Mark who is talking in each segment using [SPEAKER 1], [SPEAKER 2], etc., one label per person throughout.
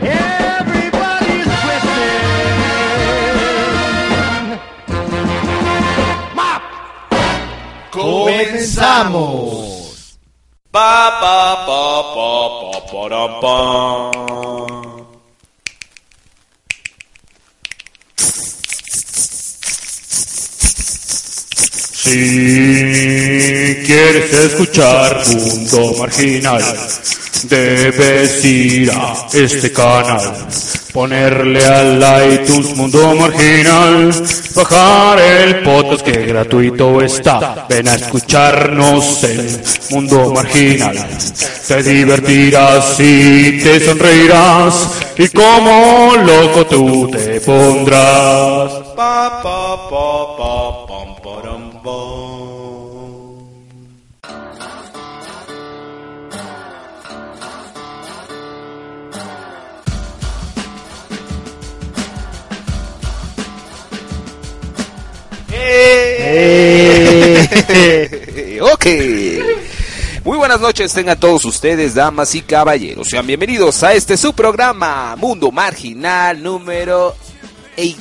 [SPEAKER 1] Everybody's twisting. Mop!
[SPEAKER 2] ¡Comenzamos! Pa, pa, pa, pa, pa, para, pa. Si quieres escuchar Mundo Marginal, debes ir a este canal, ponerle al iTunes Mundo Marginal, bajar el podcast que gratuito está, ven a escucharnos en Mundo Marginal, te divertirás y te sonreirás, y como loco tú te pondrás. Pa, pa, pa, pa, pam, param, pam.
[SPEAKER 3] Eh. ok. Muy buenas noches tengan todos ustedes, damas y caballeros. Sean bienvenidos a este su programa, Mundo Marginal número 18.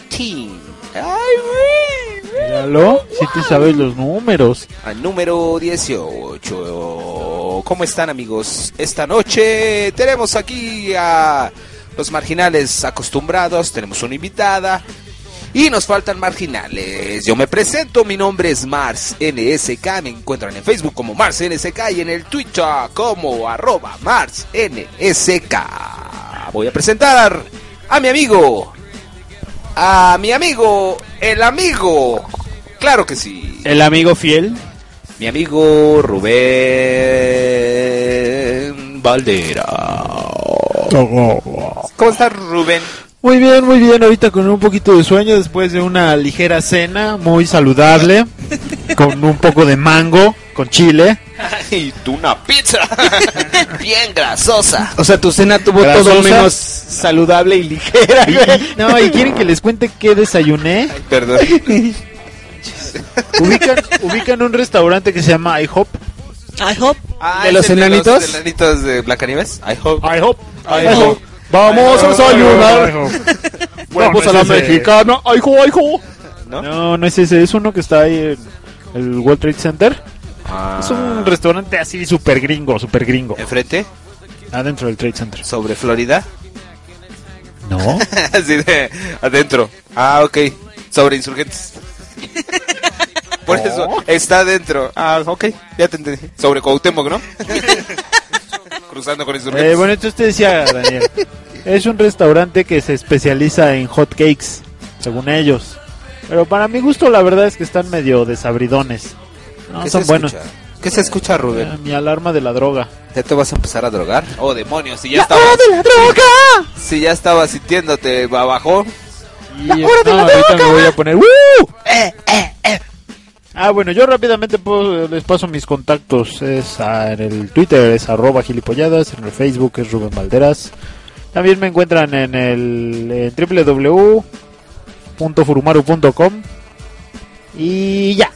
[SPEAKER 3] Ay, güey, güey.
[SPEAKER 4] Míralo, si te sabes los números.
[SPEAKER 3] Al número 18. ¿Cómo están amigos? Esta noche tenemos aquí a los marginales acostumbrados, tenemos una invitada y nos faltan marginales. Yo me presento, mi nombre es Mars NSK, me encuentran en Facebook como Mars NSK y en el Twitter como arroba Mars NSK. Voy a presentar a mi amigo, a mi amigo, el amigo. Claro que sí.
[SPEAKER 4] El amigo fiel.
[SPEAKER 3] Mi amigo Rubén Valdera. ¿Cómo estás, Rubén?
[SPEAKER 4] Muy bien, muy bien. Ahorita con un poquito de sueño después de una ligera cena muy saludable. con un poco de mango, con chile.
[SPEAKER 3] Y tú una pizza bien grasosa.
[SPEAKER 5] O sea, tu cena tuvo todo
[SPEAKER 4] Grasosa.
[SPEAKER 5] menos saludable y ligera. güey.
[SPEAKER 4] No, y quieren que les cuente qué desayuné.
[SPEAKER 3] Perdón.
[SPEAKER 4] Ubican, ubican un restaurante que se llama IHOP.
[SPEAKER 3] Ah,
[SPEAKER 5] ¿De
[SPEAKER 3] es
[SPEAKER 5] los
[SPEAKER 3] el
[SPEAKER 5] enanitos? Ah.
[SPEAKER 3] De los enanitos de Blancanieves. I hope.
[SPEAKER 4] IHOP.
[SPEAKER 3] IHOP.
[SPEAKER 4] Vamos a desayunar. Vamos a la mexicana. IHOP, IHOP.
[SPEAKER 3] ¿No?
[SPEAKER 4] No, no es ese. Es uno que está ahí en el World Trade Center.
[SPEAKER 3] Ah,
[SPEAKER 4] Es un restaurante así super gringo, super gringo.
[SPEAKER 3] Enfrente,
[SPEAKER 4] Adentro del Trade Center.
[SPEAKER 3] sobre Florida.
[SPEAKER 4] No.
[SPEAKER 3] Así de adentro. Ah, ok. Sobre insurgentes. Por eso
[SPEAKER 5] Oh.
[SPEAKER 3] está adentro. Ah, ok. Ya te entendí. Sobre Cuauhtémoc, ¿no? Cruzando con insurgentes.
[SPEAKER 4] Eh, bueno, entonces te decía, Daniel. es un restaurante que se especializa en hot cakes, según ellos. Pero para mi gusto, la verdad es que están medio desabridones. No,
[SPEAKER 3] ¿Qué
[SPEAKER 4] son
[SPEAKER 3] se
[SPEAKER 4] buenos.
[SPEAKER 3] escucha? ¿Qué se escucha,
[SPEAKER 4] Eh,
[SPEAKER 3] Rubén?
[SPEAKER 4] mi alarma de la droga.
[SPEAKER 3] ¿Ya te vas a empezar a drogar? Oh, demonios, si ya estabas. Si ya estabas sintiéndote abajo.
[SPEAKER 4] no, ahorita me voy a poner. ¡Uh! Ah, bueno, yo rápidamente puedo- les paso mis contactos. Es ah, en el Twitter es arroba gilipolladas, en el Facebook es Rubén Valderas. También me encuentran en el en www.furumaru.com y ya.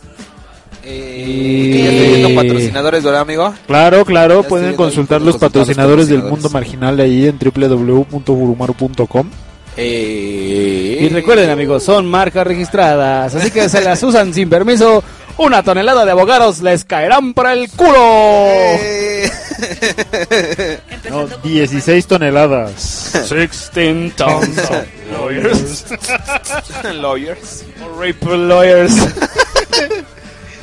[SPEAKER 3] Eh, ¿Ya te viendo patrocinadores, ¿verdad, amigo?
[SPEAKER 4] Claro,
[SPEAKER 3] Ya
[SPEAKER 4] claro,
[SPEAKER 3] estoy
[SPEAKER 4] pueden
[SPEAKER 3] viendo ahí
[SPEAKER 4] consultar
[SPEAKER 3] cómo
[SPEAKER 4] los
[SPEAKER 3] consultar los
[SPEAKER 4] patrocinadores del
[SPEAKER 3] patrocinadores.
[SPEAKER 4] mundo marginal ahí en www.furumaru.com.
[SPEAKER 3] Eh,
[SPEAKER 5] Y recuerden, amigos, son marcas registradas, así que se las usan sin permiso. Una tonelada de abogados les caerán para el culo.
[SPEAKER 3] eh,
[SPEAKER 4] No, 16 toneladas.
[SPEAKER 2] 16 tons of lawyers.
[SPEAKER 3] Lawyers.
[SPEAKER 4] Rape lawyers.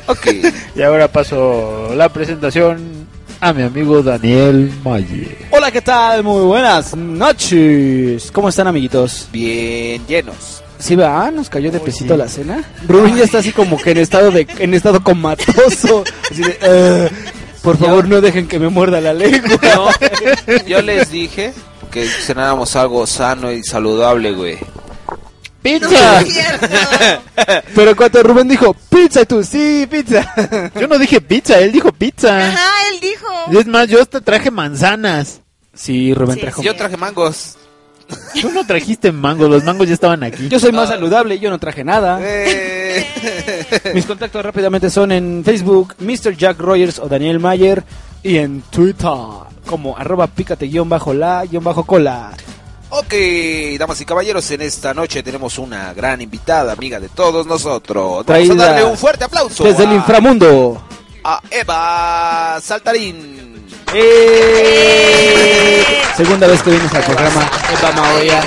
[SPEAKER 3] Ok.
[SPEAKER 4] Y ahora paso la presentación a mi amigo Daniel Malle.
[SPEAKER 5] Hola, ¿qué tal? Muy buenas noches. ¿Cómo están, amiguitos?
[SPEAKER 3] Bien llenos.
[SPEAKER 5] ¿Sí va? ¿Nos cayó de pesito la cena? Rubén ya está así como que en estado de en estado comatoso. Así de, "Eh, "Ah, por favor, no dejen que me muerda la lengua.
[SPEAKER 3] No, yo les dije que cenáramos algo sano y saludable, güey.
[SPEAKER 5] ¡Pizza! Pero cuando Rubén dijo, pizza, y tú, sí, pizza.
[SPEAKER 4] Yo no dije pizza, él dijo pizza.
[SPEAKER 6] Ajá, él dijo.
[SPEAKER 4] Y es más, yo hasta traje manzanas.
[SPEAKER 5] Sí, Rubén
[SPEAKER 6] Sí,
[SPEAKER 5] trajo.
[SPEAKER 6] sí.
[SPEAKER 3] Yo traje mangos.
[SPEAKER 4] Tú no trajiste mangos, los mangos ya estaban aquí.
[SPEAKER 5] Yo soy más saludable, yo no traje nada.
[SPEAKER 3] Eh.
[SPEAKER 5] Mis contactos rápidamente son en Facebook, Mr. Jack Rogers o Daniel Mayer, y en Twitter, como arroba pícate guión bajo la guión bajo cola.
[SPEAKER 3] Ok, damas y caballeros, en esta noche tenemos una gran invitada, amiga de todos nosotros. Vamos
[SPEAKER 5] Traída
[SPEAKER 3] a darle un fuerte aplauso
[SPEAKER 5] Desde
[SPEAKER 3] a,
[SPEAKER 5] el inframundo.
[SPEAKER 3] a Eva Saltarín.
[SPEAKER 5] Eh. Segunda vez que vienes al programa. Eva Maoya.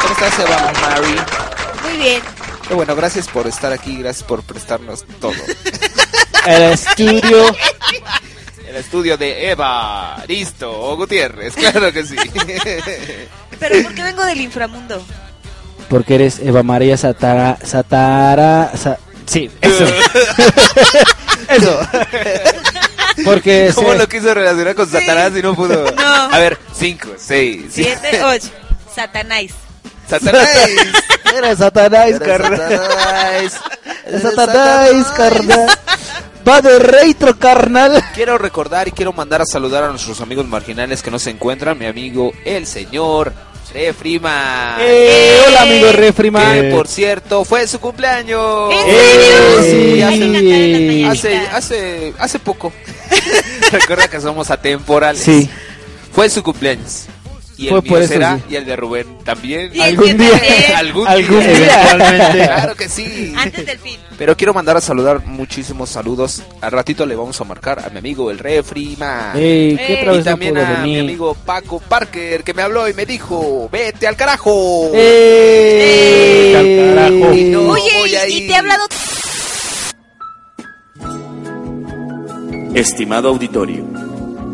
[SPEAKER 3] ¿Cómo estás, Eva Mari?
[SPEAKER 6] Muy bien.
[SPEAKER 3] Qué bueno, gracias por estar aquí, gracias por prestarnos todo.
[SPEAKER 5] El estudio.
[SPEAKER 3] El estudio de Eva, listo, Gutiérrez, claro que sí.
[SPEAKER 6] Pero ¿por qué vengo del inframundo?
[SPEAKER 5] Porque eres Eva María Satara. Satara. Sa- sí, eso. eso. Porque.
[SPEAKER 3] ¿Cómo
[SPEAKER 5] se-
[SPEAKER 3] lo quiso relacionar con Satanás y no pudo?
[SPEAKER 6] No.
[SPEAKER 3] A ver, cinco, seis, siete.
[SPEAKER 6] Siete, ocho. Satanás.
[SPEAKER 3] Satanás.
[SPEAKER 5] Eres Satanás,
[SPEAKER 3] Eres
[SPEAKER 5] carnal.
[SPEAKER 3] Satanás. Eres
[SPEAKER 5] Satanás, carnal. Va de retro, carnal.
[SPEAKER 3] Quiero recordar y quiero mandar a saludar a nuestros amigos marginales que no se encuentran, mi amigo el señor Refrima.
[SPEAKER 5] Eh, hola, amigo Refriman.
[SPEAKER 3] Que por cierto, fue su cumpleaños.
[SPEAKER 6] ¿En
[SPEAKER 5] Eh,
[SPEAKER 6] serio?
[SPEAKER 5] sí.
[SPEAKER 6] Hay que cantar en las
[SPEAKER 5] Hace-
[SPEAKER 3] Hace,
[SPEAKER 6] mañanitas.
[SPEAKER 3] hace, hace poco. Recuerda que somos atemporales.
[SPEAKER 5] Sí.
[SPEAKER 3] Fue su cumpleaños. Y el
[SPEAKER 5] Fue
[SPEAKER 3] mío
[SPEAKER 5] por eso,
[SPEAKER 3] será,
[SPEAKER 5] sí.
[SPEAKER 3] y el de Rubén también.
[SPEAKER 6] Y el
[SPEAKER 5] Algún día.
[SPEAKER 6] mío también. Ah.
[SPEAKER 3] Algún,
[SPEAKER 5] Algún
[SPEAKER 3] día.
[SPEAKER 5] día.
[SPEAKER 3] Claro que sí.
[SPEAKER 6] Antes del fin.
[SPEAKER 3] Pero quiero mandar a saludar muchísimos saludos. Al ratito le vamos a marcar a mi amigo el Refrima.
[SPEAKER 5] Ey, ¿qué
[SPEAKER 6] Eh,
[SPEAKER 5] otra
[SPEAKER 3] Y
[SPEAKER 5] vez no
[SPEAKER 3] también
[SPEAKER 5] pudo
[SPEAKER 3] a mi
[SPEAKER 5] venir?
[SPEAKER 3] amigo Paco Parker que me habló y me dijo, vete al carajo.
[SPEAKER 5] Eh,
[SPEAKER 4] Al carajo.
[SPEAKER 3] Y no
[SPEAKER 6] Oye,
[SPEAKER 3] voy a
[SPEAKER 6] y- y
[SPEAKER 3] ir.
[SPEAKER 6] te he hablado
[SPEAKER 7] Estimado auditorio,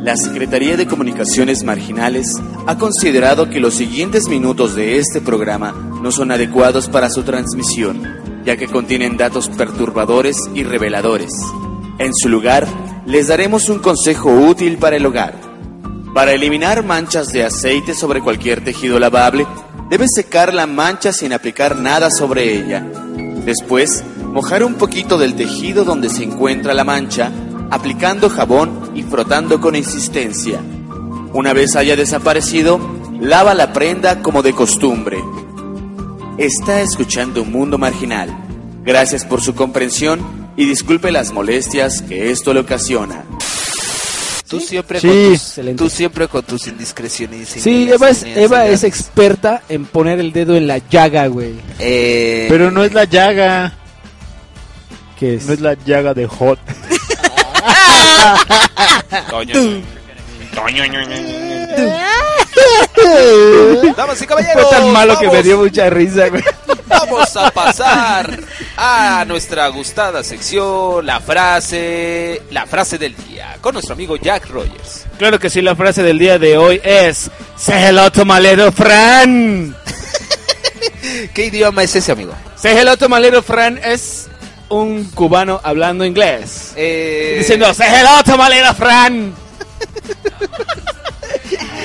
[SPEAKER 7] la Secretaría de Comunicaciones Marginales ha considerado que los siguientes minutos de este programa no son adecuados para su transmisión, ya que contienen datos perturbadores y reveladores. En su lugar, les daremos un consejo útil para el hogar. Para eliminar manchas de aceite sobre cualquier tejido lavable, debes secar la mancha sin aplicar nada sobre ella. Después, mojar un poquito del tejido donde se encuentra la mancha, aplicando jabón y frotando con insistencia. Una vez haya desaparecido, lava la prenda como de costumbre. Está escuchando un mundo marginal. Gracias por su comprensión y disculpe las molestias que esto le ocasiona.
[SPEAKER 3] Tú siempre,
[SPEAKER 5] Sí,
[SPEAKER 3] con tus,
[SPEAKER 5] excelente.
[SPEAKER 3] tú siempre con tus indiscreciones.
[SPEAKER 5] Sí, Eva es, Eva es experta en poner el dedo en la llaga, güey.
[SPEAKER 3] Eh,
[SPEAKER 4] Pero no es la llaga,
[SPEAKER 5] ¿Qué es?
[SPEAKER 4] no es la llaga de Hot.
[SPEAKER 3] Damas y caballeros, vamos,
[SPEAKER 5] mucha risa, güey.
[SPEAKER 3] vamos a pasar a nuestra gustada sección, la frase, la frase del día, con nuestro amigo Jack Rogers.
[SPEAKER 8] Claro que sí, la frase del día de hoy es... Say hello to my little Fran.
[SPEAKER 3] ¿Qué idioma es ese, amigo?
[SPEAKER 8] Say hello to my little Fran es un cubano hablando inglés.
[SPEAKER 3] Eh,
[SPEAKER 8] Diciendo, say hello to my little Fran.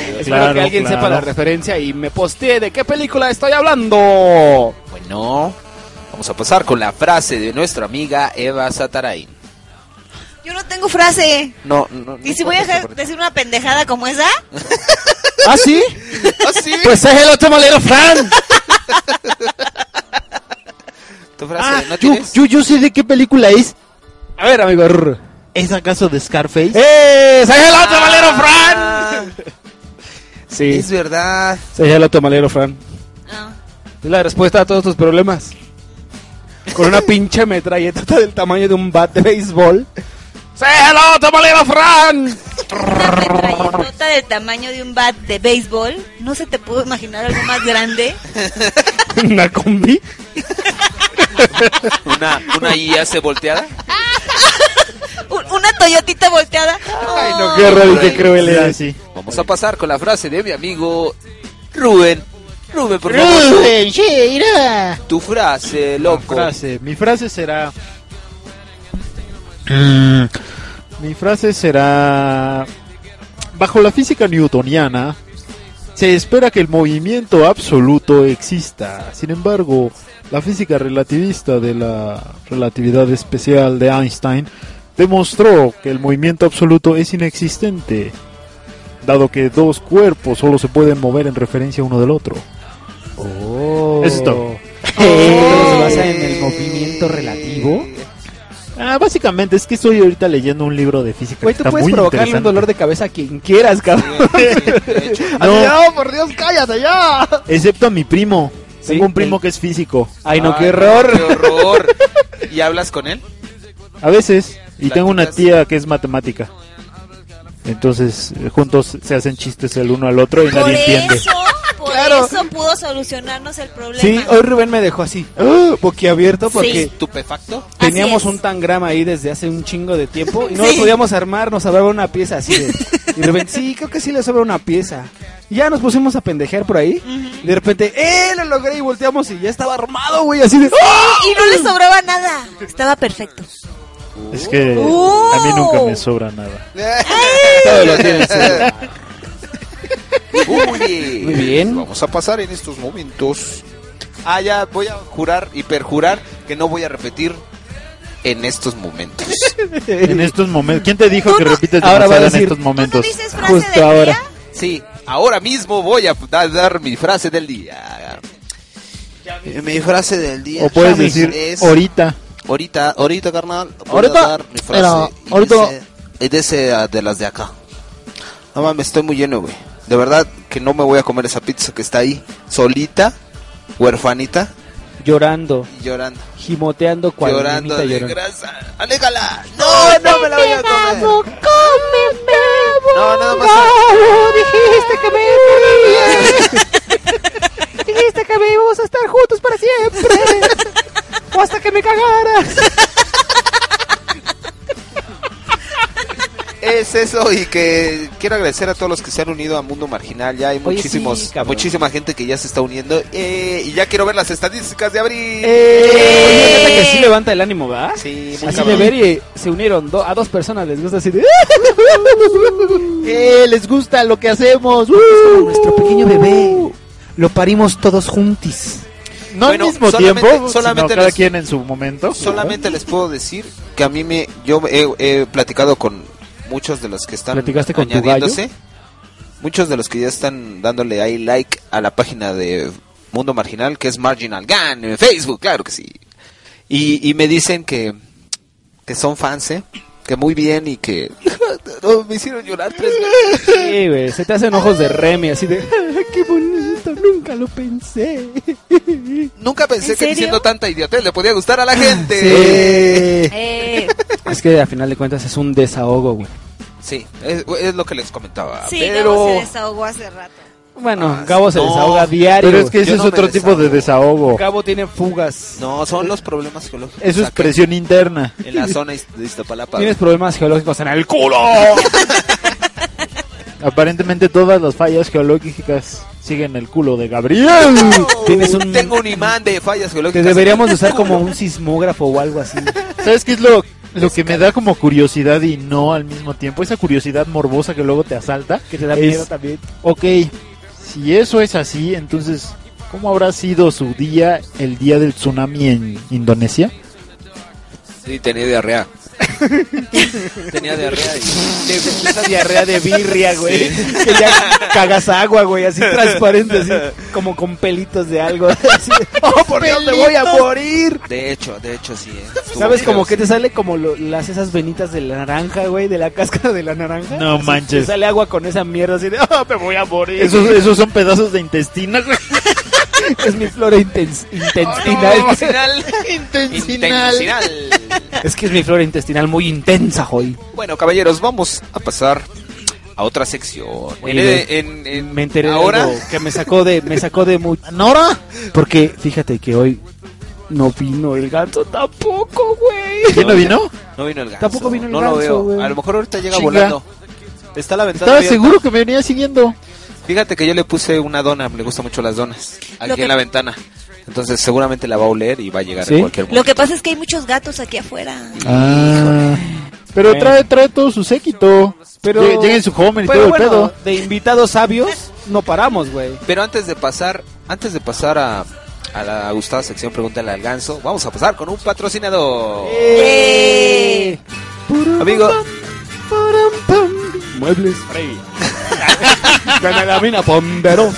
[SPEAKER 8] Espero
[SPEAKER 4] Claro,
[SPEAKER 8] que alguien
[SPEAKER 4] claro.
[SPEAKER 8] sepa la referencia y me postee de qué película estoy hablando.
[SPEAKER 3] Bueno, vamos a pasar con la frase de nuestra amiga Eva Satarain.
[SPEAKER 6] Yo no tengo frase.
[SPEAKER 3] No, no. no
[SPEAKER 6] ¿Y si voy a dejar- decir una pendejada como esa?
[SPEAKER 5] ¿Ah, sí?
[SPEAKER 3] ¿Ah, sí?
[SPEAKER 5] Pues say hello to my little Fran.
[SPEAKER 3] ¿Tu frase no
[SPEAKER 4] yo,
[SPEAKER 3] tienes?
[SPEAKER 4] yo, yo sé de qué película es.
[SPEAKER 5] A ver, amigo. rrr.
[SPEAKER 4] ¿Es acaso de Scarface?
[SPEAKER 5] ¡Eh! ¡Say hello to my little Fran!
[SPEAKER 3] Ah,
[SPEAKER 5] Sí,
[SPEAKER 3] es verdad.
[SPEAKER 5] say hello to my little Fran.
[SPEAKER 6] No.
[SPEAKER 5] Es la respuesta a todos tus problemas. Con una pinche metralleta del tamaño de un bat de béisbol.
[SPEAKER 8] Say hello to my little Fran.
[SPEAKER 6] Una metralletota del tamaño de un bat de béisbol. ¿No se te pudo imaginar algo más grande?
[SPEAKER 5] Una combi.
[SPEAKER 3] Una, una IA se volteada.
[SPEAKER 6] Un- Una Toyotita volteada.
[SPEAKER 5] Ay, no,
[SPEAKER 6] Oh.
[SPEAKER 5] qué horror y qué crueldad.
[SPEAKER 4] Sí, sí.
[SPEAKER 3] Vamos a pasar con la frase de mi amigo Rubén. Rubén, por favor. tu- Tu frase, loco.
[SPEAKER 4] Frase. Mi frase será. Mm, Mi frase será. Bajo la física newtoniana, Se espera que el movimiento absoluto exista. Sin embargo, la física relativista de la relatividad especial de Einstein demostró que el movimiento absoluto es inexistente, dado que dos cuerpos solo se pueden mover en referencia uno del otro.
[SPEAKER 5] Oh.
[SPEAKER 4] Eso es todo.
[SPEAKER 5] Todo se basa en
[SPEAKER 3] Eh,
[SPEAKER 5] el movimiento relativo.
[SPEAKER 4] Ah, básicamente es que estoy ahorita leyendo un libro de física.
[SPEAKER 5] Güey,
[SPEAKER 4] que
[SPEAKER 5] tú
[SPEAKER 4] está
[SPEAKER 5] puedes
[SPEAKER 4] muy
[SPEAKER 5] provocarle un
[SPEAKER 4] interesante.
[SPEAKER 5] dolor de cabeza a quien quieras, cabrón.
[SPEAKER 4] No,
[SPEAKER 5] por Dios, cállate ya!
[SPEAKER 4] excepto a mi primo.
[SPEAKER 5] Sí,
[SPEAKER 4] Tengo un primo
[SPEAKER 5] el-
[SPEAKER 4] que es físico.
[SPEAKER 5] Ay, no,
[SPEAKER 3] Ay,
[SPEAKER 5] qué error.
[SPEAKER 3] ¡Qué horror! ¿Y hablas con él?
[SPEAKER 4] A veces. Y tengo una
[SPEAKER 3] Platicas.
[SPEAKER 4] tía que es matemática. Entonces, eh, juntos se hacen chistes el uno al otro y
[SPEAKER 6] Por
[SPEAKER 4] nadie entiende.
[SPEAKER 6] eso, por
[SPEAKER 5] Claro.
[SPEAKER 6] eso pudo solucionarnos el problema.
[SPEAKER 5] Sí, hoy Rubén me dejó así, ¡ah! boquiabierto,
[SPEAKER 6] Sí.
[SPEAKER 5] porque
[SPEAKER 3] ¿Estupefacto?
[SPEAKER 5] teníamos
[SPEAKER 6] Así es.
[SPEAKER 5] un tangrama ahí desde hace un chingo de tiempo y no
[SPEAKER 6] Sí.
[SPEAKER 5] lo podíamos armar, nos sobraba una pieza así de... Y de repente, sí, creo que sí le sobra una pieza. Y ya nos pusimos a pendejear por ahí. Y de repente, ¡eh! Lo logré y volteamos y ya estaba armado, güey, así de... ¡ah!
[SPEAKER 6] Y no le sobraba nada. Estaba perfecto.
[SPEAKER 4] Es que
[SPEAKER 6] Oh.
[SPEAKER 4] a mí nunca me sobra nada.
[SPEAKER 3] Todo lo tiene Muy
[SPEAKER 5] Muy bien.
[SPEAKER 3] Vamos a pasar en estos momentos. Ah, ya voy a jurar y perjurar que no voy a repetir en estos momentos.
[SPEAKER 4] En estos momentos. ¿Quién te dijo
[SPEAKER 6] Tú
[SPEAKER 4] que
[SPEAKER 6] no-
[SPEAKER 4] repites
[SPEAKER 5] Ahora va
[SPEAKER 4] demasiado
[SPEAKER 5] a
[SPEAKER 4] en
[SPEAKER 5] decir,
[SPEAKER 4] estos
[SPEAKER 6] ¿Tú no
[SPEAKER 4] momentos?
[SPEAKER 6] dices frase
[SPEAKER 5] Justo
[SPEAKER 6] del
[SPEAKER 5] ahora.
[SPEAKER 6] día?
[SPEAKER 3] Sí, ahora mismo voy a da- dar mi frase del día. Mi frase del día
[SPEAKER 4] O puedes decir
[SPEAKER 3] es
[SPEAKER 4] ahorita.
[SPEAKER 3] ahorita, ahorita carnal, voy
[SPEAKER 5] Ahorita,
[SPEAKER 3] a dar mi frase.
[SPEAKER 5] era,
[SPEAKER 3] y
[SPEAKER 5] ahorita.
[SPEAKER 3] dice- y dice, ah, de las de acá. No mames, estoy muy lleno, güey. De verdad que no me voy a comer esa pizza que está ahí, solita, huerfanita,
[SPEAKER 5] Llorando,
[SPEAKER 3] y llorando.
[SPEAKER 5] gimoteando, cuando
[SPEAKER 3] llorando
[SPEAKER 5] mimita
[SPEAKER 3] de
[SPEAKER 5] llorando.
[SPEAKER 3] grasa. ¡Alégala! ¡No, no me la voy a comer! No, nada más.
[SPEAKER 5] dijiste que me Dijiste que me íbamos a estar juntos para siempre. O hasta que me cagaras.
[SPEAKER 3] Es eso y que quiero agradecer a todos los que se han unido a Mundo Marginal. Ya hay
[SPEAKER 5] Oye,
[SPEAKER 3] muchísimos,
[SPEAKER 5] sí, cabrón.
[SPEAKER 3] muchísima gente que ya se está uniendo. Eh, y ya quiero ver las estadísticas de abril.
[SPEAKER 5] Oye, neta que sí
[SPEAKER 4] Eh.
[SPEAKER 5] levanta el ánimo, ¿va?
[SPEAKER 3] Eh, Sí, muy
[SPEAKER 5] Así de
[SPEAKER 3] cabrón.
[SPEAKER 5] ver y eh, se unieron do- a dos personas, les gusta así de...
[SPEAKER 4] Eh, les gusta lo que hacemos. Uh.
[SPEAKER 5] Nuestro pequeño bebé. Lo parimos todos juntis.
[SPEAKER 4] No
[SPEAKER 3] Bueno,
[SPEAKER 4] al mismo
[SPEAKER 3] solamente-
[SPEAKER 4] tiempo,
[SPEAKER 3] solamente
[SPEAKER 4] sino cada
[SPEAKER 3] les-
[SPEAKER 4] quien en su momento.
[SPEAKER 3] Solamente les puedo decir que a mí me. Yo he, he platicado con muchos de los que están
[SPEAKER 5] ¿Platicaste con tu
[SPEAKER 3] añadiéndose. Muchos de los que ya están dándole ahí like a la página de Mundo Marginal, que es Marginal Gun en Facebook, claro que sí. Y, y me dicen que, que son fans, ¿eh? Que muy bien y que. No, me hicieron llorar tres veces.
[SPEAKER 5] Sí, güey, se te hacen ojos de Remy, así de... "Ah, ¡Qué bonito! Nunca lo pensé.
[SPEAKER 3] Nunca pensé
[SPEAKER 6] ¿En
[SPEAKER 3] que
[SPEAKER 6] serio?
[SPEAKER 3] diciendo tanta idiotez le podía gustar a la gente.
[SPEAKER 5] Sí.
[SPEAKER 6] Eh,
[SPEAKER 5] Es que a final de cuentas es un desahogo, güey.
[SPEAKER 3] Sí, es, es lo que les comentaba.
[SPEAKER 6] sí,
[SPEAKER 3] pero.
[SPEAKER 6] Gabo se desahogó hace rato.
[SPEAKER 5] Bueno,
[SPEAKER 3] Ah,
[SPEAKER 5] Gabo se
[SPEAKER 3] no.
[SPEAKER 5] desahoga diario.
[SPEAKER 4] Pero es que
[SPEAKER 3] Yo
[SPEAKER 4] ese
[SPEAKER 3] no
[SPEAKER 4] es
[SPEAKER 3] me
[SPEAKER 4] otro tipo de desahogo.
[SPEAKER 5] Gabo tiene fugas.
[SPEAKER 3] No, son los problemas psicológicos.
[SPEAKER 4] Eso es
[SPEAKER 3] acá
[SPEAKER 4] presión interna.
[SPEAKER 3] En la zona is- de Iztapalapa.
[SPEAKER 5] Tienes problemas geológicos en el culo.
[SPEAKER 4] Aparentemente todas las fallas geológicas siguen el culo de Gabriel.
[SPEAKER 5] Tienes un-
[SPEAKER 3] Oh, Tengo un imán de fallas
[SPEAKER 5] Te
[SPEAKER 3] geológicas.
[SPEAKER 5] deberíamos de usar como un sismógrafo o algo así.
[SPEAKER 4] ¿Sabes qué es lo, lo que me da como curiosidad y no al mismo tiempo? Esa curiosidad morbosa que luego te asalta.
[SPEAKER 5] Que te da
[SPEAKER 4] Es-
[SPEAKER 5] miedo también.
[SPEAKER 4] Ok, si eso es así, entonces, ¿cómo habrá sido su día, el día del tsunami en Indonesia?
[SPEAKER 3] Sí, tenía diarrea. tenía diarrea. y-
[SPEAKER 5] Esa diarrea de birria, güey. Que ya cagas agua, güey. Así transparente, así. Como con pelitos de algo. Así. ¡Oh, por Dios, me voy a morir!
[SPEAKER 3] De hecho, de hecho, sí. eh. Estuvo
[SPEAKER 5] ¿Sabes
[SPEAKER 3] feo,
[SPEAKER 5] como que
[SPEAKER 3] sí.
[SPEAKER 5] te sale como lo- las esas venitas de la naranja, güey? De la cáscara de la naranja.
[SPEAKER 4] No
[SPEAKER 5] Así,
[SPEAKER 4] manches.
[SPEAKER 5] Te sale agua con esa mierda así de... ¡Oh, me voy a morir!
[SPEAKER 4] Esos, esos son pedazos de intestino.
[SPEAKER 5] Es pues, mi flora intens- intestinal.
[SPEAKER 4] Intestinal.
[SPEAKER 3] Intencional.
[SPEAKER 5] Es que es mi flora intestinal muy intensa, hoy.
[SPEAKER 3] bueno, caballeros, vamos a pasar a otra sección.
[SPEAKER 5] Muy
[SPEAKER 3] En- E,
[SPEAKER 5] bien.
[SPEAKER 3] en- en-
[SPEAKER 5] Me enteré de
[SPEAKER 3] ahora.
[SPEAKER 5] algo que me sacó de me sacó de mucho.
[SPEAKER 4] ¿Nora?
[SPEAKER 5] Porque fíjate que hoy no vino el gato tampoco, güey.
[SPEAKER 4] ¿Quién no vino?
[SPEAKER 3] No vino el ganso.
[SPEAKER 5] Tampoco vino el
[SPEAKER 3] No
[SPEAKER 5] ganso,
[SPEAKER 3] lo veo.
[SPEAKER 5] güey.
[SPEAKER 3] A lo mejor ahorita llega
[SPEAKER 4] Chinga.
[SPEAKER 3] volando. Está la ventana.
[SPEAKER 4] Estaba
[SPEAKER 3] abierta.
[SPEAKER 4] seguro que me venía siguiendo.
[SPEAKER 3] Fíjate que yo le puse una dona, me gustan mucho las donas, aquí
[SPEAKER 6] Lo que-
[SPEAKER 3] en la ventana. Entonces seguramente la va a oler y va a llegar
[SPEAKER 5] ¿Sí?
[SPEAKER 3] en cualquier
[SPEAKER 6] Lo
[SPEAKER 3] momento.
[SPEAKER 6] que pasa es que hay muchos gatos aquí afuera.
[SPEAKER 5] Ah.
[SPEAKER 4] Pero
[SPEAKER 5] Bueno.
[SPEAKER 4] trae, trae todo su séquito.
[SPEAKER 5] Pero-
[SPEAKER 4] Pero... Llega en su joven y
[SPEAKER 5] Pero
[SPEAKER 4] todo
[SPEAKER 5] bueno,
[SPEAKER 4] el pedo.
[SPEAKER 5] de invitados sabios no paramos, güey.
[SPEAKER 3] Pero antes de pasar, antes de pasar a, a la gustada sección Pregúntale al Ganso, vamos a pasar con un patrocinador.
[SPEAKER 5] ¡Eh!
[SPEAKER 3] Amigo,
[SPEAKER 5] Muebles Frey. Con la mina pombero.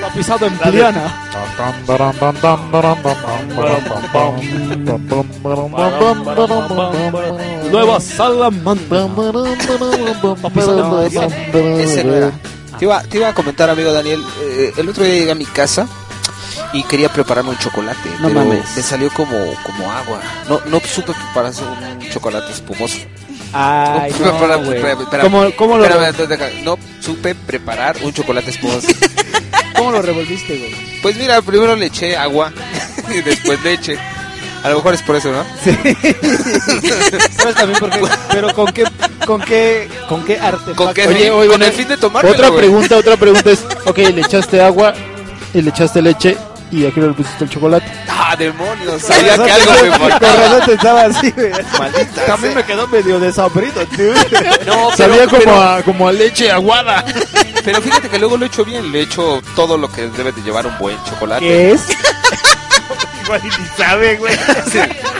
[SPEAKER 5] Tapizado en pliana. Nueva salamandra. Tapizado en pliana.
[SPEAKER 3] ese no era. Te iba, te iba a comentar, amigo Daniel, eh, el otro día llegué a mi casa y quería prepararme un chocolate,
[SPEAKER 5] No
[SPEAKER 3] pero
[SPEAKER 5] mames.
[SPEAKER 3] me salió como, como agua. No, no supe prepararse un chocolate espumoso.
[SPEAKER 5] Ay,
[SPEAKER 3] No, para-
[SPEAKER 5] no, güey.
[SPEAKER 3] para- para-
[SPEAKER 5] ¿Cómo, cómo lo,
[SPEAKER 3] Espérame, espérame, espérame. no supe preparar un chocolate espumoso.
[SPEAKER 5] ¿Cómo lo revolviste, güey?
[SPEAKER 3] Pues mira, primero le eché agua y después leche. A lo mejor es por eso, ¿no?
[SPEAKER 5] ¿Sabes también por qué? Pero con qué, con qué, con qué arte.
[SPEAKER 3] Con, qué
[SPEAKER 4] Oye,
[SPEAKER 3] fin?
[SPEAKER 4] oye,
[SPEAKER 3] Con
[SPEAKER 4] oye.
[SPEAKER 3] el fin de tomar
[SPEAKER 4] Otra pregunta, otra pregunta es, ok, le echaste agua y le echaste leche y aquí le pusiste el chocolate.
[SPEAKER 3] Ah, demonios. Sabía que algo me
[SPEAKER 5] Con
[SPEAKER 3] faltaba.
[SPEAKER 5] razón pensaba así, güey.
[SPEAKER 3] Maldita
[SPEAKER 5] También
[SPEAKER 3] sea.
[SPEAKER 5] me quedó medio desabrido, tío.
[SPEAKER 3] No, pero,
[SPEAKER 4] Sabía como, a, como a leche aguada.
[SPEAKER 3] pero fíjate que luego lo he hecho bien. Le he hecho todo lo que debe de llevar un buen chocolate.
[SPEAKER 5] ¿Qué es?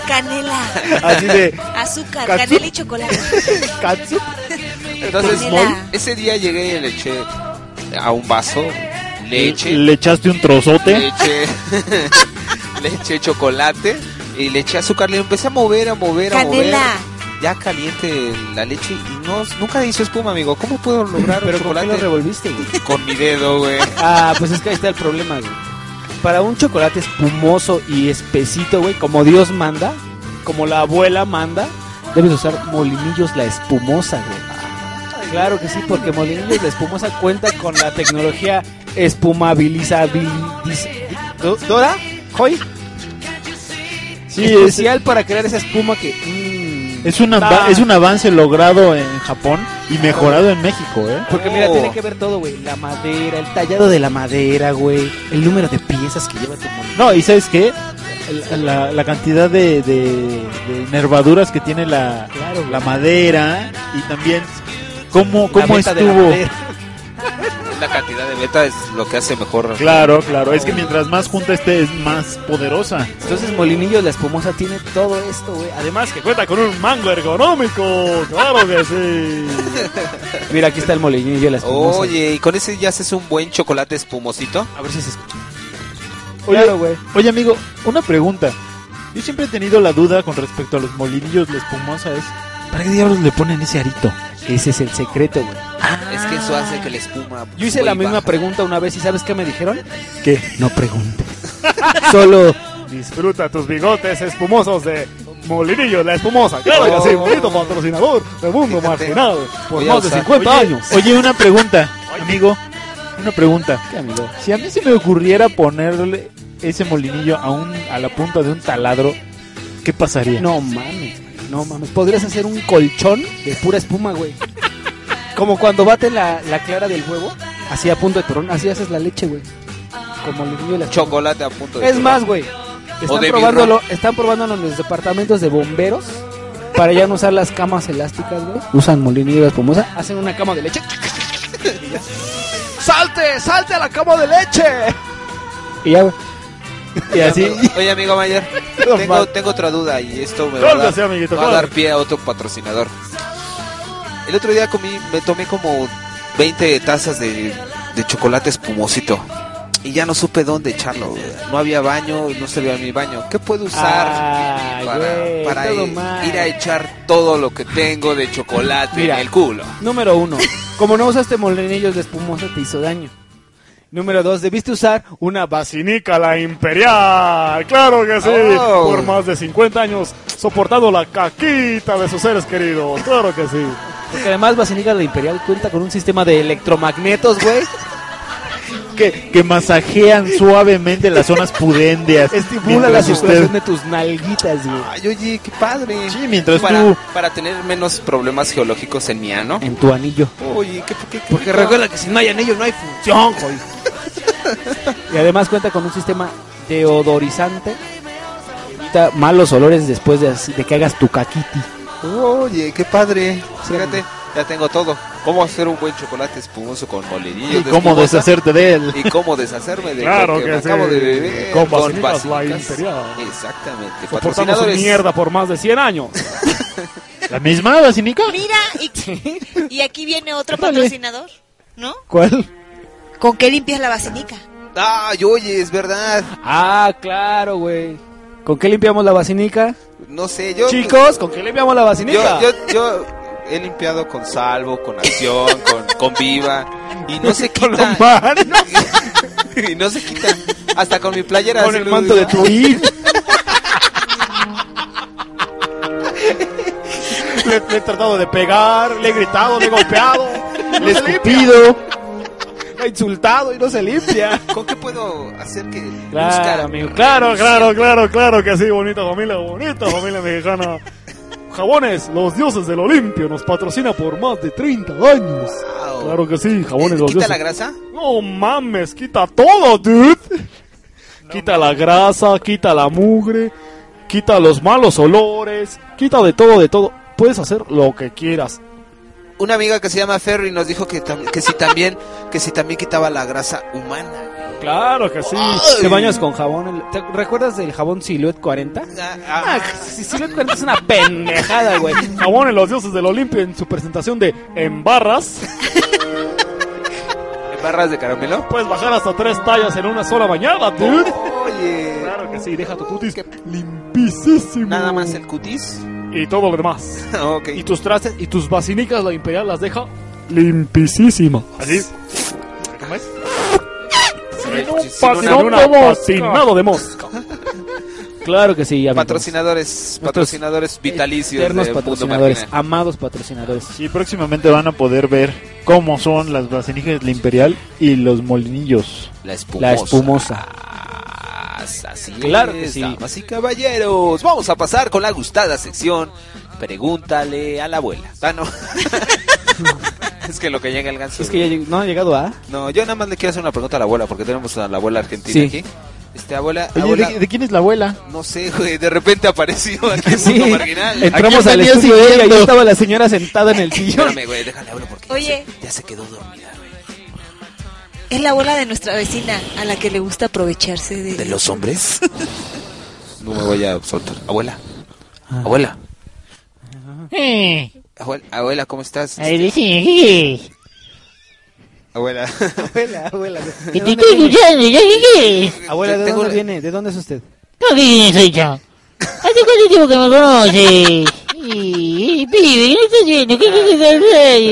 [SPEAKER 6] Canela,
[SPEAKER 5] Así de
[SPEAKER 6] azúcar,
[SPEAKER 5] Katsu-
[SPEAKER 6] canela y chocolate.
[SPEAKER 5] katsu.
[SPEAKER 3] Entonces,
[SPEAKER 6] Canela.
[SPEAKER 3] ese día llegué y le eché a un vaso leche.
[SPEAKER 4] Le echaste un trozote.
[SPEAKER 3] leche, leche, chocolate y leche azúcar. Le empecé a mover, a mover, a mover.
[SPEAKER 6] Canela.
[SPEAKER 3] Ya caliente la leche y no, nunca hizo espuma, amigo. ¿Cómo puedo lograr un
[SPEAKER 5] Pero ¿con qué lo
[SPEAKER 3] chocolate
[SPEAKER 5] revolviste, güey?
[SPEAKER 3] con mi dedo, güey?
[SPEAKER 5] Ah, pues es que ahí está el problema, güey. Para un chocolate espumoso y espesito, güey, como Dios manda, como la abuela manda, debes usar molinillos la espumosa, güey. Claro que sí, porque molinillos la espumosa cuenta con la tecnología espumabilizadora, hoy
[SPEAKER 4] Sí, es,
[SPEAKER 5] especial para crear esa espuma que mm,
[SPEAKER 4] es, un ava-
[SPEAKER 5] está-
[SPEAKER 4] es un avance logrado en Japón y mejorado en México, ¿eh?
[SPEAKER 5] Porque mira,
[SPEAKER 3] Oh.
[SPEAKER 5] tiene que ver todo, güey. La madera, el tallado de la madera, güey. El número de piezas que lleva tu molinillo.
[SPEAKER 4] No, y ¿sabes qué? La, la- la cantidad de, de- de nervaduras que tiene la,
[SPEAKER 5] Claro, güey.
[SPEAKER 4] la madera y también cómo,
[SPEAKER 5] La
[SPEAKER 4] cómo
[SPEAKER 5] venta de la
[SPEAKER 4] estuvo.
[SPEAKER 5] madera.
[SPEAKER 3] La cantidad de beta es lo que hace mejor.
[SPEAKER 4] Claro, claro. Es que mientras más junta esté, es más poderosa.
[SPEAKER 5] Entonces Molinillo la espumosa tiene todo esto, güey. Además que
[SPEAKER 4] Cuenta con un mango ergonómico. Claro que sí.
[SPEAKER 5] mira, aquí está el Molinillo la espumosa.
[SPEAKER 3] Oye, ¿y con ese ya haces un buen chocolate espumosito?
[SPEAKER 5] a ver si se escucha.
[SPEAKER 4] Oye,
[SPEAKER 5] Claro, güey.
[SPEAKER 4] Oye, amigo, una pregunta. Yo siempre he tenido la duda con respecto a los molinillos, la espumosa es... ¿Para qué diablos le ponen ese arito?
[SPEAKER 5] Ese es el secreto, güey.
[SPEAKER 3] Es que eso hace que la espuma.
[SPEAKER 5] Yo hice
[SPEAKER 3] sube
[SPEAKER 5] la
[SPEAKER 3] y
[SPEAKER 5] misma
[SPEAKER 3] baja.
[SPEAKER 5] pregunta una vez y ¿sabes qué me dijeron?
[SPEAKER 4] ¿Qué?
[SPEAKER 5] No preguntes. Solo
[SPEAKER 2] Disfruta tus bigotes espumosos de Molinillo la Espumosa. Claro
[SPEAKER 3] que sí,
[SPEAKER 2] bonito patrocinador de Mundo
[SPEAKER 3] Fíjate. Marginal,
[SPEAKER 2] Por
[SPEAKER 3] Voy a más de usar.
[SPEAKER 5] 50 años.
[SPEAKER 4] Oye, una pregunta, amigo. Una pregunta.
[SPEAKER 5] ¿Qué, amigo?
[SPEAKER 4] Si a mí se me ocurriera ponerle ese molinillo a, un, a la punta de un taladro, ¿qué pasaría?
[SPEAKER 5] No mames, güey, no mames. Podrías hacer un colchón de pura espuma, güey. Como cuando baten la, la clara del huevo, así a punto de torrón, así haces la leche, güey. Como el niño de la
[SPEAKER 3] Chocolate a punto de.
[SPEAKER 5] Es más, güey. Están
[SPEAKER 3] de
[SPEAKER 5] probándolo, están probándolo en los departamentos de bomberos para ya no usar las camas elásticas, güey. Usan molinillo de espumosa, hacen una cama de leche. y ya. ¡Salte! ¡Salte a la cama de leche! Y ya, güey.
[SPEAKER 4] Y así...
[SPEAKER 3] Oye, amigo Mayer, tengo, tengo otra duda y esto me va a, dar,
[SPEAKER 4] Cálmese, amiguito,
[SPEAKER 3] va a dar
[SPEAKER 4] cálmese.
[SPEAKER 3] pie a otro patrocinador. El otro día comí, me tomé como 20 tazas de, de chocolate espumosito y ya no supe dónde echarlo. güey. No había baño, no se veía mi baño. ¿Qué puedo usar
[SPEAKER 5] Ay,
[SPEAKER 3] para,
[SPEAKER 5] güey,
[SPEAKER 3] para
[SPEAKER 5] todo
[SPEAKER 3] ir,
[SPEAKER 5] mal.
[SPEAKER 3] ir a echar todo lo que tengo de chocolate
[SPEAKER 5] Mira.
[SPEAKER 3] en el culo?
[SPEAKER 5] Número uno, como no usaste molinillos de espumosa, te hizo daño. Número dos, debiste usar una base.
[SPEAKER 2] Cinica la Imperial, claro que sí.
[SPEAKER 3] Oh.
[SPEAKER 2] Por más de 50 años soportando la caquita de sus seres queridos, claro que sí.
[SPEAKER 5] Porque además Basílica la Imperial cuenta con un sistema de electromagnetos, güey.
[SPEAKER 4] que, que masajean suavemente las zonas pudendias.
[SPEAKER 5] Estimula la
[SPEAKER 4] Mientras
[SPEAKER 5] circulación
[SPEAKER 4] usted-
[SPEAKER 5] de tus nalguitas, güey.
[SPEAKER 3] Ay, oye, qué padre.
[SPEAKER 4] Sí, mientras
[SPEAKER 3] para,
[SPEAKER 4] tú-
[SPEAKER 3] para tener menos problemas geológicos en mi ano.
[SPEAKER 5] En tu anillo.
[SPEAKER 3] Oye, qué, qué, qué
[SPEAKER 5] Porque
[SPEAKER 3] rico.
[SPEAKER 5] recuerda que si no hay anillo no hay función, joy. y además cuenta con un sistema deodorizante que evita malos olores después de, así- de que hagas tu caquiti.
[SPEAKER 3] Oye, qué padre. Fíjate, ya tengo todo. cómo hacer un buen chocolate espumoso con molinillos
[SPEAKER 4] Y cómo
[SPEAKER 3] espumosa?
[SPEAKER 4] deshacerte de él.
[SPEAKER 3] y cómo deshacerme de
[SPEAKER 2] Claro
[SPEAKER 3] lo que,
[SPEAKER 2] que
[SPEAKER 3] me
[SPEAKER 2] sí.
[SPEAKER 3] acabo de beber
[SPEAKER 2] Con vaselina Fly
[SPEAKER 3] vaselina.
[SPEAKER 2] Imperial.
[SPEAKER 3] Exactamente.
[SPEAKER 2] Soportando su
[SPEAKER 3] Patrocinadores.
[SPEAKER 2] mierda por más de 100 años.
[SPEAKER 4] La misma, Basinica.
[SPEAKER 6] Mira, y, y aquí viene otro patrocinador, ¿no?
[SPEAKER 5] ¿Cuál?
[SPEAKER 6] ¿Con qué limpias la vacinica?
[SPEAKER 3] Ay, oye, es verdad.
[SPEAKER 5] Ah, claro, güey. ¿Con qué limpiamos la vacinica?
[SPEAKER 3] No sé, yo.
[SPEAKER 5] Chicos, ¿con qué limpiamos la
[SPEAKER 3] yo,
[SPEAKER 5] vacinica?
[SPEAKER 3] yo, yo he limpiado con salvo, con acción, con, con viva. Y no se quita. y no se quita. Hasta con mi playera
[SPEAKER 4] Con
[SPEAKER 3] azul,
[SPEAKER 4] el manto de tu
[SPEAKER 2] le, le he tratado de pegar, le he gritado, le he golpeado, le he
[SPEAKER 4] escupido.
[SPEAKER 2] ha insultado y no se limpia.
[SPEAKER 3] ¿Con qué puedo hacer que
[SPEAKER 5] Claro,
[SPEAKER 3] buscara?
[SPEAKER 5] amigo,
[SPEAKER 2] Claro, claro, claro, claro que sí, bonita familia, bonita familia mexicana. Jabones, los dioses del Olimpio, nos patrocina por más de 30 años.
[SPEAKER 3] Wow.
[SPEAKER 2] Claro que sí,
[SPEAKER 3] ¿Te
[SPEAKER 2] jabones los
[SPEAKER 3] ¿Quita
[SPEAKER 2] dioses.
[SPEAKER 3] la grasa?
[SPEAKER 2] No mames, quita todo, dude. quita la grasa, quita la mugre, quita los malos olores, quita de todo, de todo. Puedes hacer lo que quieras.
[SPEAKER 3] Una amiga que se llama Ferry nos dijo que, tam- que si también que si también quitaba la grasa humana.
[SPEAKER 2] Claro que sí.
[SPEAKER 5] ¿Te bañas con jabón? ¿Te recuerdas del jabón Silhouette 40?
[SPEAKER 3] Ah,
[SPEAKER 5] Ah,
[SPEAKER 3] ah,
[SPEAKER 5] si Silhouette 40 es una pendejada, güey.
[SPEAKER 2] Jabones los dioses del Olimpio en su presentación de En barras,
[SPEAKER 3] ¿Barras de caramelo?
[SPEAKER 2] puedes bajar hasta tres tallas en una sola bañada, dude.
[SPEAKER 3] Oye.
[SPEAKER 2] Claro que sí, deja tu cutis limpicísimo.
[SPEAKER 3] Nada más el cutis.
[SPEAKER 2] Y todo lo demás.
[SPEAKER 3] ok.
[SPEAKER 2] Y tus trastes y tus vacinicas, la imperial, las deja limpicísimas. Así. ¿Cómo es?
[SPEAKER 3] Sí,
[SPEAKER 2] Un
[SPEAKER 3] sí, pues,
[SPEAKER 2] patinón
[SPEAKER 3] una-
[SPEAKER 2] de
[SPEAKER 3] una-
[SPEAKER 2] mosca. patinado de mosca.
[SPEAKER 5] Claro que sí, amigos.
[SPEAKER 3] Patrocinadores, patrocinadores vitalicios
[SPEAKER 5] Eternos
[SPEAKER 3] de Mundo
[SPEAKER 5] patrocinadores,
[SPEAKER 3] Marginal.
[SPEAKER 5] amados patrocinadores.
[SPEAKER 4] Y próximamente van a poder ver cómo son las vasenijas de Imperial y los molinillos.
[SPEAKER 3] La espumosa.
[SPEAKER 5] La espumosa.
[SPEAKER 3] Así
[SPEAKER 5] Claro que
[SPEAKER 3] es,
[SPEAKER 5] sí.
[SPEAKER 3] damas y caballeros. Vamos a pasar con la gustada sección. Pregúntale a la abuela. Ah, no. es que lo que llega el ganso.
[SPEAKER 5] Es que ya lleg- no ha llegado a.
[SPEAKER 3] No, yo nada más le quiero hacer una pregunta a la abuela, porque tenemos a la abuela argentina
[SPEAKER 5] Sí.
[SPEAKER 3] aquí. Este, abuela,
[SPEAKER 4] Oye,
[SPEAKER 3] abuela,
[SPEAKER 4] ¿de, de quién es la abuela?
[SPEAKER 3] no sé, güey, de repente apareció aquí en
[SPEAKER 5] Sí.
[SPEAKER 3] Mundo Marginal.
[SPEAKER 5] Entramos al
[SPEAKER 4] venía
[SPEAKER 5] estudio de ella y
[SPEAKER 4] siguiendo?
[SPEAKER 5] ahí estaba la señora sentada en el sillón.
[SPEAKER 3] Espérame, güey, déjale hablar porque
[SPEAKER 6] Oye.
[SPEAKER 3] Ya, se, ya se quedó dormida, güey.
[SPEAKER 6] Es la abuela de nuestra vecina a la que le gusta aprovecharse de...
[SPEAKER 3] ¿De los hombres? no me voy a soltar. Abuela,
[SPEAKER 5] Ah.
[SPEAKER 3] abuela, abuela, abuela, ¿cómo estás? Abuela.
[SPEAKER 5] Abuela, abuela.
[SPEAKER 9] ¿De dónde viene?
[SPEAKER 5] Abuela, ¿de
[SPEAKER 3] Tengo
[SPEAKER 5] dónde
[SPEAKER 3] la-
[SPEAKER 5] viene? ¿De dónde es usted?
[SPEAKER 9] ¿Cómo que quién soy yo? Hace cuánto tiempo que me conoces. Y, y, pibe, ¿qué estás haciendo? ¿Qué quieres hacer?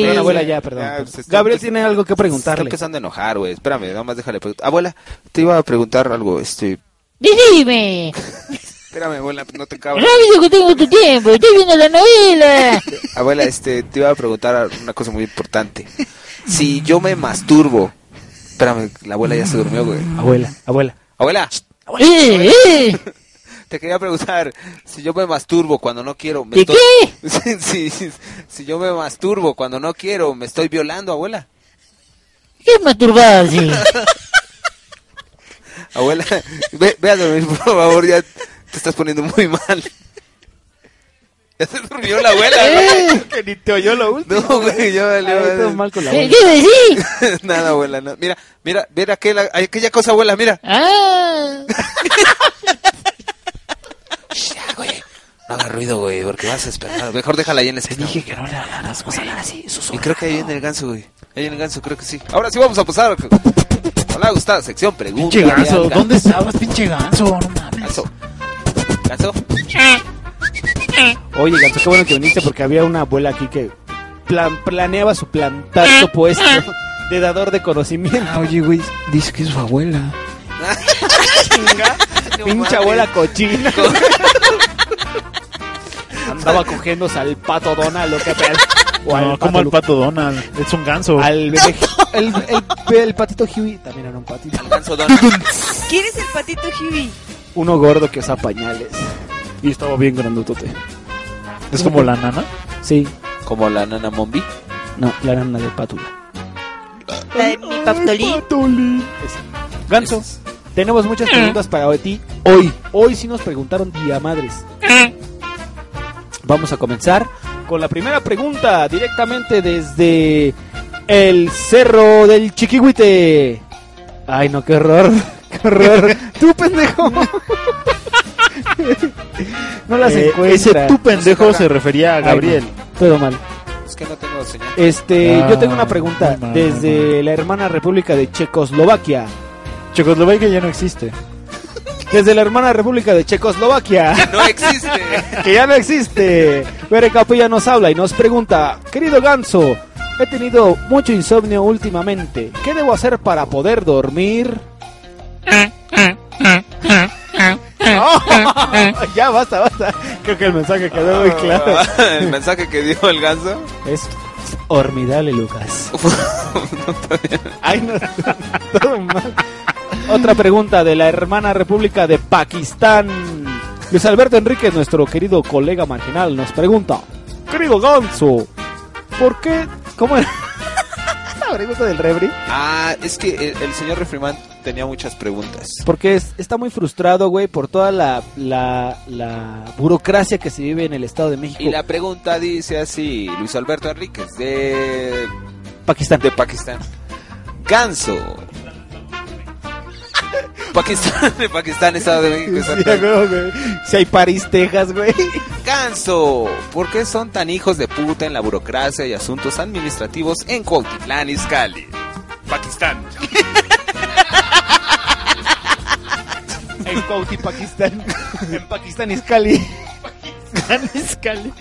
[SPEAKER 5] Perdón, abuela, ya,
[SPEAKER 3] Ah,
[SPEAKER 5] perdón.
[SPEAKER 3] se está
[SPEAKER 5] Gabriel
[SPEAKER 3] empe-
[SPEAKER 5] tiene algo pues que
[SPEAKER 3] Está
[SPEAKER 5] preguntarle.
[SPEAKER 3] empezando a enojar, güey. Espérame, nada más déjale preguntar. Abuela, te iba a preguntar algo, este...
[SPEAKER 9] Decime.
[SPEAKER 3] Espérame, abuela, no te cabas.
[SPEAKER 9] Rápido que tengo tu tiempo. Estoy viendo la novela.
[SPEAKER 3] Abuela, este, te iba a preguntar una cosa muy importante. Si yo me masturbo... Espérame, la abuela ya se durmió, güey.
[SPEAKER 5] Abuela, abuela.
[SPEAKER 3] Abuela,
[SPEAKER 9] Eh, eh.
[SPEAKER 3] te quería preguntar si yo me masturbo cuando no quiero... Me
[SPEAKER 9] ¿De
[SPEAKER 3] estoy-
[SPEAKER 9] qué?
[SPEAKER 3] si, si- si yo me masturbo cuando no quiero, me estoy violando, abuela.
[SPEAKER 9] ¿Qué es masturbarse?
[SPEAKER 3] Abuela, ve, ve a dormir, por favor, ya te estás poniendo muy mal. Ya se durmió la abuela, güey.
[SPEAKER 5] Que ni te oyó lo último.
[SPEAKER 3] No, güey, ya valió,
[SPEAKER 5] Ahí todo
[SPEAKER 3] vale.
[SPEAKER 5] mal con la
[SPEAKER 9] ¿Qué
[SPEAKER 5] abuela.
[SPEAKER 9] qué decís?
[SPEAKER 3] Nada, abuela, no. Mira, mira, mira aquella, aquella cosa, abuela, mira.
[SPEAKER 9] Ah.
[SPEAKER 3] Ya, güey. No haga ruido, güey, porque vas a despertar. Mejor déjala ahí en ese dije que no le hablaras, Y creo que ahí viene el ganso, güey. Ahí viene el ganso, creo que sí. Ahora sí vamos a pasar. Hola, la gustada sección, pregunta.
[SPEAKER 4] Pinche ganso, ¿dónde estabas, pinche ganso? No mames.
[SPEAKER 3] Ganso. Ganso.
[SPEAKER 5] Oye, Ganso, qué bueno que viniste porque había una abuela aquí que plan- planeaba su plantazo puesto de dador de conocimiento.
[SPEAKER 10] Oye, güey, dice que es su abuela.
[SPEAKER 3] No mames.
[SPEAKER 5] Pinche abuela cochina. Andaba cogiéndose al pato Donald, lo que pedo. O al Ah,
[SPEAKER 4] No,
[SPEAKER 5] pato
[SPEAKER 4] como el
[SPEAKER 5] Lu-
[SPEAKER 4] pato Donald. Es un ganso.
[SPEAKER 5] Al bebé. El, el- el patito Huey también era un patito.
[SPEAKER 3] Al ganso Donald.
[SPEAKER 6] ¿Quién es el patito Huey?
[SPEAKER 5] Uno gordo que usa pañales. Y estaba bien grandotote.
[SPEAKER 4] Es como la nana.
[SPEAKER 5] Sí,
[SPEAKER 3] Como la nana Mombi.
[SPEAKER 5] no, la nana de pátula.
[SPEAKER 6] La de mi paptolí.
[SPEAKER 5] Ganso, tenemos muchas preguntas para ti hoy. Hoy sí nos preguntaron día madres. Vamos a comenzar con la primera pregunta directamente desde el Cerro del Chiquihuite. Ay, no, qué horror, qué horror. Tú, pendejo. no las
[SPEAKER 4] Eh,
[SPEAKER 5] encuentra.
[SPEAKER 4] ese tú, pendejo, No se carga. se refería a
[SPEAKER 5] Ay,
[SPEAKER 4] Gabriel.
[SPEAKER 5] no, todo mal.
[SPEAKER 3] Es que no tengo señal.
[SPEAKER 5] Este,
[SPEAKER 4] Ah,
[SPEAKER 5] yo tengo una pregunta
[SPEAKER 4] muy mal, muy
[SPEAKER 5] desde la hermana República de Checoslovaquia.
[SPEAKER 4] Checoslovaquia ya no existe.
[SPEAKER 5] Desde la hermana República de Checoslovaquia.
[SPEAKER 3] No existe.
[SPEAKER 5] que ya no existe. Bere Capilla nos habla y nos pregunta, querido Ganso, he tenido mucho insomnio últimamente. ¿Qué debo hacer para poder dormir? ya basta, basta. Creo que el mensaje quedó muy claro.
[SPEAKER 3] el mensaje que dio el ganso.
[SPEAKER 5] Es Hormidale, Lucas. Ay, no, todo mal. Otra pregunta de la hermana República de Pakistán. Luis Alberto Enríquez, nuestro querido colega marginal, nos pregunta: Querido Ganso, ¿por qué? ¿Cómo era? La pregunta del refri.
[SPEAKER 3] Ah, es que el, el señor Refriman tenía muchas preguntas.
[SPEAKER 5] Porque es- está muy frustrado, güey, por toda la, la, la burocracia que se vive en el Estado de México.
[SPEAKER 3] Y la pregunta dice así, Luis Alberto Enríquez, de
[SPEAKER 5] Pakistán.
[SPEAKER 3] De Pakistán. Ganso. Pakistán, de Pakistán, Estado de México.
[SPEAKER 5] Sí, a
[SPEAKER 3] exacto.
[SPEAKER 5] huevo, güey. Si hay París, Texas, güey.
[SPEAKER 3] Ganso, ¿por qué son tan hijos de puta en la burocracia y asuntos administrativos en Cuautitlán, Izcalli? Pakistán.
[SPEAKER 5] En Cuauti, Pakistán. En Pakistán, Iscali. Pakistán, Iscali.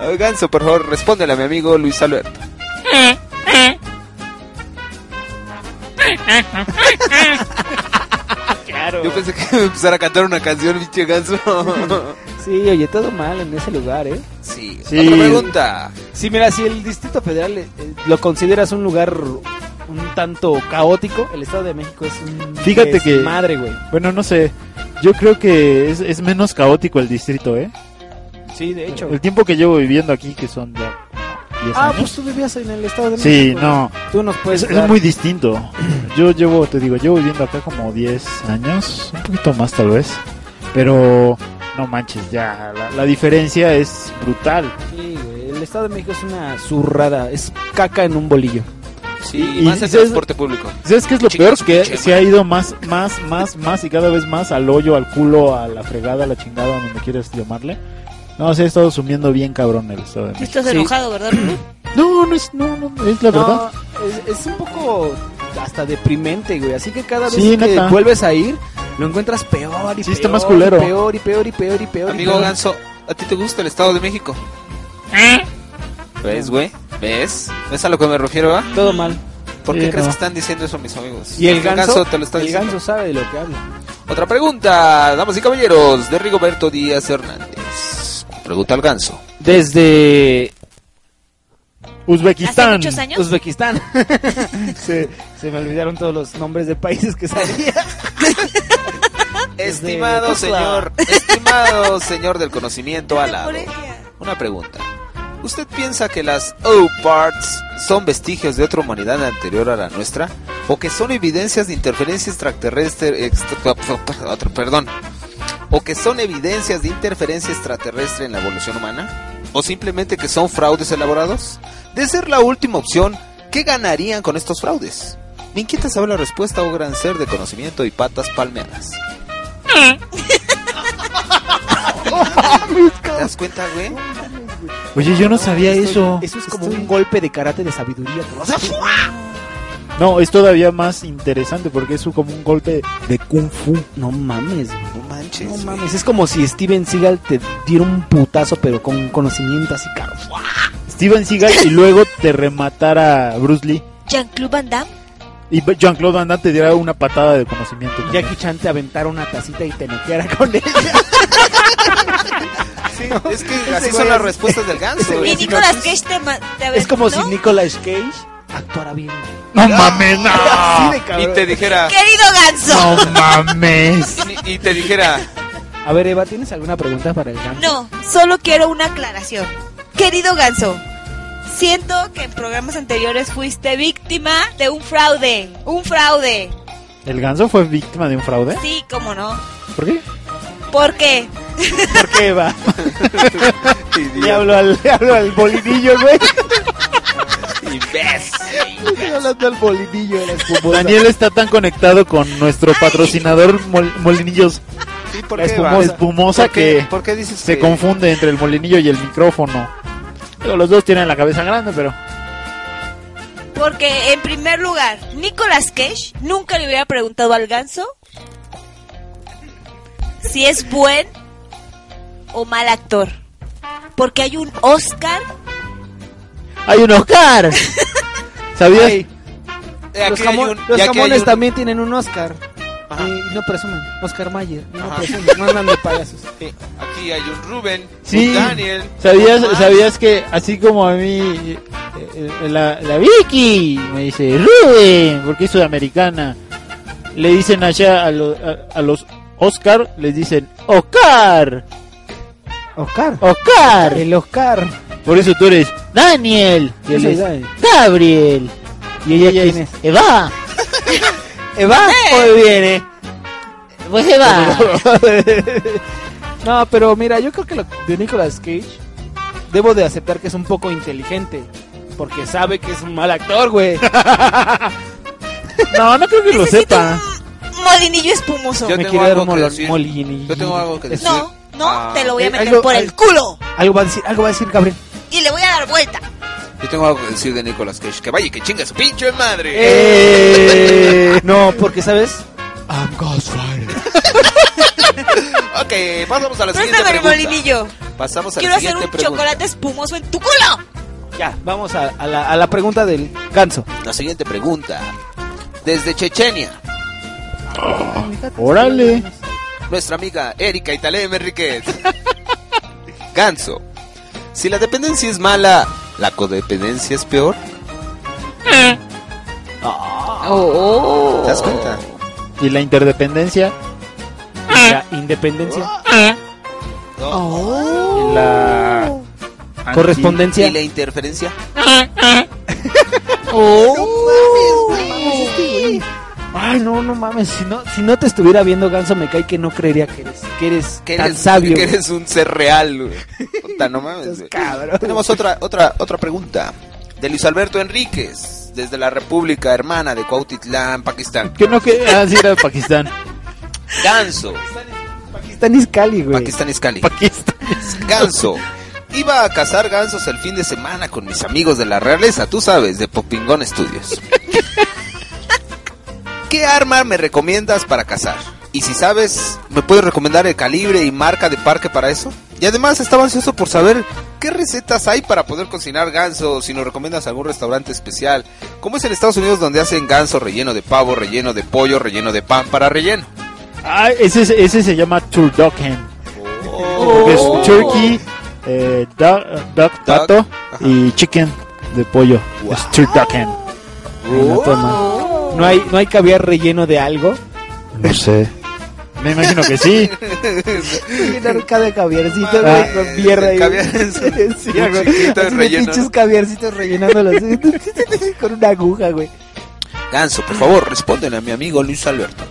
[SPEAKER 3] Ah, Ganso, por favor, respóndele a mi amigo Luis Alberto.
[SPEAKER 5] Claro.
[SPEAKER 3] Yo pensé que iba a empezar a cantar una canción, pinche Ganso.
[SPEAKER 5] Sí, oye, todo mal en ese lugar, ¿eh?
[SPEAKER 3] Sí.
[SPEAKER 5] Sí.
[SPEAKER 3] Otra pregunta.
[SPEAKER 5] Sí, mira, si el Distrito Federal eh, lo consideras un lugar un tanto caótico, el Estado de México es un
[SPEAKER 4] Fíjate que.
[SPEAKER 5] madre, güey.
[SPEAKER 4] Bueno, no sé. Yo creo que es, es menos caótico el distrito, ¿eh?
[SPEAKER 5] Sí, de hecho.
[SPEAKER 4] El tiempo que llevo viviendo aquí, que son ya 10
[SPEAKER 5] Ah,
[SPEAKER 4] años.
[SPEAKER 5] pues tú vivías en el Estado de México.
[SPEAKER 4] Sí,
[SPEAKER 5] güey.
[SPEAKER 4] no.
[SPEAKER 5] Tú nos puedes
[SPEAKER 4] es, es
[SPEAKER 5] dar-
[SPEAKER 4] muy distinto. Yo llevo, te digo, llevo viviendo acá como 10 años, un poquito más tal vez. Pero no manches, ya la, la diferencia es brutal.
[SPEAKER 5] Sí, güey, el Estado de México es una zurrada, es caca en un bolillo.
[SPEAKER 3] Sí,
[SPEAKER 4] Y-
[SPEAKER 3] más
[SPEAKER 4] y sabes-
[SPEAKER 3] el transporte público.
[SPEAKER 4] ¿Sabes qué es lo
[SPEAKER 3] Chicas,
[SPEAKER 4] peor? Que
[SPEAKER 3] chema.
[SPEAKER 4] se ha ido más, más, más, más y cada vez más al hoyo, al culo, a la fregada, a la chingada, a donde quieras llamarle. No, se ha estado sumiendo bien cabrón el Estado de
[SPEAKER 6] Tú
[SPEAKER 4] México.
[SPEAKER 6] estás enojado, ¿verdad? Lulu?
[SPEAKER 4] No, no es, no, no, es la
[SPEAKER 5] No,
[SPEAKER 4] verdad.
[SPEAKER 5] Es, es un poco hasta deprimente, güey. Así que cada vez
[SPEAKER 4] Sí,
[SPEAKER 5] que
[SPEAKER 4] neta.
[SPEAKER 5] vuelves a ir, lo encuentras peor y peor.
[SPEAKER 4] Sí, está más culero.
[SPEAKER 5] y Peor y peor y peor y peor. y
[SPEAKER 3] Amigo
[SPEAKER 5] peor.
[SPEAKER 3] Ganso, ¿a ti te gusta el Estado de México? ¿Ves, güey? ¿Ves? ¿Ves a lo que me refiero, va?
[SPEAKER 5] Todo mal.
[SPEAKER 3] ¿Por qué
[SPEAKER 5] Sí,
[SPEAKER 3] crees
[SPEAKER 5] no.
[SPEAKER 3] que están diciendo eso mis amigos?
[SPEAKER 5] Y el
[SPEAKER 3] Porque
[SPEAKER 5] ganso,
[SPEAKER 3] te lo está
[SPEAKER 5] el
[SPEAKER 3] diciendo.
[SPEAKER 5] ganso sabe de lo que habla.
[SPEAKER 3] Otra pregunta, damas y caballeros, de Rigoberto Díaz Hernández. Pregunta al ganso.
[SPEAKER 5] Desde
[SPEAKER 4] Uzbekistán.
[SPEAKER 6] ¿Hace muchos años?
[SPEAKER 5] Uzbekistán. se, se me olvidaron todos los nombres de países que sabía.
[SPEAKER 3] Estimado
[SPEAKER 5] Desde Tuzla.
[SPEAKER 3] señor, estimado señor del conocimiento alado, una pregunta. ¿Usted piensa que las O-Parts son vestigios de otra humanidad anterior a la nuestra? ¿O que son evidencias de interferencia extraterrestre... extra- otro, perdón. ¿O que son evidencias de interferencia extraterrestre en la evolución humana? ¿O simplemente que son fraudes elaborados? De ser la última opción, ¿qué ganarían con estos fraudes? Me inquieta saber la respuesta, oh gran ser de conocimiento y patas palmeadas. ¿Te das cuenta, güey?
[SPEAKER 4] Oye, yo no sabía eso.
[SPEAKER 5] Eso es como un golpe de karate de sabiduría. que vas a-
[SPEAKER 4] No, es todavía más interesante porque es como un golpe de kung fu.
[SPEAKER 5] No mames, güey.
[SPEAKER 3] No manches.
[SPEAKER 5] No
[SPEAKER 3] güey.
[SPEAKER 5] mames, es como si Steven Seagal te diera un putazo, pero con conocimiento así caro.
[SPEAKER 4] Steven Seagal y luego te rematara Bruce Lee.
[SPEAKER 6] Jean-Claude Van Damme.
[SPEAKER 4] Y Jean-Claude Van Damme te diera una patada de conocimiento.
[SPEAKER 5] Y Jackie Chan te aventara una tacita y te noqueara con ella.
[SPEAKER 3] Sí, es que
[SPEAKER 5] Ese
[SPEAKER 3] así son las
[SPEAKER 5] güey Pues, es-
[SPEAKER 3] respuestas del ganso.
[SPEAKER 5] ese güey
[SPEAKER 3] güey.
[SPEAKER 6] Y
[SPEAKER 5] si
[SPEAKER 6] Nicolas
[SPEAKER 5] no-
[SPEAKER 6] Cage te, ma- te
[SPEAKER 5] Es como
[SPEAKER 6] aventó.
[SPEAKER 5] si Nicolas Cage actuara bien.
[SPEAKER 4] No mames, no.
[SPEAKER 5] Así de cabrón.
[SPEAKER 3] Y te dijera,
[SPEAKER 6] Querido Ganso.
[SPEAKER 4] No mames.
[SPEAKER 3] y, y te dijera,
[SPEAKER 5] A ver, Eva, ¿tienes alguna pregunta para el ganso?
[SPEAKER 6] No, solo quiero una aclaración. Querido Ganso, siento que en programas anteriores fuiste víctima de un fraude. Un fraude.
[SPEAKER 5] ¿Eh?
[SPEAKER 4] ¿El ganso fue víctima de un fraude?
[SPEAKER 6] Sí, cómo no.
[SPEAKER 4] ¿Por qué?
[SPEAKER 6] Porque
[SPEAKER 5] ¿Por qué va?
[SPEAKER 3] le,
[SPEAKER 5] hablo al, le hablo al bolinillo, güey.
[SPEAKER 3] Estoy
[SPEAKER 5] hablando al bolinillo de la espumosa.
[SPEAKER 4] Daniel está tan conectado con nuestro patrocinador Mol- Molinillos
[SPEAKER 3] ¿Por
[SPEAKER 4] la
[SPEAKER 3] qué,
[SPEAKER 4] espumosa,
[SPEAKER 3] va?
[SPEAKER 4] espumosa
[SPEAKER 3] ¿Por qué-
[SPEAKER 4] que
[SPEAKER 3] por qué dices
[SPEAKER 4] se
[SPEAKER 3] que-
[SPEAKER 4] confunde entre el molinillo y el micrófono. Digo, los dos tienen la cabeza grande, pero
[SPEAKER 6] Porque, en primer lugar, Nicolas Cage nunca le hubiera preguntado al ganso si es buen o mal actor. Porque hay un Oscar.
[SPEAKER 4] hay un Oscar. ¿Sabías?
[SPEAKER 5] Los,
[SPEAKER 3] aquí
[SPEAKER 5] jamón-
[SPEAKER 3] hay un-
[SPEAKER 5] los
[SPEAKER 3] y aquí
[SPEAKER 5] jamones
[SPEAKER 3] hay un-
[SPEAKER 5] también tienen un Oscar. Y no presumen. Oscar Mayer. Y no
[SPEAKER 3] Ajá.
[SPEAKER 5] presumen. No andan de payasos.
[SPEAKER 3] Aquí hay un Rubén,
[SPEAKER 4] Sí.
[SPEAKER 3] un Daniel.
[SPEAKER 4] ¿Sabías,
[SPEAKER 3] un Max.
[SPEAKER 4] ¿Sabías que así como a mí eh, eh, la, la Vicky me dice Rubén, porque es sudamericana, le dicen allá a, lo- a- a los Oscar, les dicen Oscar,
[SPEAKER 5] Oscar.
[SPEAKER 4] Oscar.
[SPEAKER 5] El Oscar.
[SPEAKER 4] Por eso tú eres Daniel, y
[SPEAKER 5] Yo
[SPEAKER 4] él
[SPEAKER 5] soy
[SPEAKER 4] es
[SPEAKER 5] Daniel.
[SPEAKER 4] Gabriel, y ella,
[SPEAKER 5] ella
[SPEAKER 4] es,
[SPEAKER 5] quién es?
[SPEAKER 4] Eva. Eh.
[SPEAKER 5] Eva, ¿eh? hoy viene.
[SPEAKER 9] Pues se va.
[SPEAKER 5] No, pero mira, yo creo que lo de Nicolas Cage debo de aceptar que es un poco inteligente. Porque sabe que es un mal actor, güey.
[SPEAKER 4] No, no creo que lo
[SPEAKER 6] Necesito
[SPEAKER 4] sepa.
[SPEAKER 6] un molinillo espumoso.
[SPEAKER 3] Yo
[SPEAKER 5] Me
[SPEAKER 3] tengo
[SPEAKER 5] quiere dar
[SPEAKER 3] algo que
[SPEAKER 5] molo-
[SPEAKER 3] decir.
[SPEAKER 5] molini.
[SPEAKER 3] Yo tengo algo que decir.
[SPEAKER 6] No, no,
[SPEAKER 3] Ah.
[SPEAKER 6] te lo voy a
[SPEAKER 5] eh,
[SPEAKER 6] meter
[SPEAKER 5] algo-
[SPEAKER 6] por el
[SPEAKER 5] algo-
[SPEAKER 6] culo.
[SPEAKER 5] Algo va a decir, algo va a decir Gabriel.
[SPEAKER 6] Y le voy a dar vuelta.
[SPEAKER 3] Yo tengo algo que decir de Nicolas Cage. Que vaya y que chinga su pinche madre.
[SPEAKER 5] Eh, no, porque sabes.
[SPEAKER 3] Ok, pasamos a la siguiente
[SPEAKER 6] Préstame el
[SPEAKER 3] pregunta.
[SPEAKER 6] molinillo.
[SPEAKER 3] Pasamos a
[SPEAKER 6] Quiero
[SPEAKER 3] la
[SPEAKER 6] hacer
[SPEAKER 3] siguiente
[SPEAKER 6] un
[SPEAKER 3] pregunta.
[SPEAKER 6] chocolate espumoso en tu culo.
[SPEAKER 5] Ya, vamos a, a la, a la pregunta del ganso.
[SPEAKER 3] La siguiente pregunta. Desde Chechenia,
[SPEAKER 4] Órale.
[SPEAKER 3] nuestra amiga Erika Italem Enriquez. Ganso. Si la dependencia es mala, ¿la codependencia es peor? Ah. ¿Te das cuenta?
[SPEAKER 4] Y la interdependencia,
[SPEAKER 5] Y La independencia.
[SPEAKER 4] Ah, y la
[SPEAKER 5] Ah, Correspondencia.
[SPEAKER 3] ¿Y la interferencia?
[SPEAKER 5] Oh.
[SPEAKER 3] este
[SPEAKER 5] Ay, no, no mames. Si no, si no te estuviera viendo, Ganso, me cae que no creería que eres, que eres
[SPEAKER 3] Que
[SPEAKER 5] tan
[SPEAKER 3] eres,
[SPEAKER 5] sabio.
[SPEAKER 3] que eres un ser real, güey. Puta, no mames, güey. Tenemos otra, otra, otra pregunta. De Luis Alberto Enríquez, desde la República Hermana de Cuautitlán, Pakistán.
[SPEAKER 4] que no que ah, sí, era de Pakistán.
[SPEAKER 3] Ganso.
[SPEAKER 5] Está en Iscali, güey.
[SPEAKER 3] Pakistán es Cali.
[SPEAKER 4] Pakistán.
[SPEAKER 3] Ganso. Iba a cazar gansos el fin de semana con mis amigos de la realeza, tú sabes, de Popingón Studios. ¿Qué arma me recomiendas para cazar? Y si sabes, ¿me puedes recomendar el calibre y marca de parque para eso? Y además estaba ansioso por saber qué recetas hay para poder cocinar ganso, si nos recomiendas algún restaurante especial, como es en Estados Unidos donde hacen ganso relleno de pavo, relleno de pollo, relleno de pan para relleno.
[SPEAKER 4] Ah, ese, se- ese se llama turducken. Oh. Porque es turkey, eh, duck, eh, duck, pato y chicken de pollo. Es turducken. En la toma.
[SPEAKER 5] ¿No hay, ¿No hay caviar relleno de algo?
[SPEAKER 4] No sé. Me imagino que sí.
[SPEAKER 5] Tiene arca de caviarcito,
[SPEAKER 4] Ah,
[SPEAKER 5] güey, con tierra
[SPEAKER 3] el
[SPEAKER 5] ahí.
[SPEAKER 3] caviar es
[SPEAKER 5] Sí,
[SPEAKER 3] un
[SPEAKER 5] güey.
[SPEAKER 3] chiquito
[SPEAKER 5] Así de
[SPEAKER 3] relleno.
[SPEAKER 5] pinches caviarcitos rellenándolos. con una aguja, güey.
[SPEAKER 3] Ganso, por favor, respóndele a mi amigo Luis Alberto.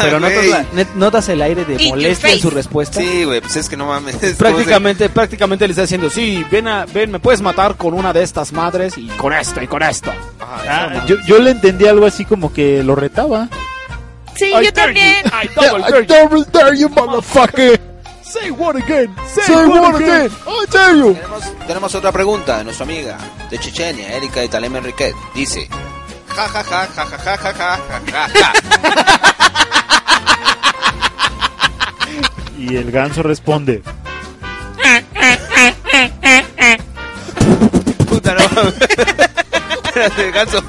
[SPEAKER 5] Pero notas,
[SPEAKER 3] Güey.
[SPEAKER 5] la- net- notas el aire de
[SPEAKER 6] In your
[SPEAKER 5] molestia en
[SPEAKER 6] face.
[SPEAKER 5] su respuesta.
[SPEAKER 3] Sí, güey, pues es que no mames.
[SPEAKER 5] Prácticamente, prácticamente le está diciendo, sí, ven, a, ven, me puedes matar con una de estas madres y con esto y con esto.
[SPEAKER 4] Ah, yo, yo le entendí algo así como que lo retaba.
[SPEAKER 6] Sí, yo también.
[SPEAKER 4] I double dare you, motherfucker.
[SPEAKER 5] Say what again? Say,
[SPEAKER 4] Say what again. I dare you.
[SPEAKER 3] Tenemos, tenemos otra pregunta de nuestra amiga de Chechenia, Erika de Talema Enriquez. Dice: Ja, ja, ja, ja, ja, ja, ja, ja, ja, ja, ja.
[SPEAKER 4] Y el ganso responde.
[SPEAKER 3] Puta, no mames. Espérate, ganso.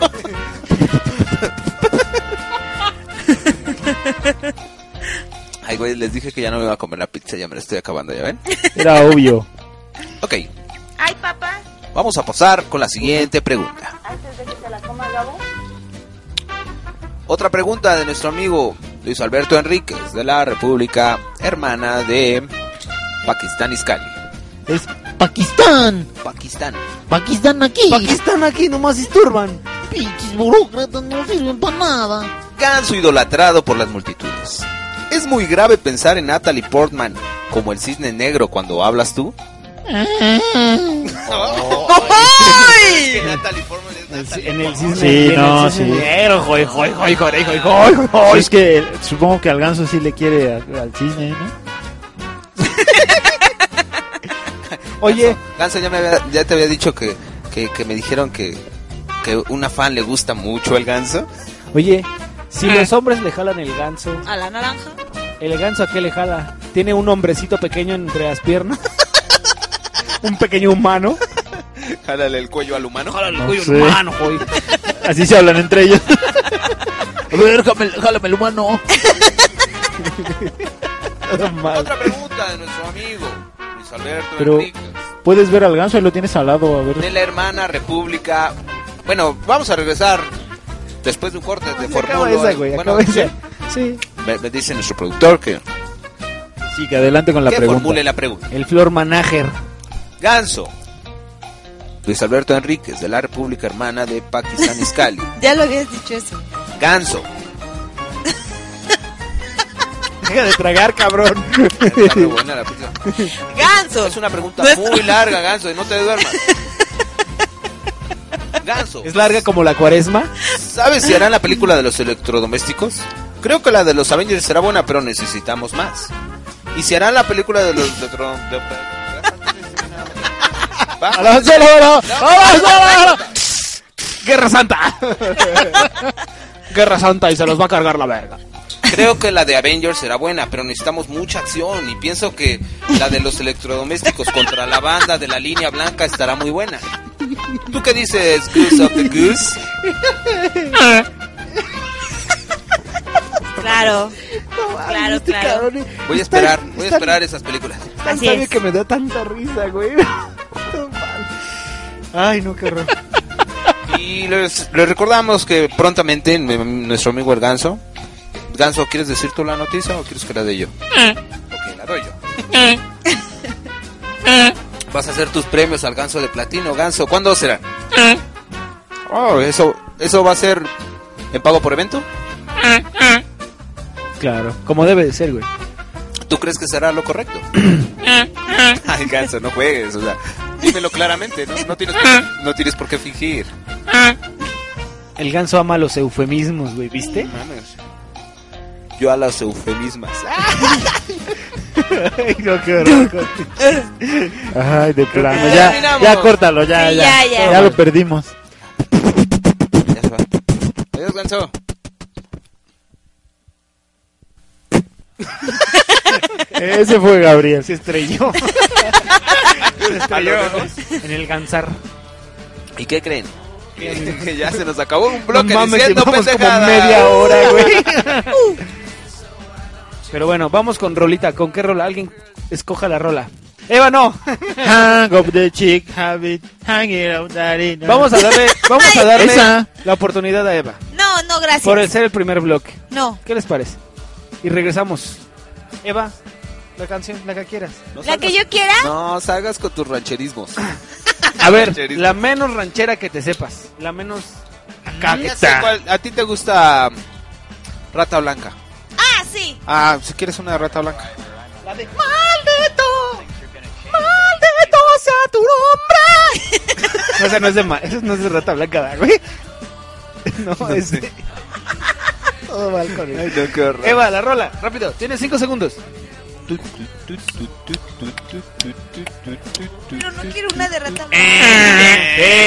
[SPEAKER 3] Ay, güey, les dije que ya no me iba a comer la pizza, ya me la estoy acabando, ¿ya ven?
[SPEAKER 4] Era obvio.
[SPEAKER 3] Ok,
[SPEAKER 6] Ay, papá.
[SPEAKER 3] vamos a pasar con la siguiente pregunta.
[SPEAKER 6] Antes de que se la coma Gabo.
[SPEAKER 3] Otra pregunta de nuestro amigo Luis Alberto Enríquez de la República Hermana de Pakistán Iscali.
[SPEAKER 4] Es
[SPEAKER 9] Pakistán.
[SPEAKER 3] Pakistán.
[SPEAKER 9] Pakistán aquí.
[SPEAKER 11] Pakistán aquí, nomás disturban.
[SPEAKER 9] Pinches burócratas no sirven para nada.
[SPEAKER 3] Ganso idolatrado por las multitudes. Es muy grave pensar en Natalie Portman como el cisne negro cuando hablas tú.
[SPEAKER 2] ¡Ay!
[SPEAKER 3] Es que Natalie Portman es Natalie
[SPEAKER 2] En el
[SPEAKER 3] Portman.
[SPEAKER 2] cisne- Sí, en el no, cisne sí. negro, joy, joy, joy, joy, joy, joy, joy, joy.
[SPEAKER 4] Es que el- supongo que al ganso sí le quiere al, al cisne, ¿no?
[SPEAKER 3] Oye. Ganso, ya, me había- ya te había dicho que, que, que me dijeron que, que una fan le gusta mucho el ganso.
[SPEAKER 5] Oye,
[SPEAKER 6] Ah.
[SPEAKER 5] si los hombres le jalan el ganso,
[SPEAKER 6] A la naranja.
[SPEAKER 5] ¿el ganso a qué le jala? ¿Tiene un hombrecito pequeño entre las piernas? ¿Un pequeño humano?
[SPEAKER 3] Jálale el cuello al humano. Jálale
[SPEAKER 5] el cuello al humano, joy.
[SPEAKER 4] Así se hablan entre ellos.
[SPEAKER 11] A ver, jálame, jálame el humano.
[SPEAKER 3] Otra pregunta de nuestro amigo Luis Alberto
[SPEAKER 4] Pero
[SPEAKER 3] Enríquez.
[SPEAKER 4] puedes ver al ganso y lo tienes al lado, a
[SPEAKER 3] de
[SPEAKER 4] ver.
[SPEAKER 3] la hermana república. Bueno, vamos a regresar después de un corte de
[SPEAKER 5] Ah, Acaba
[SPEAKER 3] Formulo.
[SPEAKER 5] esa, güey,
[SPEAKER 3] Bueno,
[SPEAKER 5] acaba esa. Sí.
[SPEAKER 3] me, me dice nuestro productor que,
[SPEAKER 4] Sí, que adelante con la
[SPEAKER 3] que
[SPEAKER 4] pregunta.
[SPEAKER 3] formule la pregunta.
[SPEAKER 5] El flor manager.
[SPEAKER 3] Ganso. Luis Alberto Enríquez, de la República Hermana de Pakistán Iscali.
[SPEAKER 6] Ya lo habías dicho eso.
[SPEAKER 3] Ganso.
[SPEAKER 5] Deja de tragar, cabrón.
[SPEAKER 3] Está muy buena la puta.
[SPEAKER 6] Ganso.
[SPEAKER 3] Es una pregunta muy larga, Ganso, y no te duermas. Ganso.
[SPEAKER 5] ¿Es larga como la cuaresma?
[SPEAKER 3] ¿Sabes si harán la película de los electrodomésticos? Creo que la de los Avengers será buena, pero necesitamos más. ¿Y si harán la película de los electrodomésticos?
[SPEAKER 4] ¡Ah,
[SPEAKER 2] ¡Guerra Santa! ¡Guerra Santa! Y se los va a cargar la verga.
[SPEAKER 3] Creo que la de Avengers será buena, pero necesitamos mucha acción. Y pienso que la de los electrodomésticos contra la banda de la línea blanca estará muy buena. ¿Tú qué dices, Goose of the Goose?
[SPEAKER 6] Claro. claro,
[SPEAKER 5] este
[SPEAKER 6] claro.
[SPEAKER 3] Voy a esperar, voy a esperar esas películas.
[SPEAKER 6] Así es.
[SPEAKER 5] eh, que me da tanta risa, güey. Ay, no, qué horror.
[SPEAKER 3] Y les, les recordamos que prontamente n- nuestro amigo el Ganso. Ganso, ¿quieres decir tú la noticia o quieres que la dé yo? Ok, la doy yo. Vas a hacer tus premios al Ganso de Platino. Ganso, ¿cuándo serán? Oh, eso, eso va a ser en pago por evento.
[SPEAKER 5] Claro, como debe de ser, güey.
[SPEAKER 3] ¿Tú crees que será lo correcto? Ay, Ganso, no juegues. O sea, dímelo claramente. No, no tienes, no tienes por qué fingir.
[SPEAKER 5] El ganso ama los eufemismos, güey, ¿viste?
[SPEAKER 3] Mames. Yo a las eufemismas. Ah,
[SPEAKER 4] Ay, no, qué horror. Ay, de plano.
[SPEAKER 3] ya
[SPEAKER 4] Ya,
[SPEAKER 3] terminamos.
[SPEAKER 4] ya, córtalo, ya,
[SPEAKER 3] Sí,
[SPEAKER 4] ya.
[SPEAKER 3] ya, ya.
[SPEAKER 4] Ya lo perdimos.
[SPEAKER 3] Ya se va. Adiós, Ganso.
[SPEAKER 4] Ese fue Gabriel.
[SPEAKER 5] Se estrelló. Se estrelló en el gansar.
[SPEAKER 3] ¿Y qué creen? Que ya se nos acabó un bloque
[SPEAKER 5] No mames,
[SPEAKER 3] diciendo
[SPEAKER 5] llevamos como
[SPEAKER 3] pendejadas.
[SPEAKER 5] media hora, güey. Pero bueno, vamos con rolita. ¿Con qué rola? Alguien escoja la rola. Eva, no.
[SPEAKER 4] Hang up the chick habit, hang it up daddy.
[SPEAKER 5] Vamos a darle, vamos a darle
[SPEAKER 4] Esa.
[SPEAKER 5] la oportunidad a Eva.
[SPEAKER 6] No, no, gracias.
[SPEAKER 5] Por el ser el primer bloque.
[SPEAKER 6] No.
[SPEAKER 5] ¿Qué les parece? Y regresamos. Eva, la canción, la que quieras.
[SPEAKER 6] La que yo quiera.
[SPEAKER 3] No, salgas con tus rancherismos.
[SPEAKER 5] A ver, la menos ranchera que te sepas. La menos...
[SPEAKER 3] Ya sé cuál- a ti te gusta um, Rata Blanca.
[SPEAKER 6] Ah, sí.
[SPEAKER 3] Ah, si quieres una de Rata Blanca.
[SPEAKER 6] La de maldito. Maldito sea tu nombre.
[SPEAKER 5] No, esa no es de, ma- esa no es de rata blanca, ¿verdad, güey. No, es de... Todo mal con él. Eva, la rola, rápido, tienes 5 segundos.
[SPEAKER 6] Pero no quiero una de rata.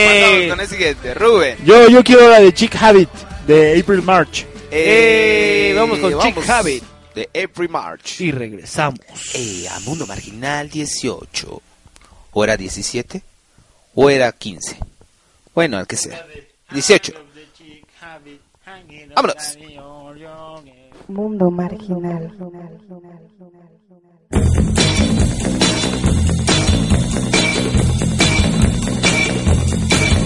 [SPEAKER 3] Pasamos con el siguiente, Rubén.
[SPEAKER 4] Yo, yo quiero la de Chick Habit, de April March.
[SPEAKER 3] Eh,
[SPEAKER 5] vamos con Chick Habit.
[SPEAKER 3] De April March.
[SPEAKER 5] Y regresamos.
[SPEAKER 3] Eh, a Mundo Marginal 18. ¿O era 17? ¿O era 15? Bueno, al que sea. 18. Vámonos.
[SPEAKER 12] Mundo marginal.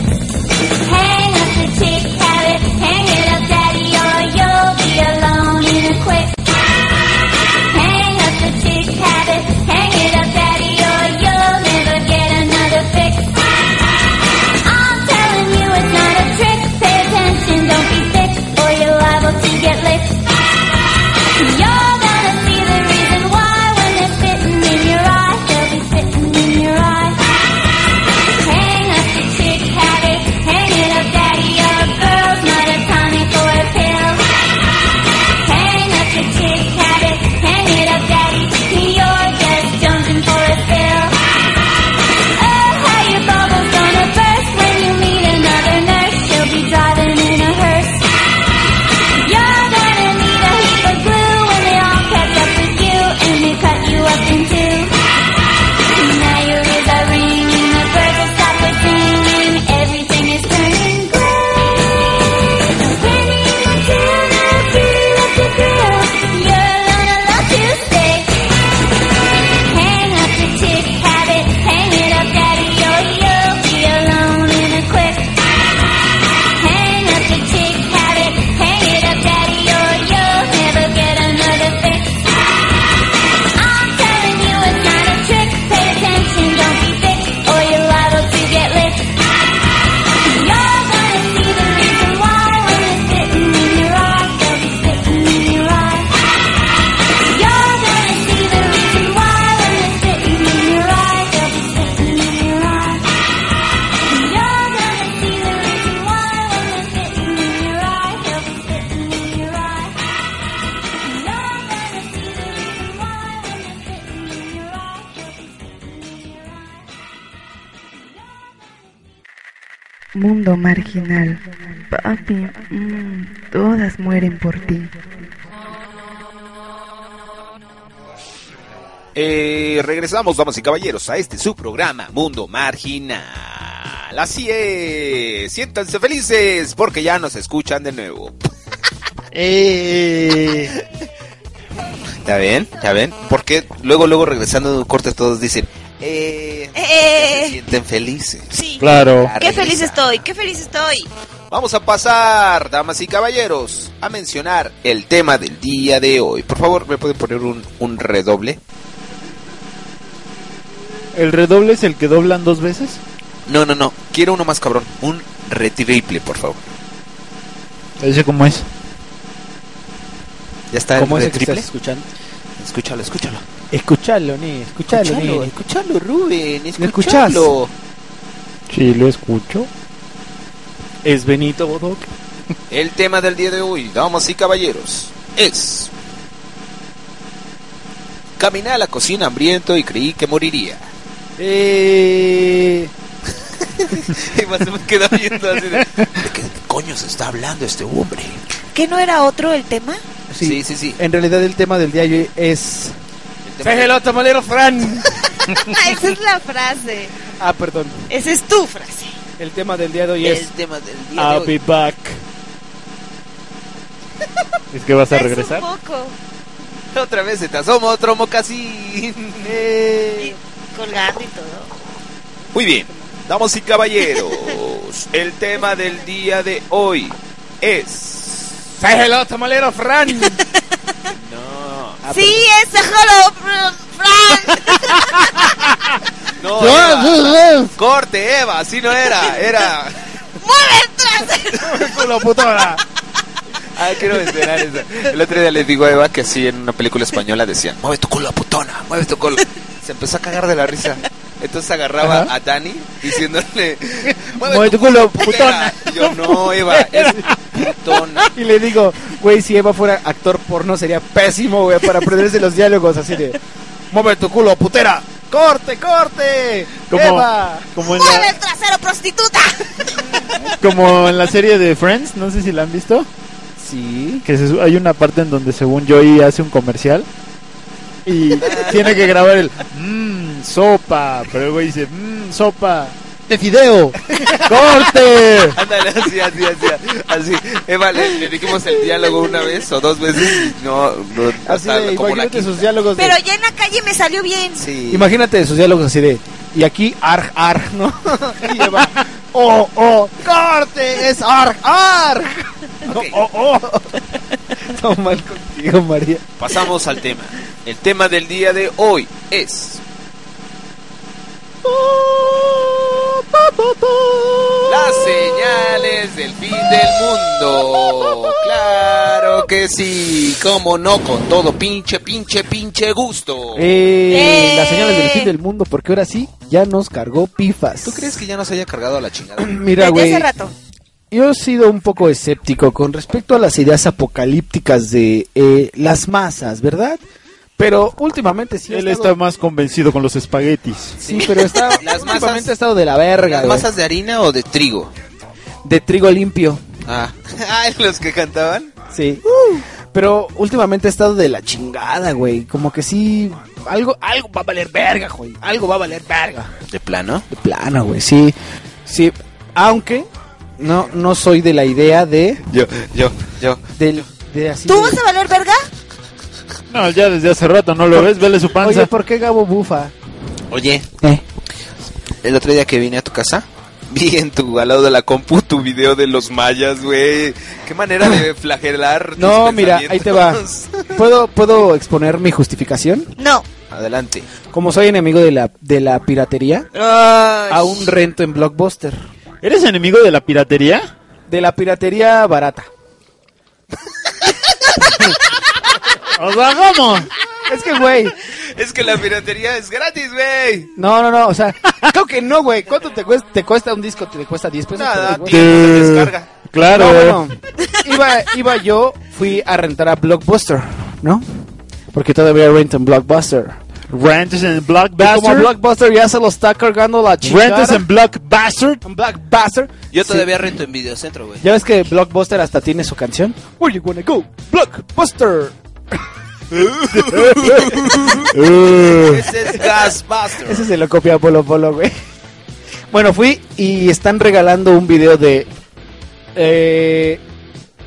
[SPEAKER 13] Hang up the chick habit, hang it up, daddy, or you'll be alone in a quick. Hang up the chick habit, hang it up, daddy, or you'll never get
[SPEAKER 12] Mundo marginal. Papi, mm, todas mueren por ti.
[SPEAKER 3] Eh, regresamos, damas y caballeros, a este su programa Mundo Marginal. Así es, siéntanse felices porque ya nos escuchan de nuevo. ¿Ya ven? ¿Ya ven? Porque luego, luego regresando de un corte todos dicen, eh,
[SPEAKER 6] Eh,
[SPEAKER 3] sienten felices.
[SPEAKER 6] Sí.
[SPEAKER 3] Claro.
[SPEAKER 6] Qué feliz estoy, qué feliz estoy.
[SPEAKER 3] Vamos a pasar, damas y caballeros, a mencionar el tema del día de hoy. Por favor, ¿me pueden poner un, un redoble?
[SPEAKER 4] ¿El redoble es el que doblan dos veces?
[SPEAKER 3] No, no, no. Quiero uno más cabrón. Un retriple, por favor.
[SPEAKER 4] ¿Ese cómo es?
[SPEAKER 3] Ya está.
[SPEAKER 5] ¿Cómo es el que
[SPEAKER 3] retriple?
[SPEAKER 5] estás escuchando?
[SPEAKER 3] Escúchalo, escúchalo.
[SPEAKER 5] Escuchalo, ne, escuchalo,
[SPEAKER 3] Escuchalo,
[SPEAKER 5] ne.
[SPEAKER 3] escuchalo, Rubén,
[SPEAKER 5] ¿Lo escuchás?
[SPEAKER 3] escuchalo.
[SPEAKER 4] Sí, lo escucho.
[SPEAKER 2] Es Benito Bodoc.
[SPEAKER 3] El tema del día de hoy, damas y caballeros, es... Caminé a la cocina hambriento y creí que moriría.
[SPEAKER 5] Eh...
[SPEAKER 3] y más se me queda viendo así de... ¿De qué coño se está hablando este hombre?
[SPEAKER 6] ¿Qué no era otro el tema?
[SPEAKER 5] Sí,
[SPEAKER 3] sí, sí,
[SPEAKER 5] En realidad el tema del día de hoy es...
[SPEAKER 3] tema
[SPEAKER 5] el otro malero, Fran!
[SPEAKER 6] Esa es la frase.
[SPEAKER 5] ah, perdón.
[SPEAKER 6] Esa es tu frase.
[SPEAKER 5] El tema del día de hoy es...
[SPEAKER 3] tema del
[SPEAKER 2] I'll be back.
[SPEAKER 4] ¿Es que vas a
[SPEAKER 6] Un
[SPEAKER 4] regresar?
[SPEAKER 6] poco.
[SPEAKER 3] Otra vez se te asoma otro mocasín. Eh.
[SPEAKER 6] Colgando y todo.
[SPEAKER 3] Muy bien, damas y caballeros, el tema del día de hoy es...
[SPEAKER 8] el otro malero, Fran!
[SPEAKER 3] No.
[SPEAKER 6] sí, es Hello Fran.
[SPEAKER 3] No,
[SPEAKER 8] No,
[SPEAKER 3] Eva.
[SPEAKER 8] no, no.
[SPEAKER 3] Corte, Eva, así no era, era...
[SPEAKER 4] ¡Culo putora!
[SPEAKER 3] Ah, quiero mencionar eso. El otro día les digo a Eva que así en una película española decían, mueve tu culo, putona, mueve tu culo. Se empezó a cagar de la risa. Entonces agarraba a Dani diciéndole, mueve,
[SPEAKER 5] Mueve
[SPEAKER 3] tu
[SPEAKER 5] tu culo,
[SPEAKER 3] culo, putona. Y yo, no, Eva, es putona.
[SPEAKER 5] Y le digo, güey, si Eva fuera actor porno sería pésimo, güey, para aprenderse los diálogos así de... ¡Mueve tu culo, putera! ¡Corte, corte!
[SPEAKER 4] Como-
[SPEAKER 5] ¡Eva!
[SPEAKER 4] Como en,
[SPEAKER 6] ¡Mueve
[SPEAKER 4] la,
[SPEAKER 6] el trasero, prostituta!
[SPEAKER 4] como en la serie de Friends, no sé si la han visto.
[SPEAKER 5] Sí.
[SPEAKER 4] Que se su- hay una parte en donde según Joey hace un comercial y tiene que grabar el mmm, sopa. Pero el güey dice, mmm, sopa. ¡De fideo! ¡Corte!
[SPEAKER 3] Ándale, así, así, así, así. Eva, le, le dijimos el diálogo una vez o dos veces y no, no
[SPEAKER 5] Así
[SPEAKER 3] hasta
[SPEAKER 5] de,
[SPEAKER 3] como la
[SPEAKER 5] imagínate
[SPEAKER 3] quinta.
[SPEAKER 5] sus diálogos de-
[SPEAKER 6] Pero ya en la calle me salió bien.
[SPEAKER 3] Sí.
[SPEAKER 5] Imagínate esos diálogos así de... Y aquí, arg, arg, ¿no? y Eva... ¡Oh, oh! ¡Corte! ¡Es arg, arg! ¡Oh, oh! Todo mal contigo, María.
[SPEAKER 3] Pasamos al tema. El tema del día de hoy es las señales del fin del mundo. Claro que sí, cómo no, con todo pinche, pinche, pinche gusto.
[SPEAKER 5] Eh, Las señales del fin del mundo, porque ahora sí ya nos cargó pifas.
[SPEAKER 3] ¿Tú crees que ya nos haya cargado a la chingada?
[SPEAKER 5] Mira, güey. Yo he sido un poco escéptico con respecto a las ideas apocalípticas de eh, las masas, ¿verdad? Pero últimamente sí. he
[SPEAKER 4] Él
[SPEAKER 5] estado-
[SPEAKER 4] está más convencido con los espaguetis.
[SPEAKER 5] Sí, pero está,
[SPEAKER 3] Las
[SPEAKER 5] últimamente
[SPEAKER 3] masas-
[SPEAKER 5] ha estado de la verga,
[SPEAKER 3] ¿Las
[SPEAKER 5] güey.
[SPEAKER 3] masas de harina o de trigo?
[SPEAKER 5] De trigo limpio.
[SPEAKER 3] Ah, Ay, los que cantaban.
[SPEAKER 5] Sí. Pero últimamente ha estado de la chingada, güey. Como que sí. Algo, algo va a valer verga, güey. Algo va a valer verga.
[SPEAKER 3] ¿De plano?
[SPEAKER 5] De plano, güey. Sí. Sí. Aunque no, no soy de la idea de.
[SPEAKER 3] Yo, yo, yo.
[SPEAKER 5] Del, de así
[SPEAKER 6] ¿Tú
[SPEAKER 5] de-
[SPEAKER 6] vas a valer verga?
[SPEAKER 4] No, ya desde hace rato no lo ves, vele su panza.
[SPEAKER 5] Oye, ¿por qué Gabo bufa?
[SPEAKER 3] Oye,
[SPEAKER 5] Eh.
[SPEAKER 3] el otro día que vine a tu casa, vi en tu, al lado de la compu tu video de los mayas, güey. Qué manera de flagelar. tus
[SPEAKER 5] No, mira, ahí te va.
[SPEAKER 3] pensamientos.
[SPEAKER 5] ¿Puedo, ¿Puedo exponer mi justificación?
[SPEAKER 6] No.
[SPEAKER 3] Adelante.
[SPEAKER 5] Como soy enemigo de la, de la piratería, aún rento en Blockbuster.
[SPEAKER 4] ¿Eres enemigo de la piratería?
[SPEAKER 5] De la piratería barata.
[SPEAKER 4] ¡Os bajamos!
[SPEAKER 5] Es que, güey,
[SPEAKER 3] Es que la piratería es gratis, güey.
[SPEAKER 5] no, no, no, o sea, creo que no, güey. ¿Cuánto te cuesta, te cuesta un disco? ¿Te cuesta 10 pesos?
[SPEAKER 3] Nada,
[SPEAKER 5] Pero, güey,
[SPEAKER 3] tío, se descarga.
[SPEAKER 4] Claro.
[SPEAKER 5] No, bueno, iba, iba yo, fui a rentar a Blockbuster, ¿no? Porque todavía rento en Blockbuster.
[SPEAKER 4] Rentes en
[SPEAKER 2] Y como
[SPEAKER 4] Blockbuster.
[SPEAKER 2] Blockbuster ya se lo está cargando la chica.
[SPEAKER 4] Rentes en Blockbuster.
[SPEAKER 2] En Blockbuster.
[SPEAKER 3] Yo todavía rento en videocentro, güey.
[SPEAKER 5] ¿Ya ves que Blockbuster hasta tiene su canción? Where you gonna go? Blockbuster.
[SPEAKER 3] Ese es Gasbuster.
[SPEAKER 5] Ese se lo copia Polo Polo, güey. Bueno, fui y están regalando un video de... eh,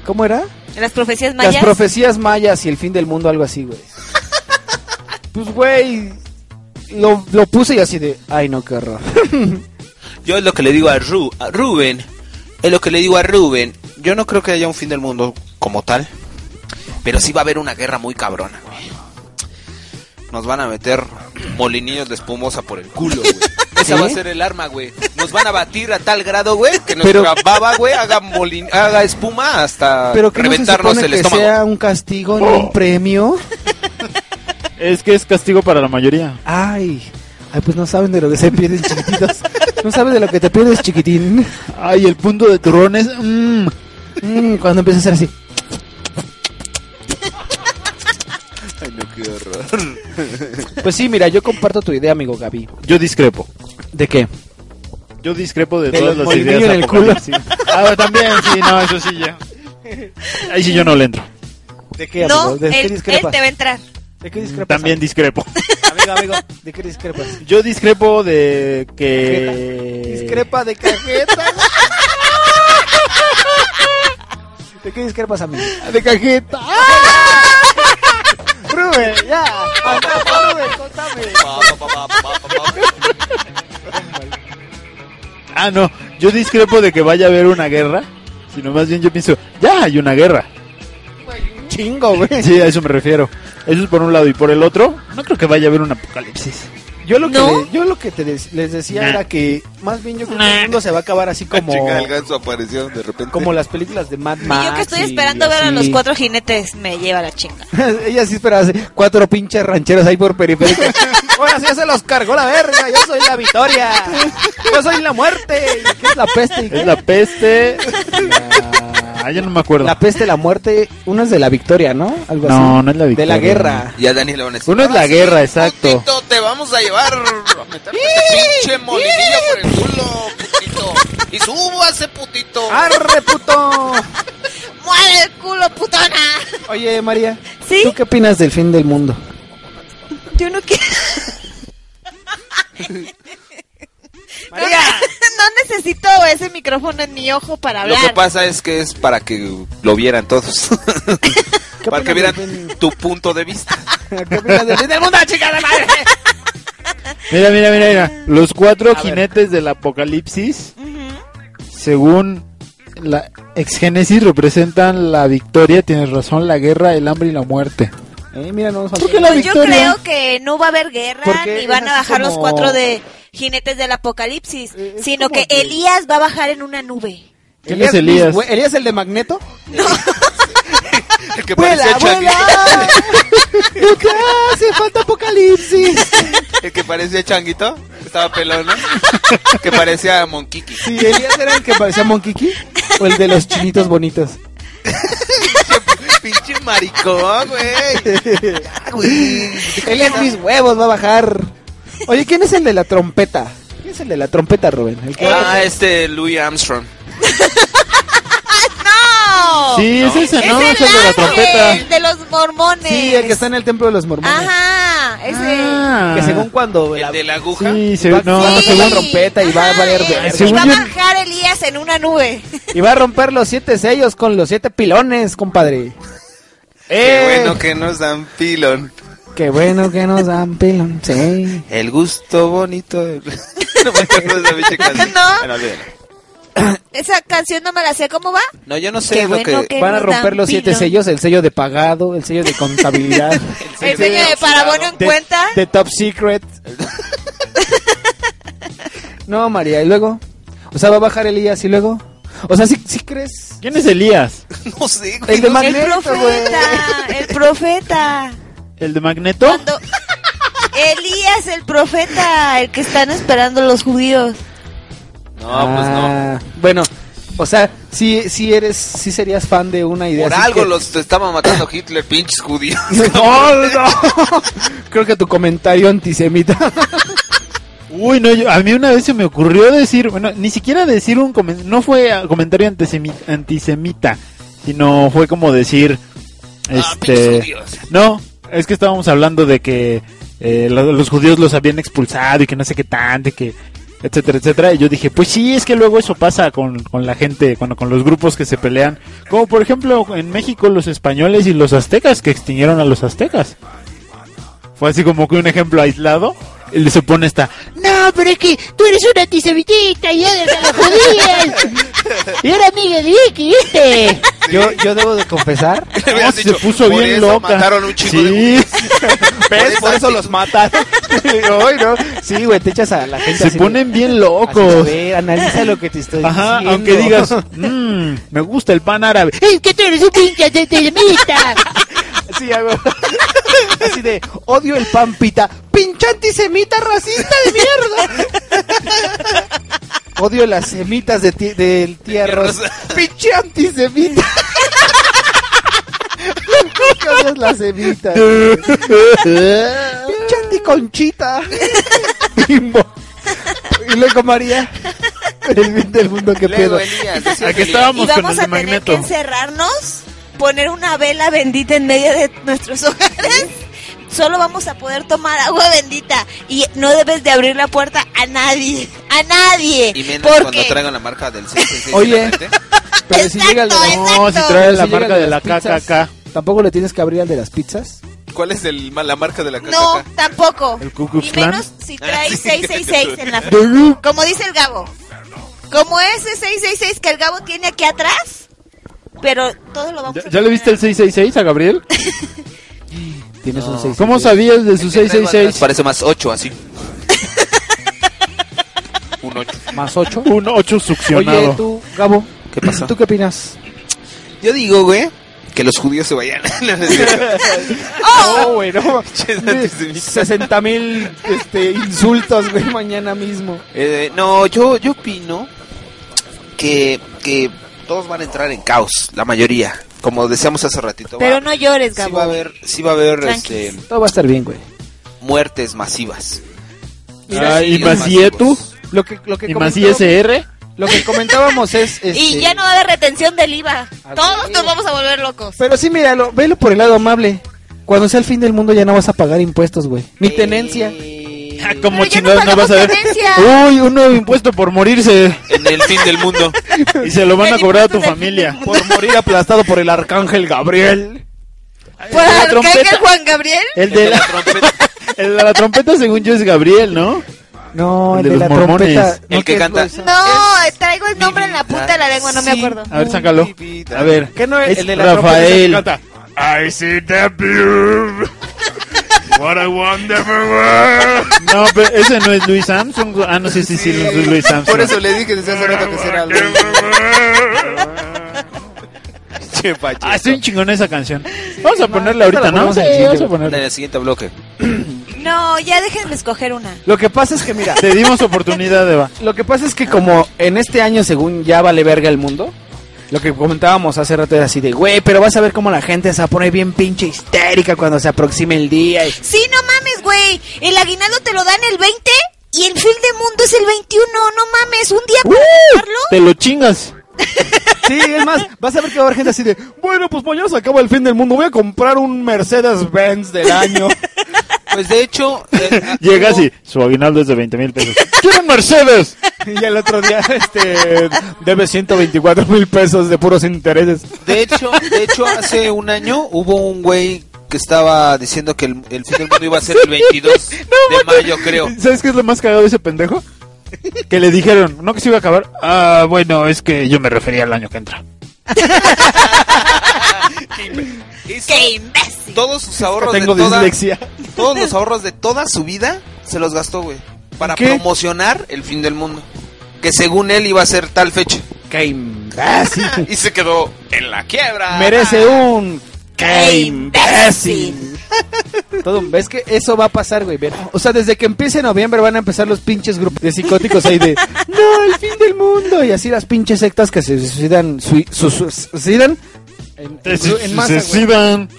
[SPEAKER 5] ¿Cómo era?
[SPEAKER 6] Las profecías mayas.
[SPEAKER 5] Las profecías mayas y el fin del mundo, algo así, güey. pues, güey, lo, lo puse y así de... Ay, no, qué horror.
[SPEAKER 3] Yo es lo que le digo a, Ru- a Rubén. Es lo que le digo a Rubén. Yo no creo que haya un fin del mundo como tal. Pero sí va a haber una guerra muy cabrona, güey. Nos van a meter molinillos de espumosa por el culo, güey. Esa
[SPEAKER 8] ¿Sí?
[SPEAKER 3] va a ser el arma, güey. Nos van a batir a tal grado, güey, que
[SPEAKER 5] Pero-
[SPEAKER 3] nuestra baba, güey, haga, molin- haga espuma hasta
[SPEAKER 5] Pero que no se
[SPEAKER 3] reventarnos
[SPEAKER 5] supone
[SPEAKER 3] el
[SPEAKER 5] que
[SPEAKER 3] estómago.
[SPEAKER 5] sea un castigo, no un premio.
[SPEAKER 4] Es que es castigo para la mayoría.
[SPEAKER 5] Ay, ay, pues no saben de lo que se pierden chiquititos. No saben de lo que te pierdes, chiquitín.
[SPEAKER 4] Ay, el punto de mm, turrón es...
[SPEAKER 5] Mm, cuando empieza a ser así.
[SPEAKER 3] Ay, no, qué horror.
[SPEAKER 5] Pues sí, mira, yo comparto tu idea, amigo Gaby.
[SPEAKER 4] Yo discrepo.
[SPEAKER 5] ¿De qué?
[SPEAKER 4] Yo discrepo de,
[SPEAKER 5] De
[SPEAKER 4] todas
[SPEAKER 5] los
[SPEAKER 4] las ideas
[SPEAKER 5] molinillos en el culo.
[SPEAKER 4] apocalípticas. Ah, también, sí, no, eso sí ya. Ahí sí yo no le entro.
[SPEAKER 5] ¿De qué, amigo?
[SPEAKER 6] No,
[SPEAKER 5] ¿De qué
[SPEAKER 6] él, él
[SPEAKER 5] discrepas? Mm,
[SPEAKER 6] te va a entrar.
[SPEAKER 5] ¿De qué discrepas?
[SPEAKER 4] También discrepo.
[SPEAKER 5] Amigo, amigo, ¿de qué discrepas?
[SPEAKER 4] Yo discrepo de que...
[SPEAKER 5] Discrepa de cajeta. ¿De qué discrepas, amigo? De cajeta. Rubén, ya.
[SPEAKER 4] Ah, no, yo discrepo de que vaya a haber una guerra, sino más bien yo pienso, ya hay una guerra.
[SPEAKER 5] Chingo, güey.
[SPEAKER 4] Sí, a eso me refiero. Eso es por un lado. Y por el otro, no creo que vaya a haber un apocalipsis.
[SPEAKER 5] Yo lo que,
[SPEAKER 4] ¿No?
[SPEAKER 5] le- yo lo que te des- les decía
[SPEAKER 4] Nah.
[SPEAKER 5] era que más bien yo creo que el mundo se va a acabar así como,
[SPEAKER 3] Chica, el ganso apareció de repente.
[SPEAKER 5] como las películas de Mad Max.
[SPEAKER 6] Yo que estoy
[SPEAKER 5] y
[SPEAKER 6] esperando ver a
[SPEAKER 5] así.
[SPEAKER 6] los cuatro jinetes, me lleva la chinga.
[SPEAKER 5] Ella sí esperaba así, cuatro pinches rancheros ahí por periférico. Ahora sí ya se los cargó la verga, yo soy la victoria. Yo soy la muerte. ¿Qué es la peste?
[SPEAKER 4] Es la peste. Ah, ya no me acuerdo.
[SPEAKER 5] La peste, la muerte, uno es de la victoria, ¿no? Algo así.
[SPEAKER 4] No, no es la victoria.
[SPEAKER 5] De la guerra.
[SPEAKER 3] Ya Dani le van a decir.
[SPEAKER 4] Uno es la guerra, exacto.
[SPEAKER 3] "Putito, te vamos a llevar a meterte este pinche molinillo por el culo, putito. Y súbase, putito.
[SPEAKER 5] ¡Arre, puto!
[SPEAKER 6] ¡Muere el culo, putona!
[SPEAKER 5] Oye, María, ¿tú qué opinas del fin del mundo?
[SPEAKER 6] Yo no quiero.
[SPEAKER 5] María.
[SPEAKER 6] No necesito ese micrófono en mi ojo para
[SPEAKER 3] Lo
[SPEAKER 6] hablar.
[SPEAKER 3] que pasa es que es para que lo vieran todos. para que vieran tu punto de vista.
[SPEAKER 5] del fin del mundo, chica de madre?
[SPEAKER 4] Mira, mira, mira, mira. Los cuatro jinetes del apocalipsis, según la exgénesis, representan la victoria. Tienes razón, la guerra, el hambre y la muerte.
[SPEAKER 5] Eh, mira, no nos
[SPEAKER 4] ¿Por qué la
[SPEAKER 6] Pues yo
[SPEAKER 4] victoria?
[SPEAKER 6] creo que no va a haber guerra
[SPEAKER 4] Porque
[SPEAKER 6] ni van
[SPEAKER 4] es
[SPEAKER 6] a
[SPEAKER 4] así
[SPEAKER 6] bajar los
[SPEAKER 4] como-
[SPEAKER 6] cuatro de jinetes del apocalipsis, sino
[SPEAKER 5] Eh, como
[SPEAKER 6] que,
[SPEAKER 5] que-
[SPEAKER 6] Elías va a bajar en una nube.
[SPEAKER 4] ¿Quién es Elías?
[SPEAKER 5] güey, ¿Elías el de Magneto?
[SPEAKER 3] El que
[SPEAKER 5] ¡Vuela,
[SPEAKER 3] parecía
[SPEAKER 5] vuela!
[SPEAKER 3] changuito.
[SPEAKER 5] ¡Lo que hace! ¡Falta apocalipsis!
[SPEAKER 3] El que parecía changuito. Estaba pelón, ¿no? que parecía Monkiki.
[SPEAKER 5] Sí, Elías era el que parecía Monkiki o el de los chinitos bonitos.
[SPEAKER 3] Pinche maricón, güey. Ya, güey.
[SPEAKER 5] Él es mis huevos, va a bajar. Oye, ¿quién es el de la trompeta? ¿Quién es el de la trompeta, Rubén? El que-
[SPEAKER 3] Ah, este Louis Armstrong.
[SPEAKER 6] ¡No!
[SPEAKER 5] Sí, es ese, ¿no? Es el de la
[SPEAKER 6] ángel
[SPEAKER 5] trompeta.
[SPEAKER 6] de los mormones.
[SPEAKER 5] Sí, el que está en el templo de los mormones.
[SPEAKER 6] Ajá, ese.
[SPEAKER 4] Ah.
[SPEAKER 5] Que según cuando...
[SPEAKER 3] El de la aguja.
[SPEAKER 4] Sí, se-
[SPEAKER 5] va,
[SPEAKER 4] no,
[SPEAKER 5] va
[SPEAKER 4] no,
[SPEAKER 5] con
[SPEAKER 4] según-
[SPEAKER 5] la trompeta y va a valer verga.
[SPEAKER 6] Y Pues va a bajar Elías en una nube.
[SPEAKER 5] Y va a romper los siete sellos con los siete pilones, compadre.
[SPEAKER 3] Qué bueno que nos dan pilón.
[SPEAKER 5] Eh. Qué bueno que nos dan pilón, sí.
[SPEAKER 3] El gusto bonito. del- no me acuerdo de esa pinche canción.
[SPEAKER 6] No.
[SPEAKER 3] Bueno, olvídalo.
[SPEAKER 6] Esa canción no me la sé, ¿cómo va?
[SPEAKER 3] No, yo no sé
[SPEAKER 6] Qué
[SPEAKER 3] lo
[SPEAKER 6] bueno
[SPEAKER 3] que...
[SPEAKER 6] que
[SPEAKER 5] Van a
[SPEAKER 6] nos
[SPEAKER 5] romper
[SPEAKER 6] dan
[SPEAKER 5] los siete
[SPEAKER 6] pilón.
[SPEAKER 5] sellos, el sello de pagado, el sello de contabilidad,
[SPEAKER 6] El sello de parabono en
[SPEAKER 5] de-
[SPEAKER 6] cuenta.
[SPEAKER 5] de top secret. No, María, ¿y luego? O sea, va a bajar Elías y luego... O sea, si crees?
[SPEAKER 4] ¿Quién es Elías?
[SPEAKER 3] No sé,
[SPEAKER 5] El de
[SPEAKER 6] el
[SPEAKER 5] Magneto, güey.
[SPEAKER 6] profeta, el profeta.
[SPEAKER 4] ¿El de Magneto?
[SPEAKER 6] Elías, el profeta, el que están esperando los judíos.
[SPEAKER 3] No, pues no.
[SPEAKER 5] Ah, Bueno, O sea, si, si eres, si serías fan de una idea.
[SPEAKER 3] Por
[SPEAKER 5] así
[SPEAKER 3] algo
[SPEAKER 5] que-
[SPEAKER 3] los estaba matando Hitler, pinches judíos.
[SPEAKER 5] No, no. Creo que tu comentario antisemita.
[SPEAKER 4] Uy, no, yo- a mí una vez se me ocurrió decir, bueno, ni siquiera decir un comentario, no fue ah, comentario antisemi- antisemita, sino fue como decir, este, no, es que estábamos hablando de que eh, lo- los judíos los habían expulsado y que no sé qué tanto, y que etcétera, etcétera. Y yo dije, pues sí, es que luego eso pasa con, con la gente, cuando con los grupos que se pelean, como por ejemplo en México los españoles y los aztecas que extinguieron a los aztecas. Fue así como que un ejemplo aislado. Y se pone esta,
[SPEAKER 9] No, pero es que tú eres una antisemitista y odias a los judíos. Y era amiga de Vicky, ¿viste?
[SPEAKER 5] Yo, yo debo de confesar.
[SPEAKER 3] Oh,
[SPEAKER 4] se puso bien loca. sí,
[SPEAKER 5] ¿Ves? Por eso los mataron. Ay, no. Sí, güey, te echas a la gente.
[SPEAKER 4] se
[SPEAKER 5] así de-
[SPEAKER 4] ponen bien
[SPEAKER 5] así de, a
[SPEAKER 4] locos.
[SPEAKER 5] ver, analiza lo que te estoy
[SPEAKER 4] Ajá,
[SPEAKER 5] diciendo.
[SPEAKER 4] aunque digas, "Mm, me gusta el pan árabe.
[SPEAKER 9] Es que tú eres un pinche antisemita.
[SPEAKER 5] Sí, hago. Así de, odio el pan pita. Pinche antisemita racista de mierda. Odio las semitas de ti- del tía Rosa. Pinche antisemita. ¿Cómo que odias las semitas? Pinche anticonchita. Bimbo. Y luego María. El bien del mundo que pedo.
[SPEAKER 4] Aquí estábamos
[SPEAKER 6] y
[SPEAKER 4] con
[SPEAKER 6] vamos
[SPEAKER 4] el
[SPEAKER 6] a
[SPEAKER 4] de
[SPEAKER 6] tener que
[SPEAKER 4] Magneto.
[SPEAKER 6] encerrarnos, poner una vela bendita en medio de nuestros hogares. Solo vamos a poder tomar agua bendita y no debes de abrir la puerta a nadie, a nadie.
[SPEAKER 3] Y menos cuando
[SPEAKER 6] porque
[SPEAKER 3] traigan la marca del 666
[SPEAKER 5] Oye.
[SPEAKER 3] en la frente.
[SPEAKER 5] Pero si llega el de las-
[SPEAKER 4] No, si trae la
[SPEAKER 5] Pero si llega
[SPEAKER 4] marca
[SPEAKER 5] el
[SPEAKER 4] de la
[SPEAKER 5] las pizzas,
[SPEAKER 4] KKK.
[SPEAKER 5] ¿Tampoco le tienes que abrir al de las pizzas?
[SPEAKER 3] ¿Cuál es el, la marca de la caca?
[SPEAKER 6] no, tampoco.
[SPEAKER 5] ¿El Ku Klux
[SPEAKER 6] y
[SPEAKER 5] Klan?
[SPEAKER 6] menos si traes
[SPEAKER 3] sí.
[SPEAKER 6] 666 en la frente. Como dice el Gabo. Como ese 666 que el Gabo tiene aquí atrás. Pero todo lo vamos
[SPEAKER 4] ¿Ya, ya le viste el 666 a Gabriel?
[SPEAKER 5] Tienes un
[SPEAKER 4] ¿Cómo sabías de su 666?
[SPEAKER 3] Parece más 8, así. un 8.
[SPEAKER 5] ¿Más 8?
[SPEAKER 4] Un 8 succionado.
[SPEAKER 5] Oye, tú, Gabo.
[SPEAKER 3] ¿Qué pasó?
[SPEAKER 5] ¿Tú qué opinas?
[SPEAKER 3] Yo digo, güey, que los judíos se vayan. No, no es cierto.
[SPEAKER 5] No,
[SPEAKER 6] Oh.
[SPEAKER 5] güey, no. 60 mil este, insultos, güey, mañana mismo.
[SPEAKER 3] Eh, no, yo, yo opino que, que todos van a entrar en caos, la mayoría. Como decíamos hace ratito.
[SPEAKER 6] Pero
[SPEAKER 3] va-
[SPEAKER 6] no llores, Gabo.
[SPEAKER 3] Sí va a haber, sí va a haber
[SPEAKER 6] Tranquis.
[SPEAKER 3] este,
[SPEAKER 5] Todo va a estar bien, güey.
[SPEAKER 3] muertes masivas. Eh,
[SPEAKER 5] Mira,
[SPEAKER 4] Ah, ¿Y
[SPEAKER 3] Homicidios
[SPEAKER 4] Macietu?
[SPEAKER 5] Lo que, lo que
[SPEAKER 4] ¿Y más
[SPEAKER 5] comentaba-
[SPEAKER 4] ISR?
[SPEAKER 5] Lo que comentábamos es...
[SPEAKER 6] Y
[SPEAKER 5] este,
[SPEAKER 6] ya no va a haber retención del IVA. Todos nos vamos a volver locos.
[SPEAKER 5] Pero sí, míralo, velo por el lado amable. Cuando sea el fin del mundo ya no vas a pagar impuestos, güey. Ni tenencia.
[SPEAKER 4] Como
[SPEAKER 6] ya no
[SPEAKER 4] chingados no vas a ver.
[SPEAKER 6] tenencia.
[SPEAKER 4] Uy, un nuevo impuesto por morirse.
[SPEAKER 3] En el fin del mundo.
[SPEAKER 4] Y se lo van a
[SPEAKER 6] El
[SPEAKER 4] cobrar a
[SPEAKER 6] impuesto
[SPEAKER 4] tu
[SPEAKER 6] del
[SPEAKER 4] familia.
[SPEAKER 2] Por morir aplastado por el arcángel Gabriel.
[SPEAKER 6] ¿Por
[SPEAKER 4] la
[SPEAKER 6] Arcángel
[SPEAKER 4] trompeta. Eh,
[SPEAKER 6] Juan Gabriel?
[SPEAKER 4] El de la, el de la trompeta, según yo, es Gabriel, ¿no?
[SPEAKER 5] No,
[SPEAKER 4] El
[SPEAKER 5] el
[SPEAKER 4] de
[SPEAKER 5] de,
[SPEAKER 4] los
[SPEAKER 5] la
[SPEAKER 4] mormones.
[SPEAKER 5] trompeta.
[SPEAKER 3] El
[SPEAKER 5] no,
[SPEAKER 3] que canta.
[SPEAKER 6] No, traigo el nombre en la punta de la lengua, no me acuerdo.
[SPEAKER 4] A ver, sácalo. A ver.
[SPEAKER 5] ¿Qué no es?
[SPEAKER 4] Es
[SPEAKER 5] el de la
[SPEAKER 4] Rafael.
[SPEAKER 2] trompeta que I see the blue. What a wonderful world.
[SPEAKER 4] No, pero ese no es Luis Armstrong. Ah, no, sí, sí, sí, no es Luis Armstrong.
[SPEAKER 3] Por eso le dije desde hace rato que será algo. Che, Pacheco.
[SPEAKER 4] Ah, está bien chingona esa canción. Vamos a ponerla
[SPEAKER 5] esta la
[SPEAKER 4] ahorita, ¿no?
[SPEAKER 5] ponemos
[SPEAKER 4] Sí,
[SPEAKER 5] en el siguiente
[SPEAKER 4] vamos a
[SPEAKER 5] bloque.
[SPEAKER 3] En
[SPEAKER 4] ponerla.
[SPEAKER 3] el siguiente bloque.
[SPEAKER 6] No, ya déjenme escoger una.
[SPEAKER 5] Lo que pasa es que, mira,
[SPEAKER 4] Te dimos oportunidad, Eva.
[SPEAKER 5] lo que pasa es que como en este año, según ya vale verga el mundo, lo que comentábamos hace rato era así de, güey, pero vas a ver cómo la gente se va a poner bien pinche histérica cuando se aproxime el día. y-
[SPEAKER 6] Sí, no mames, güey. El aguinaldo te lo dan el 20 y el fin del mundo es el 21. No mames, un día para pagarlo.
[SPEAKER 4] Te lo chingas.
[SPEAKER 5] Sí, es más, vas a ver que va a haber gente así de,
[SPEAKER 2] Bueno, pues mañana se acaba el fin del mundo. Voy a comprar un Mercedes-Benz del año.
[SPEAKER 3] Pues de hecho, eh, ah,
[SPEAKER 4] Llega
[SPEAKER 3] hubo-
[SPEAKER 4] así. Su aguinaldo es de 20 mil pesos. ¡Quiero un Mercedes!
[SPEAKER 2] y el otro día, este, debe 124 mil pesos de puros intereses.
[SPEAKER 3] De hecho, de hecho, hace un año hubo un güey que estaba diciendo que el, el fin del mundo iba a ser el 22 de mayo, creo.
[SPEAKER 4] ¿Sabes qué es lo más cagado de ese pendejo? Que le dijeron, no que se iba a acabar. Ah, bueno, es que yo me refería al año que entra.
[SPEAKER 3] Hizo
[SPEAKER 6] ¡Qué imbécil!
[SPEAKER 3] todos sus ahorros de
[SPEAKER 2] Tengo
[SPEAKER 3] toda,
[SPEAKER 2] dislexia.
[SPEAKER 3] todos los ahorros de toda su vida se los gastó, güey, para
[SPEAKER 2] ¿Qué?
[SPEAKER 3] promocionar el fin del mundo, que según él iba a ser tal fecha
[SPEAKER 5] qué
[SPEAKER 4] Ah,
[SPEAKER 5] imbécil.
[SPEAKER 3] y se quedó en la quiebra. Ah.
[SPEAKER 5] Merece un...
[SPEAKER 6] ¡Qué imbécil!
[SPEAKER 5] Todo, ves que eso va a pasar, güey. ver. O sea, desde que empiece noviembre van a empezar los pinches grupos de psicóticos ahí de.
[SPEAKER 1] no, el fin del mundo. Y así las pinches sectas que se suicidan, sui- su- su- suicidan en, en su- en masa,
[SPEAKER 4] se
[SPEAKER 1] güey.
[SPEAKER 4] suicidan.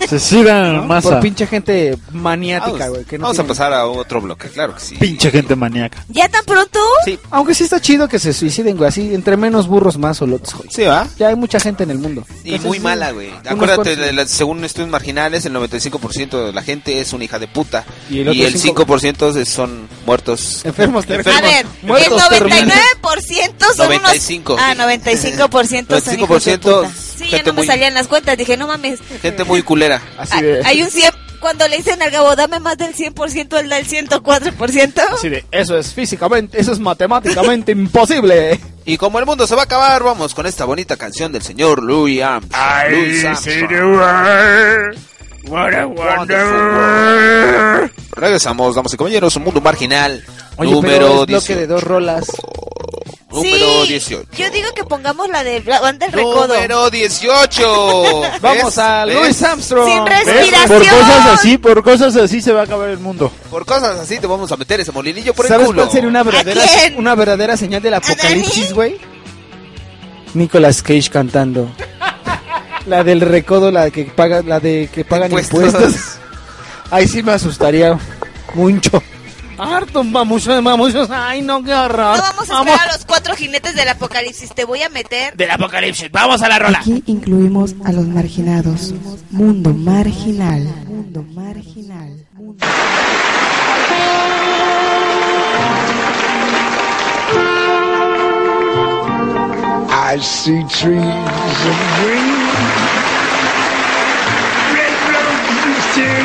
[SPEAKER 4] Se suicidan
[SPEAKER 1] ¿No?
[SPEAKER 4] masa.
[SPEAKER 1] Por pinche gente maniática,
[SPEAKER 3] Vamos,
[SPEAKER 1] güey. que no
[SPEAKER 3] vamos a
[SPEAKER 1] tiene-
[SPEAKER 3] pasar a otro bloque, claro que sí.
[SPEAKER 4] Pinche gente maníaca.
[SPEAKER 6] ¿Ya tan pronto?
[SPEAKER 1] Sí. Aunque sí está chido que se suiciden, güey. Así, entre menos burros, más solotes, güey.
[SPEAKER 3] Sí, ¿va?
[SPEAKER 1] Ya hay mucha gente en el mundo.
[SPEAKER 3] Y muy mala, güey. Acuérdate, de la- según estudios marginales, el 95% de la gente es una hija de puta.
[SPEAKER 1] Y
[SPEAKER 3] Y
[SPEAKER 1] el
[SPEAKER 3] el,
[SPEAKER 1] otro
[SPEAKER 3] 5% es- son muertos.
[SPEAKER 1] Enfermos
[SPEAKER 6] A ver, el 99% son unos...
[SPEAKER 3] 95.
[SPEAKER 6] Ah, 95% son hijos
[SPEAKER 3] 95%
[SPEAKER 6] de puta. Sí, ya no me salían las cuentas. Dije, no mames.
[SPEAKER 3] Gente muy culera.
[SPEAKER 6] Ah, Hay un 100... Cuando le dicen al Gabo, dame más del 100%, él da el 104%.
[SPEAKER 1] Así de, eso es físicamente, eso es matemáticamente imposible.
[SPEAKER 3] Y como el mundo se va a acabar, vamos con esta bonita canción del señor Louis Armstrong. Louis Armstrong.
[SPEAKER 5] What a
[SPEAKER 3] Regresamos, damas y caballeros, un mundo marginal.
[SPEAKER 1] Oye, pero
[SPEAKER 3] número
[SPEAKER 1] es bloque
[SPEAKER 3] 18.
[SPEAKER 1] de dos rolas.
[SPEAKER 3] Número 18.
[SPEAKER 6] Yo digo que pongamos la de la banda del recodo.
[SPEAKER 3] Número 18.
[SPEAKER 4] Vamos
[SPEAKER 1] a
[SPEAKER 4] Louis
[SPEAKER 3] Armstrong.
[SPEAKER 6] Sin
[SPEAKER 4] ¿Ves?
[SPEAKER 6] respiración.
[SPEAKER 4] Por cosas así, por cosas así se va a acabar el mundo.
[SPEAKER 3] Por cosas así te vamos a meter ese molinillo por el
[SPEAKER 1] ¿Sabes
[SPEAKER 3] culo.
[SPEAKER 1] cuál sería una verdadera, una verdadera señal del apocalipsis, güey? Nicolas Cage cantando. La del recodo, la que paga, la de que pagan
[SPEAKER 3] Pues,
[SPEAKER 1] impuestos. Ahí sí me asustaría mucho. Harto, vamos, vamos, ay no, qué horror.
[SPEAKER 6] No vamos a esperar a los cuatro jinetes del apocalipsis. Te voy a meter.
[SPEAKER 14] Del apocalipsis, vamos a la rola.
[SPEAKER 15] Aquí incluimos a los marginados. Mundo marginal. Mundo marginal.
[SPEAKER 5] I see trees of green, red roses too.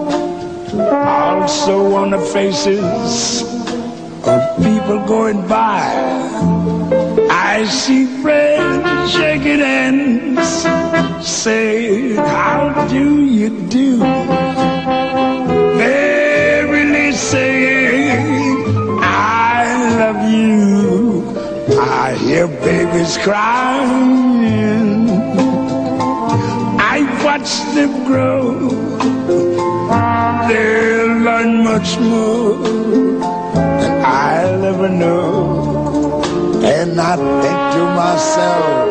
[SPEAKER 5] also on the faces of people going by. I see friends shaking hands, say, How do you do? They really saying, I love you. I hear babies crying. I watch them grow. They'll learn much more than I'll ever know. And I think to myself,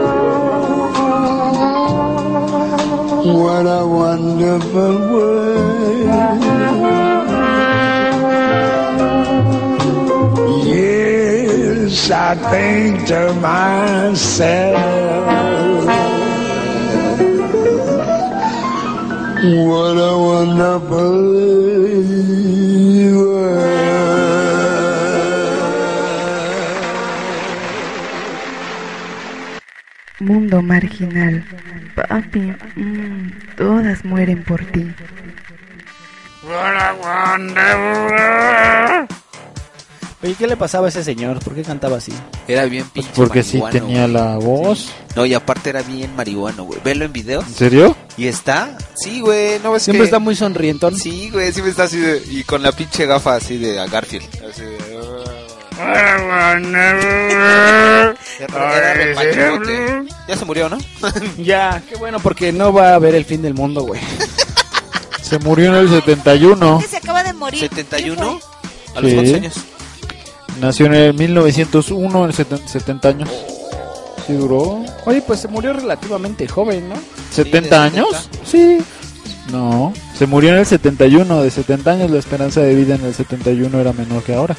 [SPEAKER 5] what a wonderful world. Yes, I think to myself. What a wonderful world.
[SPEAKER 15] Mundo marginal. Papi, mm, todas mueren por ti.
[SPEAKER 5] What a wonderful world.
[SPEAKER 1] Oye, ¿qué le pasaba a ese señor? ¿Por qué cantaba así?
[SPEAKER 3] Era bien pinche
[SPEAKER 4] Porque sí
[SPEAKER 3] marihuano,
[SPEAKER 4] tenía
[SPEAKER 3] güey.
[SPEAKER 4] la voz.
[SPEAKER 3] No, y aparte era bien marihuano, güey. Velo en videos.
[SPEAKER 4] ¿En serio?
[SPEAKER 3] Y está. Sí, güey, no ves
[SPEAKER 1] Siempre
[SPEAKER 3] que-
[SPEAKER 1] está muy sonrientón.
[SPEAKER 3] Sí, güey, siempre está así de- y con la pinche gafa así de a Garfield. Así de-
[SPEAKER 1] Ah,
[SPEAKER 3] Era repachote. Ya se murió, ¿no?
[SPEAKER 1] ya, qué bueno, porque no va a haber el fin del mundo, güey.
[SPEAKER 4] Se murió en el 71.
[SPEAKER 6] Se acaba de morir.
[SPEAKER 3] ¿71?
[SPEAKER 4] ¿A los Sí. cuántos años? Nació en el 1901, en 70, 70 años. Sí, duró.
[SPEAKER 1] Oye, pues se murió relativamente joven, ¿no?
[SPEAKER 4] ¿70 años? Sí. No, se murió en el 71, de 70 años la esperanza de vida en el 71 era menor que ahora.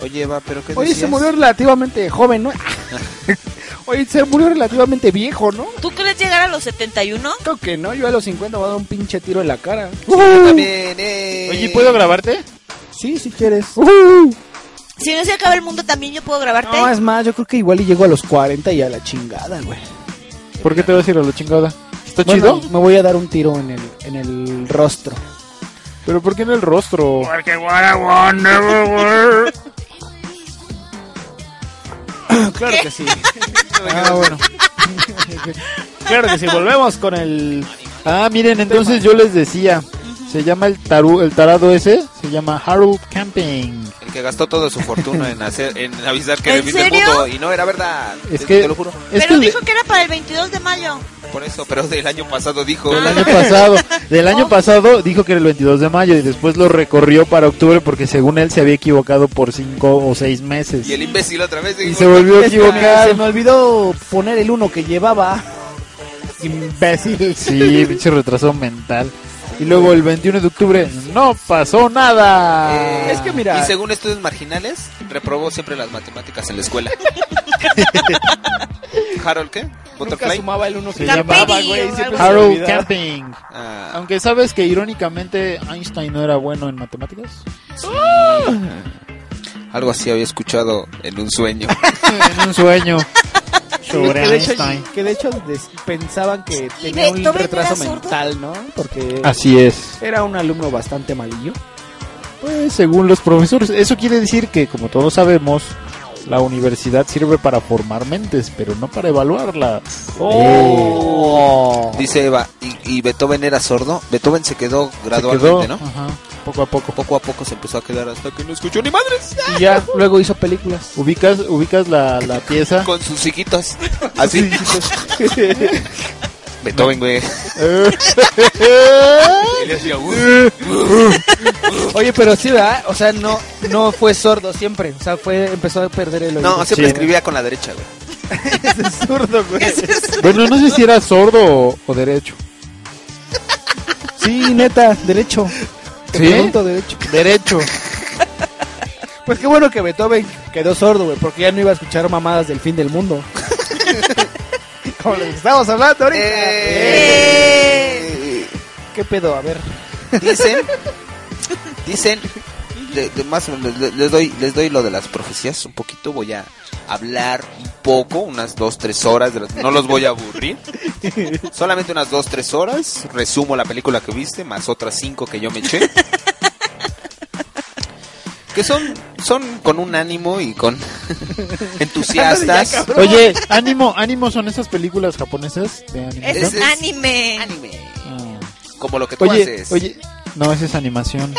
[SPEAKER 3] Oye, va, pero ¿qué
[SPEAKER 1] Oye, se
[SPEAKER 3] decías?
[SPEAKER 1] murió relativamente joven, ¿no? Oye, se murió relativamente viejo, ¿no?
[SPEAKER 6] ¿Tú crees llegar a los 71?
[SPEAKER 1] Creo que no, yo a los 50 voy a dar un pinche tiro en la cara.
[SPEAKER 3] también, eh.
[SPEAKER 1] Oye, ¿puedo grabarte? Sí, si quieres.
[SPEAKER 6] Si no se acaba el mundo, también yo puedo grabarte.
[SPEAKER 1] Uh-huh. No, es más, yo creo que igual y llego a los 40 y a la chingada, güey.
[SPEAKER 4] ¿Por qué te vas a ir a la chingada? ¿Está
[SPEAKER 1] Bueno,
[SPEAKER 4] chido?
[SPEAKER 1] me voy a dar un tiro en el, en el rostro.
[SPEAKER 4] ¿Pero por qué en el rostro?
[SPEAKER 1] Porque what I want never were.
[SPEAKER 2] Claro que sí. ah, bueno. claro que sí, volvemos con el...
[SPEAKER 4] Ah, miren, entonces yo les decía, se llama el taru, el tarado ese, se llama Harold Camping.
[SPEAKER 3] El que gastó toda su fortuna en hacer, en avisar que
[SPEAKER 6] ¿En
[SPEAKER 3] le viste el
[SPEAKER 6] serio?
[SPEAKER 3] mundo y no era verdad.
[SPEAKER 4] Es
[SPEAKER 3] Te-
[SPEAKER 4] que-
[SPEAKER 3] te lo juro.
[SPEAKER 6] Pero dijo que era para el 22 de mayo.
[SPEAKER 3] Por eso, pero del año pasado dijo.
[SPEAKER 4] Del
[SPEAKER 6] Ah.
[SPEAKER 4] año pasado, del año pasado dijo que era el 22 de mayo y después lo recorrió para octubre porque según él se había equivocado por 5 o 6 meses.
[SPEAKER 3] Y el imbécil otra vez.
[SPEAKER 4] Y se volvió a equivocar.
[SPEAKER 1] Se me olvidó poner el uno que llevaba. Imbécil.
[SPEAKER 4] Sí, pinche retraso mental. Y luego el 21 de octubre no pasó nada.
[SPEAKER 3] Eh, Y según estudios marginales, reprobó siempre las matemáticas en la escuela. ¿Harold qué? ¿Butterfly?
[SPEAKER 1] sumaba el uno
[SPEAKER 4] Se llama Harold Camping. Pues,
[SPEAKER 3] Ah,
[SPEAKER 4] Aunque sabes que irónicamente Einstein no era bueno en matemáticas.
[SPEAKER 3] Algo así había escuchado en un sueño.
[SPEAKER 4] en un sueño.
[SPEAKER 1] que,
[SPEAKER 4] Sobre
[SPEAKER 1] de hecho,
[SPEAKER 4] Einstein.
[SPEAKER 1] que de hecho des- pensaban que
[SPEAKER 6] ve-
[SPEAKER 1] tenía un
[SPEAKER 6] Beethoven
[SPEAKER 1] retraso
[SPEAKER 6] era sordo.
[SPEAKER 1] mental, ¿no? Porque
[SPEAKER 4] Así es.
[SPEAKER 1] Era un alumno bastante malillo.
[SPEAKER 4] Pues según los profesores, eso quiere decir que como todos sabemos, la universidad sirve para formar mentes, pero no para Eh, evaluarlas. Oh.
[SPEAKER 3] Dice Eva, ¿y, y Beethoven era sordo? Beethoven se quedó
[SPEAKER 4] quedó,
[SPEAKER 3] gradualmente, ¿no?
[SPEAKER 4] ajá, poco a poco.
[SPEAKER 3] Poco a poco se empezó a quedar hasta que no escuchó ni madres.
[SPEAKER 4] Y ya luego hizo películas. Ubicas, ubicas la, la pieza.
[SPEAKER 3] Con sus hijitos. Así. Beethoven, güey.
[SPEAKER 4] Eh,
[SPEAKER 3] Y le hacía, "Uh".
[SPEAKER 1] Oye, pero sí, ¿verdad? O sea, no, no fue sordo siempre. O sea, fue, empezó a perder el oído.
[SPEAKER 3] No, siempre escribía con la derecha, güey.
[SPEAKER 1] Es zurdo, güey.
[SPEAKER 4] Bueno, no sé si era sordo o, o derecho.
[SPEAKER 1] Sí, neta, derecho. Te
[SPEAKER 4] ¿Sí?
[SPEAKER 1] pregunto, derecho.
[SPEAKER 4] Derecho.
[SPEAKER 1] Pues qué bueno que Beethoven quedó sordo, güey, porque ya no iba a escuchar mamadas del fin del mundo. Como lo que estamos hablando ahorita. Eh,
[SPEAKER 3] Eh.
[SPEAKER 1] ¿Qué pedo? A ver.
[SPEAKER 3] Dicen, dicen, de- de más o menos, le- les doy, les doy lo de las profecías un poquito, voy a hablar un poco, unas dos, tres horas, de las- no los voy a aburrir, solamente unas dos, tres horas, resumo la película que viste, más otras cinco que yo me eché. Que son, son con un ánimo y con entusiastas.
[SPEAKER 4] Oye, ánimo, ánimo son esas películas japonesas de
[SPEAKER 6] Es,
[SPEAKER 4] animación.
[SPEAKER 6] anime.
[SPEAKER 4] Ah.
[SPEAKER 3] como lo que tú
[SPEAKER 4] Oye,
[SPEAKER 3] haces.
[SPEAKER 4] oye, no, esa es animación.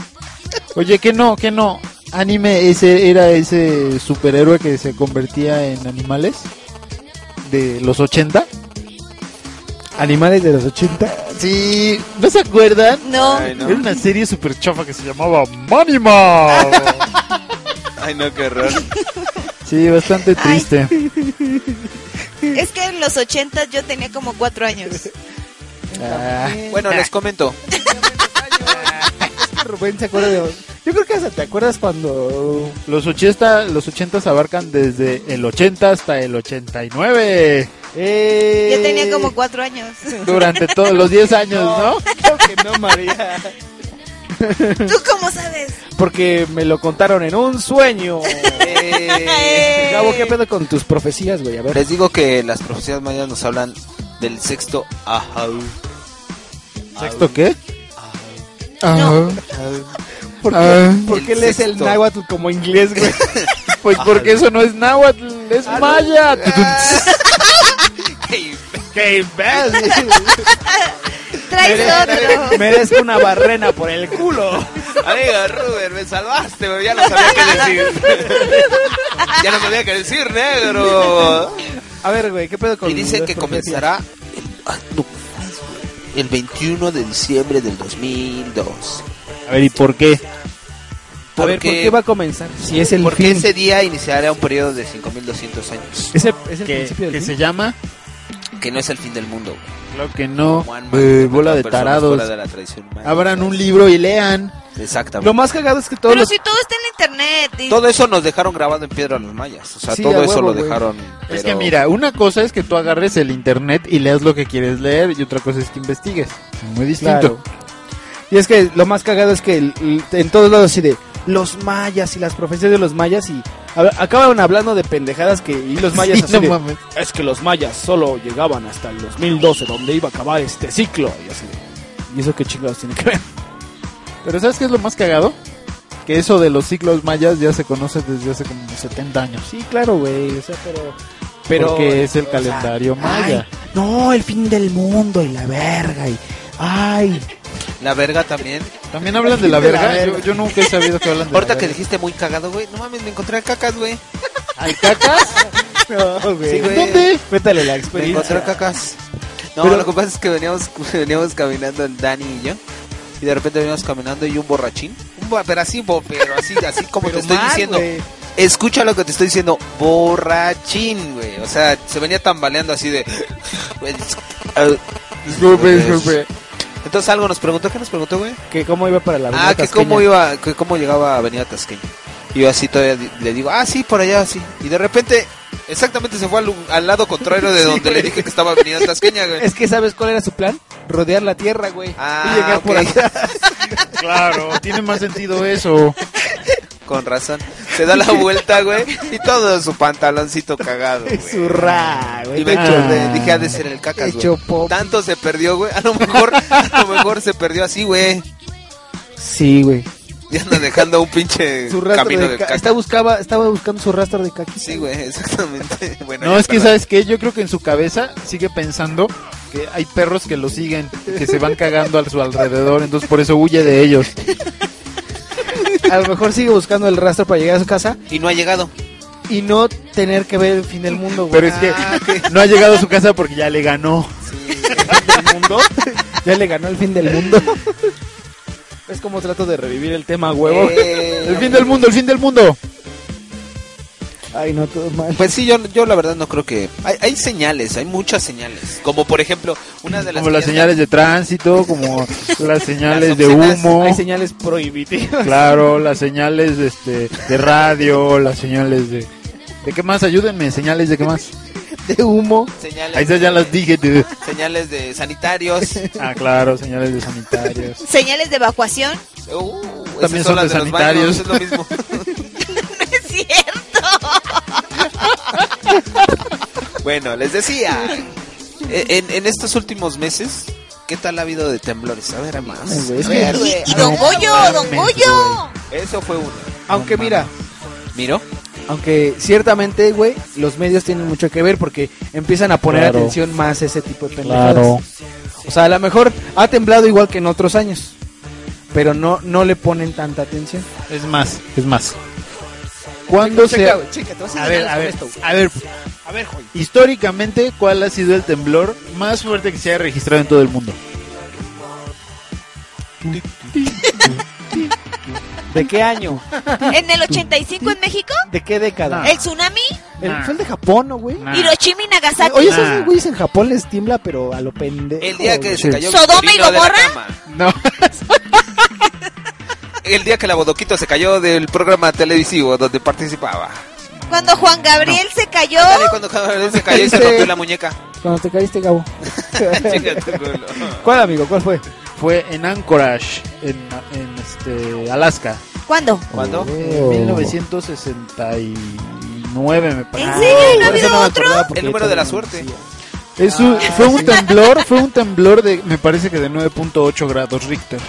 [SPEAKER 4] Oye, que no, que no. Anime ese era ese superhéroe que se convertía en animales de los 80.
[SPEAKER 1] Animales de los 80.
[SPEAKER 4] Sí, ¿no se acuerdan?
[SPEAKER 6] No.
[SPEAKER 3] Ay, no.
[SPEAKER 4] Era una serie super chafa que se llamaba Manima.
[SPEAKER 3] Ay, no, qué horror.
[SPEAKER 4] Sí, bastante triste.
[SPEAKER 6] Es que en los 80 yo tenía como 4 años.
[SPEAKER 4] Ah.
[SPEAKER 3] Bueno, les comento.
[SPEAKER 1] Rubén se acuerda de... Yo creo que hasta te acuerdas cuando...
[SPEAKER 4] Los 80, los 80 abarcan desde el 80 hasta el 89.
[SPEAKER 1] Eh,
[SPEAKER 6] Yo tenía como 4 años.
[SPEAKER 4] Durante todos los 10 años, ¿no?
[SPEAKER 1] Creo que no, María.
[SPEAKER 6] ¿Tú cómo sabes?
[SPEAKER 1] Porque me lo contaron en un sueño.
[SPEAKER 3] Eh,
[SPEAKER 6] Ah, eh,
[SPEAKER 1] Gabo, ¿qué pedo con tus profecías, güey? A ver.
[SPEAKER 3] Les digo que las profecías mayas nos hablan del sexto ahau.
[SPEAKER 4] ¿Sexto qué?
[SPEAKER 1] No. ¿Por qué,
[SPEAKER 4] Ah.
[SPEAKER 1] ¿por qué
[SPEAKER 3] El
[SPEAKER 1] lees el
[SPEAKER 3] sexto.
[SPEAKER 1] náhuatl como inglés, güey?
[SPEAKER 4] Pues porque eso no es náhuatl, es maya.
[SPEAKER 1] ¡Qué imbécil!
[SPEAKER 6] Traes otro.
[SPEAKER 1] Merezco una barrena por el culo.
[SPEAKER 3] Amigo Ruber, me salvaste, pero ya no sabía qué decir. ya no sabía qué decir, negro.
[SPEAKER 1] A ver, güey, ¿qué pedo con
[SPEAKER 3] Y dicen
[SPEAKER 1] las
[SPEAKER 3] que
[SPEAKER 1] profecías?
[SPEAKER 3] comenzará el 21 de diciembre del 2002.
[SPEAKER 4] A ver, ¿y por qué?
[SPEAKER 1] A ver, ¿por qué va a comenzar? Si es el
[SPEAKER 3] porque
[SPEAKER 1] fin.
[SPEAKER 3] ese día iniciará un periodo de 5200 años.
[SPEAKER 1] Es el- es el
[SPEAKER 4] que,
[SPEAKER 1] principio del
[SPEAKER 4] que
[SPEAKER 1] fin.
[SPEAKER 4] se llama
[SPEAKER 3] que no es el fin del mundo. güey.
[SPEAKER 4] Claro que no.
[SPEAKER 3] One man,
[SPEAKER 4] Eh, bola de
[SPEAKER 3] personas
[SPEAKER 4] tarados.
[SPEAKER 3] fuera de la tradición humana.
[SPEAKER 4] Abran un libro y lean.
[SPEAKER 3] Exactamente.
[SPEAKER 1] Lo más cagado es que todos
[SPEAKER 6] Pero
[SPEAKER 1] los...
[SPEAKER 6] si todo está en internet. y-
[SPEAKER 3] Todo eso nos dejaron grabado en piedra los mayas. O sea,
[SPEAKER 4] Sí,
[SPEAKER 3] todo
[SPEAKER 4] a
[SPEAKER 3] eso
[SPEAKER 4] huevo,
[SPEAKER 3] lo
[SPEAKER 4] güey.
[SPEAKER 3] dejaron.
[SPEAKER 4] Es que
[SPEAKER 3] pero-
[SPEAKER 4] mira, una cosa es que tú agarres el internet y leas lo que quieres leer y otra cosa es que investigues. Muy distinto.
[SPEAKER 1] Claro. Y es que lo más cagado es que el- el- en todos lados así de los mayas y las profecías de los mayas y a- acaban hablando de pendejadas que y los mayas
[SPEAKER 4] Sí,
[SPEAKER 1] así
[SPEAKER 4] no
[SPEAKER 1] de,
[SPEAKER 4] mames.
[SPEAKER 1] es que los mayas solo llegaban hasta el 2012 donde iba a acabar este ciclo y así de, y eso qué chingados tiene que ver.
[SPEAKER 4] Pero ¿sabes qué es lo más cagado? Que eso de los ciclos mayas ya se conoce desde hace como 70 años.
[SPEAKER 1] Sí, claro, güey, o sea, pero pero
[SPEAKER 4] Porque es el
[SPEAKER 1] o sea,
[SPEAKER 4] calendario maya.
[SPEAKER 1] ay, no, el fin del mundo y la verga y ay,
[SPEAKER 3] La verga también.
[SPEAKER 4] También hablan de la verga. Yo, yo nunca he sabido que hablan de
[SPEAKER 3] Ahorita
[SPEAKER 4] la
[SPEAKER 3] que
[SPEAKER 4] verga.
[SPEAKER 3] dijiste muy cagado, güey. No mames, me encontré a cacas, güey.
[SPEAKER 4] ¿Hay cacas?
[SPEAKER 1] no, güey.
[SPEAKER 3] Sí, güey.
[SPEAKER 1] ¿Dónde? Cuéntale la
[SPEAKER 3] Me
[SPEAKER 1] experiencia.
[SPEAKER 3] encontré cacas. No,
[SPEAKER 1] Pero-
[SPEAKER 3] lo que pasa es que veníamos, veníamos caminando el Dani y yo. Y de repente veníamos caminando y un borrachín. Un bo- pero así, bo- pero así, así como te estoy
[SPEAKER 1] mal,
[SPEAKER 3] diciendo.
[SPEAKER 1] güey.
[SPEAKER 3] Escucha lo que te estoy diciendo. Borrachín, güey. O sea, se venía tambaleando así de.
[SPEAKER 4] Disculpe, disculpe.
[SPEAKER 3] Entonces algo nos preguntó. ¿Qué nos preguntó, güey?
[SPEAKER 1] Que cómo iba para la
[SPEAKER 3] Ah,
[SPEAKER 1] avenida
[SPEAKER 3] que
[SPEAKER 1] Tasqueña.
[SPEAKER 3] cómo iba, que cómo llegaba a Avenida Tasqueña. Y yo así todavía di- le digo, ah, sí, por allá, sí. Y de repente, exactamente se fue al, lu- al lado contrario de
[SPEAKER 1] Sí,
[SPEAKER 3] donde le
[SPEAKER 1] güey.
[SPEAKER 3] dije que estaba Avenida Tasqueña, güey.
[SPEAKER 1] Es que sabes cuál era su plan? Rodear la tierra, güey.
[SPEAKER 3] Ah,
[SPEAKER 1] y llegar por
[SPEAKER 3] ok.
[SPEAKER 1] allá.
[SPEAKER 4] Claro, tiene más sentido eso.
[SPEAKER 3] Con razón. Se da la vuelta, güey. Y todo su pantaloncito cagado, güey.
[SPEAKER 1] Su ra, güey.
[SPEAKER 3] Y me
[SPEAKER 1] Ah.
[SPEAKER 3] chorré, dije, ha de ser el cacas,
[SPEAKER 1] Hecho
[SPEAKER 3] güey. Tanto se perdió, güey. A lo mejor, a lo mejor se perdió así, güey.
[SPEAKER 1] Sí, güey.
[SPEAKER 3] Y anda dejando un pinche
[SPEAKER 1] Su rastro
[SPEAKER 3] camino
[SPEAKER 1] de
[SPEAKER 3] de
[SPEAKER 1] ca-
[SPEAKER 3] caca.
[SPEAKER 1] está buscaba, estaba buscando su rastro de caca.
[SPEAKER 3] Sí, güey, exactamente. Bueno,
[SPEAKER 4] No,
[SPEAKER 3] ya
[SPEAKER 4] es que
[SPEAKER 3] está la-
[SPEAKER 4] sabes que yo creo que en su cabeza sigue pensando que hay perros que lo siguen, que se van cagando a su alrededor, entonces por eso huye de ellos.
[SPEAKER 1] A lo mejor sigue buscando el rastro para llegar a su casa
[SPEAKER 3] Y no ha llegado.
[SPEAKER 1] y no tener que ver el fin del mundo, güey.
[SPEAKER 4] Pero es que no ha llegado a su casa porque ya le ganó.
[SPEAKER 1] ya le ganó el fin del mundo. es como trato de revivir el tema, huevo.
[SPEAKER 3] Eh,
[SPEAKER 4] El fin del mundo, el fin del mundo.
[SPEAKER 1] Ay, no, todo mal.
[SPEAKER 3] Pues sí, yo, yo la verdad no creo que... Hay, hay señales, hay muchas señales. Como por ejemplo, una de las...
[SPEAKER 4] Como las
[SPEAKER 3] que ya-
[SPEAKER 4] señales de tránsito, como las señales de
[SPEAKER 3] obscenas.
[SPEAKER 4] humo,
[SPEAKER 1] Hay señales prohibitivas.
[SPEAKER 4] claro, las señales este, de radio, las señales de... ¿De qué más? Ayúdenme, señales de qué más.
[SPEAKER 1] De humo.
[SPEAKER 3] Señales,
[SPEAKER 4] Ahí ya las dije. dude.
[SPEAKER 3] señales de sanitarios.
[SPEAKER 4] Ah, claro, señales de sanitarios.
[SPEAKER 6] Señales de evacuación.
[SPEAKER 3] Uh, esas
[SPEAKER 4] También son
[SPEAKER 3] las
[SPEAKER 4] de
[SPEAKER 3] los baños,
[SPEAKER 4] sanitarios.
[SPEAKER 3] es lo mismo.
[SPEAKER 6] es cierto.
[SPEAKER 3] Bueno, les decía, eh, en, en estos últimos meses, ¿qué tal ha habido de temblores? A ver, amigos.
[SPEAKER 1] Ay, güey, es
[SPEAKER 3] A ver,
[SPEAKER 1] que-
[SPEAKER 3] güey,
[SPEAKER 6] Y don Goyo, don Goyo.
[SPEAKER 3] Eso fue uno.
[SPEAKER 1] Aunque mira,
[SPEAKER 3] ¿Miro?
[SPEAKER 1] aunque ciertamente, güey, los medios tienen mucho que ver porque empiezan a poner
[SPEAKER 4] Claro.
[SPEAKER 1] atención más a ese tipo de pendejadas.
[SPEAKER 4] Claro.
[SPEAKER 1] O sea, a lo mejor ha temblado igual que en otros años, pero no no le ponen tanta atención.
[SPEAKER 4] Es más, es más. ¿Cuándo se...
[SPEAKER 1] Checa, güey, checa, te vas a
[SPEAKER 4] A ver,
[SPEAKER 1] ganar
[SPEAKER 4] a
[SPEAKER 1] con
[SPEAKER 4] ver,
[SPEAKER 1] esto, güey.
[SPEAKER 4] a ver,
[SPEAKER 1] A ver, Joy.
[SPEAKER 4] históricamente, ¿cuál ha sido el temblor más fuerte que se haya registrado en todo el mundo?
[SPEAKER 1] ¿De qué año?
[SPEAKER 6] ¿En el 85 en México?
[SPEAKER 1] ¿De qué década?
[SPEAKER 6] ¿El tsunami?
[SPEAKER 1] El, fue el de Japón, ¿no, güey?
[SPEAKER 6] Ah. ¿Hiroshima y Nagasaki?
[SPEAKER 1] Oye,
[SPEAKER 4] Nah.
[SPEAKER 1] esos güeyes en Japón les tiembla, pero a lo pendejo.
[SPEAKER 3] El día que
[SPEAKER 1] güey.
[SPEAKER 3] se cayó
[SPEAKER 6] ¿Sodoma y
[SPEAKER 3] Victorino de la
[SPEAKER 6] Gomorra?
[SPEAKER 3] cama.
[SPEAKER 4] No.
[SPEAKER 3] El día que la bodoquito se cayó del programa televisivo donde participaba.
[SPEAKER 6] Cuando Juan Gabriel se cayó.
[SPEAKER 3] Dale, cuando Gabriel se cayó y se
[SPEAKER 1] Dice-
[SPEAKER 3] rompió la muñeca.
[SPEAKER 1] Cuando te caíste, Gabo.
[SPEAKER 3] Chinga tu culo.
[SPEAKER 1] ¿Cuál, amigo? ¿Cuál fue?
[SPEAKER 4] Fue en Anchorage, en, en, este, Alaska.
[SPEAKER 6] ¿Cuándo?
[SPEAKER 3] ¿Cuándo?
[SPEAKER 4] En 1969, me parece. Ah,
[SPEAKER 6] ¿En serio? ¿No ha
[SPEAKER 1] Por eso
[SPEAKER 6] habido
[SPEAKER 1] me
[SPEAKER 6] otro?
[SPEAKER 1] acordaba porque
[SPEAKER 3] El número de la
[SPEAKER 1] también-
[SPEAKER 3] suerte.
[SPEAKER 4] Es un-
[SPEAKER 6] Ah,
[SPEAKER 4] fue un temblor, fue un temblor de, me parece que de 9.8 grados Richter.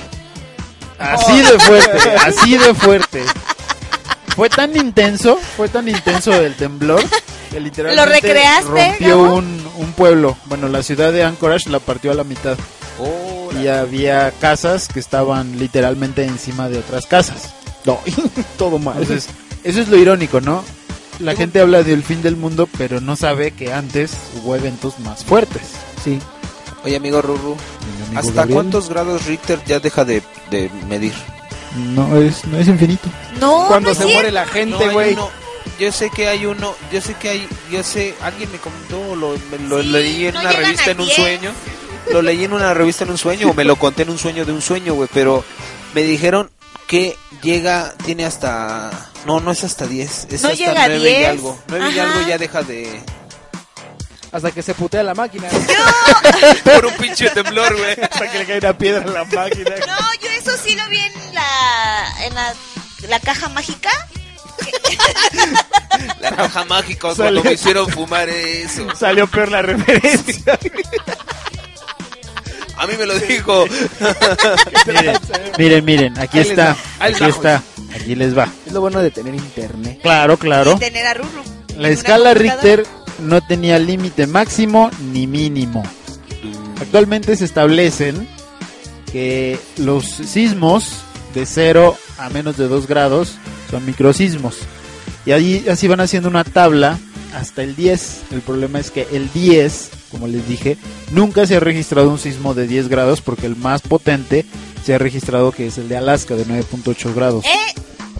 [SPEAKER 4] Así
[SPEAKER 6] Oh.
[SPEAKER 4] de fuerte, así de fuerte. Fue tan intenso, fue tan intenso el temblor que literalmente
[SPEAKER 6] ¿Lo recreaste,
[SPEAKER 4] rompió
[SPEAKER 6] Gabo?
[SPEAKER 4] un, un pueblo. Bueno, la ciudad de Anchorage la partió a la mitad y había casas que estaban literalmente encima de otras casas.
[SPEAKER 1] No, todo mal.
[SPEAKER 4] Entonces, eso es lo irónico, ¿no? La gente habla del fin del mundo, pero no sabe que antes hubo eventos más fuertes.
[SPEAKER 1] sí.
[SPEAKER 3] Oye, amigo Ruru,
[SPEAKER 4] amigo
[SPEAKER 3] ¿hasta
[SPEAKER 4] Gabriel.
[SPEAKER 3] cuántos grados Richter ya deja de, de medir?
[SPEAKER 4] No es, no es infinito.
[SPEAKER 6] No,
[SPEAKER 1] Cuando
[SPEAKER 6] no
[SPEAKER 1] se
[SPEAKER 6] es
[SPEAKER 1] muere
[SPEAKER 6] cierto.
[SPEAKER 1] la gente,
[SPEAKER 3] hay
[SPEAKER 1] güey.
[SPEAKER 3] uno- yo sé que hay uno, yo sé que hay, yo sé, alguien me comentó, lo, me- lo leí en
[SPEAKER 6] no
[SPEAKER 3] una
[SPEAKER 6] llegan
[SPEAKER 3] revista
[SPEAKER 6] a
[SPEAKER 3] en un
[SPEAKER 6] 10.
[SPEAKER 3] sueño, lo leí en una revista en un sueño, o me lo conté en un sueño de un sueño, güey, pero me dijeron que llega, tiene hasta, no, no es hasta 10, es
[SPEAKER 6] No
[SPEAKER 3] hasta
[SPEAKER 6] llega a
[SPEAKER 3] 9 y
[SPEAKER 6] 10.
[SPEAKER 3] algo, 9 y
[SPEAKER 6] Ajá.
[SPEAKER 3] algo ya deja de,
[SPEAKER 1] Hasta que se putea la máquina.
[SPEAKER 3] por un pinche temblor, güey.
[SPEAKER 1] Hasta que le cae una piedra a la máquina.
[SPEAKER 6] No, yo eso sí lo vi en la, en la, la caja mágica.
[SPEAKER 3] la caja mágica cuando
[SPEAKER 16] Sale-
[SPEAKER 3] me hicieron fumar eso.
[SPEAKER 16] Salió peor la referencia.
[SPEAKER 3] A mí me lo dijo.
[SPEAKER 4] Miren, miren, aquí
[SPEAKER 1] Ahí les
[SPEAKER 4] está.
[SPEAKER 1] va, ahí les
[SPEAKER 4] Aquí
[SPEAKER 1] va,
[SPEAKER 4] está. Aquí les va.
[SPEAKER 1] Es lo bueno de tener internet.
[SPEAKER 4] Claro, claro.
[SPEAKER 6] Y tener a Ruru.
[SPEAKER 4] La escala Richter no tenía límite máximo ni mínimo. Actualmente se establecen que los sismos de 0 a menos de 2 grados son microsismos. Y ahí así van haciendo una tabla hasta el 10. El problema es que el 10, como les dije, nunca se ha registrado un sismo de 10 grados porque el más potente se ha registrado que es el de Alaska de 9.8 grados.
[SPEAKER 6] Eh,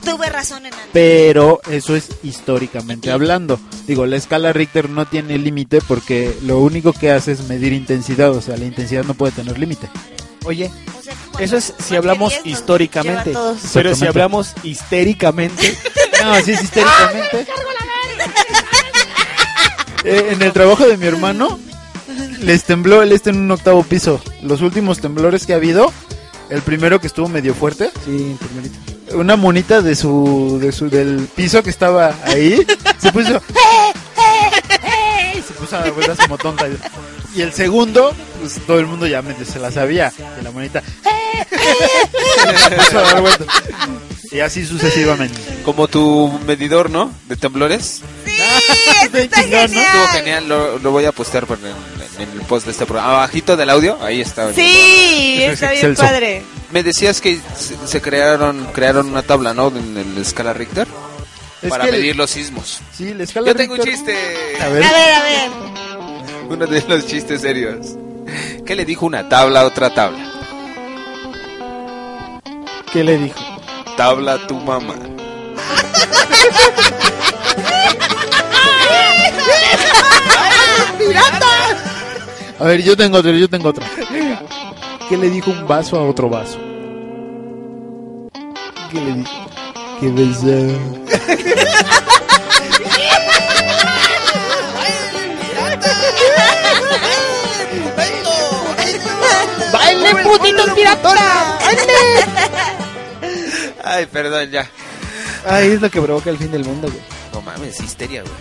[SPEAKER 6] tuve razón en algo.
[SPEAKER 4] Pero eso es históricamente hablando. Digo, la escala Richter no tiene límite porque lo único que hace es medir intensidad, o sea, la intensidad no puede tener límite.
[SPEAKER 1] Oye, eso es si hablamos históricamente.
[SPEAKER 4] lleva a todos.
[SPEAKER 1] Pero si
[SPEAKER 4] Exactamente.
[SPEAKER 1] hablamos histéricamente.
[SPEAKER 4] No, sí es histéricamente. Eh, en el trabajo de mi hermano les tembló el este en un octavo piso. Los últimos temblores que ha habido, el primero que estuvo medio fuerte,
[SPEAKER 1] Sí, primerito.
[SPEAKER 4] una monita de su de su del piso que estaba ahí se puso y se puso a dar vueltas como tonta. Y el segundo, pues todo el mundo ya medio se la sabía, que la monita se puso a dar vueltas. Y así sucesivamente.
[SPEAKER 3] Como tu medidor, ¿no? De temblores.
[SPEAKER 6] Está
[SPEAKER 3] Estuvo
[SPEAKER 6] genial.
[SPEAKER 3] genial, lo, lo voy a postear por en, en el post de este programa. Abajito del audio, ahí está. el-
[SPEAKER 6] Sí, está bien
[SPEAKER 3] Excelso.
[SPEAKER 6] padre.
[SPEAKER 3] Me decías que se, se crearon crearon una tabla, ¿no? En el escala Richter.
[SPEAKER 4] Es
[SPEAKER 3] para
[SPEAKER 4] que-
[SPEAKER 3] medir los sismos.
[SPEAKER 4] Sí, la escala
[SPEAKER 3] Yo tengo un
[SPEAKER 4] Richter-
[SPEAKER 3] chiste.
[SPEAKER 4] A ver. A
[SPEAKER 6] ver, a ver.
[SPEAKER 3] Uno de los chistes serios. ¿Qué le dijo una tabla a otra tabla?
[SPEAKER 1] ¿Qué le dijo?
[SPEAKER 3] Tabla a tu mamá.
[SPEAKER 6] ¡Pirata!
[SPEAKER 4] A ver, yo tengo otro, yo tengo otro. ¿Qué le dijo un vaso a otro vaso? ¿Qué le dijo? ¿Qué besó?
[SPEAKER 17] ¡Baile, putito pirata!
[SPEAKER 3] Ay, perdón, ya.
[SPEAKER 1] Ay, es lo que provoca el fin del mundo, güey.
[SPEAKER 3] No mames, histeria, güey.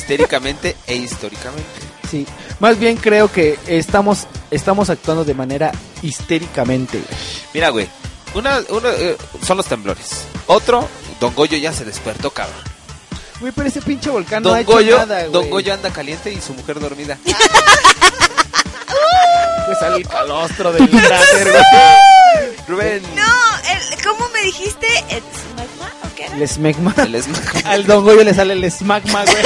[SPEAKER 3] Histéricamente e históricamente.
[SPEAKER 1] Sí. Más bien creo que estamos, estamos actuando de manera histéricamente, güey.
[SPEAKER 3] Mira, güey. Una, una, eh, son los temblores. Otro, Don Goyo ya se despertó, cabrón.
[SPEAKER 1] Güey, pero ese pinche volcán Ah, no ha
[SPEAKER 3] Don
[SPEAKER 1] hecho
[SPEAKER 3] Goyo,
[SPEAKER 1] nada, güey.
[SPEAKER 3] Don Goyo anda caliente y su mujer dormida.
[SPEAKER 1] Que sale el calostro del cráter, güey.
[SPEAKER 3] Rubén.
[SPEAKER 6] No, el- ¿cómo me dijiste? ¿El magma o qué era?
[SPEAKER 1] El smegma.
[SPEAKER 3] El smegma.
[SPEAKER 1] Al Don Goyo le sale el smagma, güey.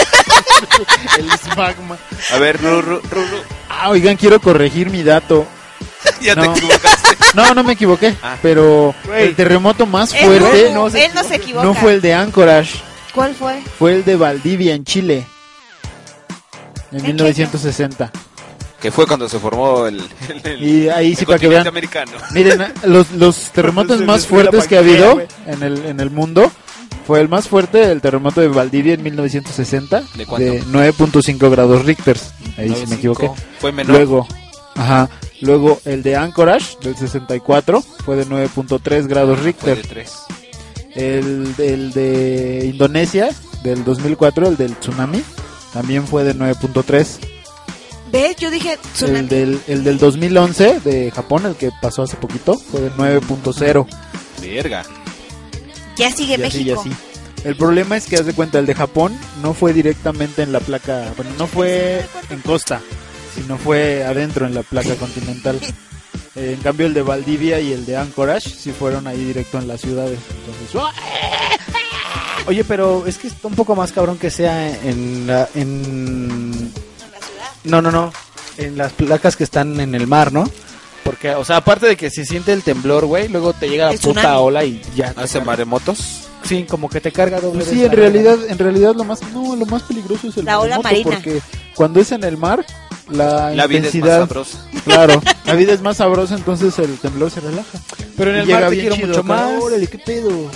[SPEAKER 4] el smagma.
[SPEAKER 3] A ver, Ruru, Ruru.
[SPEAKER 4] Ah, oigan, quiero corregir mi dato.
[SPEAKER 3] Ya
[SPEAKER 4] te equivocaste. No, no me equivoqué. Pero
[SPEAKER 6] Güey.
[SPEAKER 4] el terremoto más
[SPEAKER 6] Él
[SPEAKER 4] fuerte
[SPEAKER 6] no- él no se equivoca.
[SPEAKER 4] no fue el de Anchorage,
[SPEAKER 6] ¿Cuál fue?
[SPEAKER 4] fue el de Valdivia en Chile.
[SPEAKER 6] ¿En
[SPEAKER 4] En
[SPEAKER 6] qué
[SPEAKER 4] 1960.
[SPEAKER 3] Que fue cuando se formó el. el- el-
[SPEAKER 4] Y ahí
[SPEAKER 3] el
[SPEAKER 4] sí para que vean.
[SPEAKER 3] continente americano.
[SPEAKER 4] Miren, eh, los, los terremotos
[SPEAKER 3] Se
[SPEAKER 4] más
[SPEAKER 3] les fue la
[SPEAKER 4] fuertes que ha
[SPEAKER 3] pantalla,
[SPEAKER 4] habido
[SPEAKER 3] güey.
[SPEAKER 4] en el, en el mundo fue el más fuerte, el terremoto de Valdivia en 1960,
[SPEAKER 3] ¿De cuánto?
[SPEAKER 4] de 9.5 grados Richter. Ahí sí me
[SPEAKER 3] 9.5.
[SPEAKER 4] equivoqué.
[SPEAKER 3] Fue menor.
[SPEAKER 4] Luego, ajá, luego el de Anchorage del 64 fue de 9.3 grados
[SPEAKER 3] Fue
[SPEAKER 4] Richter.
[SPEAKER 3] de tres.
[SPEAKER 4] El, el de Indonesia del 2004, el del tsunami, también fue de 9.3.
[SPEAKER 6] ¿Ves? Yo dije
[SPEAKER 4] El
[SPEAKER 6] tsunami.
[SPEAKER 4] del, el del 2011 de Japón, el que pasó hace poquito, fue de 9.0.
[SPEAKER 3] Verga.
[SPEAKER 6] Ya sigue
[SPEAKER 4] Y así, y
[SPEAKER 6] México.
[SPEAKER 4] así. El problema es que, haz de cuenta, el de Japón no fue directamente en la placa, bueno, no fue en costa, sino fue adentro en la placa continental. Eh, en cambio, el de Valdivia y el de Anchorage sí fueron ahí directo en las ciudades. Entonces, ¡ah!
[SPEAKER 1] ¡oh! Oye, pero es que está un poco más cabrón que sea en la, en... No, no, no. En las placas que están en el mar, ¿no? Porque, o sea, aparte de que Ah, se siente el temblor, güey, luego te llega la
[SPEAKER 3] El
[SPEAKER 1] puta
[SPEAKER 3] tsunami.
[SPEAKER 1] ola y ya.
[SPEAKER 3] ¿Hace maremotos?
[SPEAKER 1] Sí, como que te carga doble.
[SPEAKER 4] Pues
[SPEAKER 1] vez
[SPEAKER 4] sí, en
[SPEAKER 1] la-
[SPEAKER 4] realidad, en realidad lo más, no, lo más peligroso es el
[SPEAKER 6] La ola
[SPEAKER 4] maremoto,
[SPEAKER 6] marina.
[SPEAKER 4] porque cuando es en el mar, la,
[SPEAKER 3] La vida es más
[SPEAKER 4] intensidad,
[SPEAKER 3] sabrosa.
[SPEAKER 4] claro, la vida es más sabrosa, entonces el temblor se relaja.
[SPEAKER 1] Pero en
[SPEAKER 4] Y
[SPEAKER 1] el
[SPEAKER 4] llega
[SPEAKER 1] mar te
[SPEAKER 4] bien
[SPEAKER 1] quiero
[SPEAKER 4] chido,
[SPEAKER 1] mucho
[SPEAKER 4] cara,
[SPEAKER 1] más.
[SPEAKER 4] órale, qué pedo.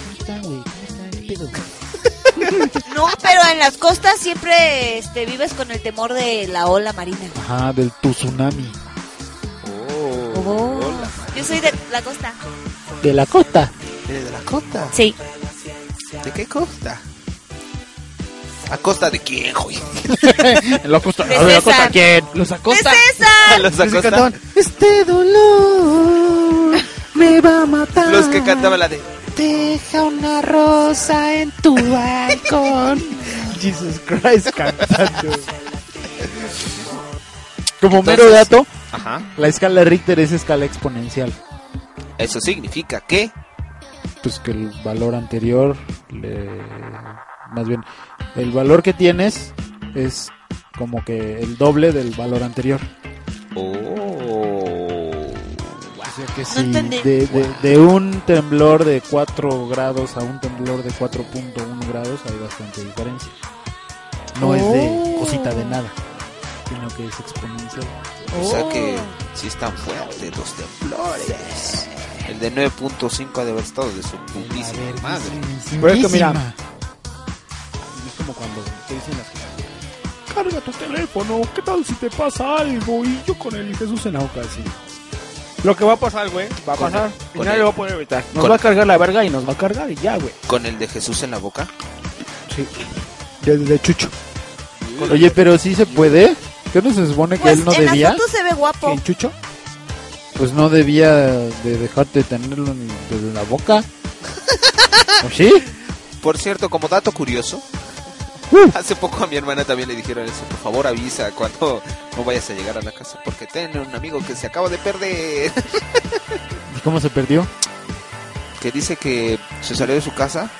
[SPEAKER 6] No, pero en las costas siempre este, vives con el temor de la ola marina.
[SPEAKER 4] Ajá, del tu tsunami,
[SPEAKER 6] Oh. Yo soy de la costa.
[SPEAKER 11] De la costa.
[SPEAKER 3] ¿De la costa?
[SPEAKER 6] Sí.
[SPEAKER 3] ¿De qué costa? ¿A costa de quién, güey?
[SPEAKER 11] la costa,
[SPEAKER 3] De
[SPEAKER 11] a ver, ¿la
[SPEAKER 3] César.
[SPEAKER 11] costa quién? Los acosta.
[SPEAKER 6] César.
[SPEAKER 3] Los acosta.
[SPEAKER 9] Este dolor me va a matar.
[SPEAKER 3] Los que cantaban la de.
[SPEAKER 9] Deja una rosa en tu balcón.
[SPEAKER 1] Jesus Christ cantando.
[SPEAKER 4] Como mero
[SPEAKER 3] Entonces,
[SPEAKER 4] dato,
[SPEAKER 3] Ajá.
[SPEAKER 4] la escala Richter es escala exponencial.
[SPEAKER 3] Eso significa que.
[SPEAKER 4] Pues que el valor anterior, le- más bien, el valor que tienes es como que el doble del valor anterior.
[SPEAKER 3] oh.
[SPEAKER 4] O sea que si
[SPEAKER 11] entendí.
[SPEAKER 4] de, de- de un temblor de 4 grados a un temblor de 4.1 grados hay bastante diferencia. No es de
[SPEAKER 11] Oh.
[SPEAKER 4] cosita de nada, sino que es exponencial.
[SPEAKER 3] O sea que sí están fuertes los temblores. El de 9.5 ha de haber estado de su putísima madre.
[SPEAKER 1] Pero es que mira,
[SPEAKER 4] Es como cuando te dicen las cosas.
[SPEAKER 2] Carga tu teléfono, ¿qué tal si te pasa algo? Y yo con el Jesús en la boca, así. Lo que va a pasar, güey, va a
[SPEAKER 3] Con
[SPEAKER 2] pasar.
[SPEAKER 3] el-
[SPEAKER 2] Y
[SPEAKER 3] con
[SPEAKER 2] nadie
[SPEAKER 3] el-
[SPEAKER 2] lo va a poder evitar.
[SPEAKER 3] Nos va a
[SPEAKER 1] cargar la verga y nos va a cargar y ya, güey.
[SPEAKER 3] ¿Con el de Jesús en la boca?
[SPEAKER 1] Sí. Desde Chucho.
[SPEAKER 4] Oye, pero si se puede. ¿Qué no se supone que él no
[SPEAKER 6] Pues en las
[SPEAKER 4] debía?
[SPEAKER 6] fotos se ve guapo.
[SPEAKER 1] Chucho?
[SPEAKER 4] Pues no debía de dejarte tenerlo en, en la boca. ¿O sí?
[SPEAKER 3] Por cierto, como dato curioso,
[SPEAKER 4] Uh.
[SPEAKER 3] hace poco a mi hermana también le dijeron eso. Por favor, avisa cuando no vayas a llegar a la casa porque tiene un amigo que se acaba de perder.
[SPEAKER 4] ¿Y Pues, cómo se perdió?
[SPEAKER 3] que dice que se salió de su casa,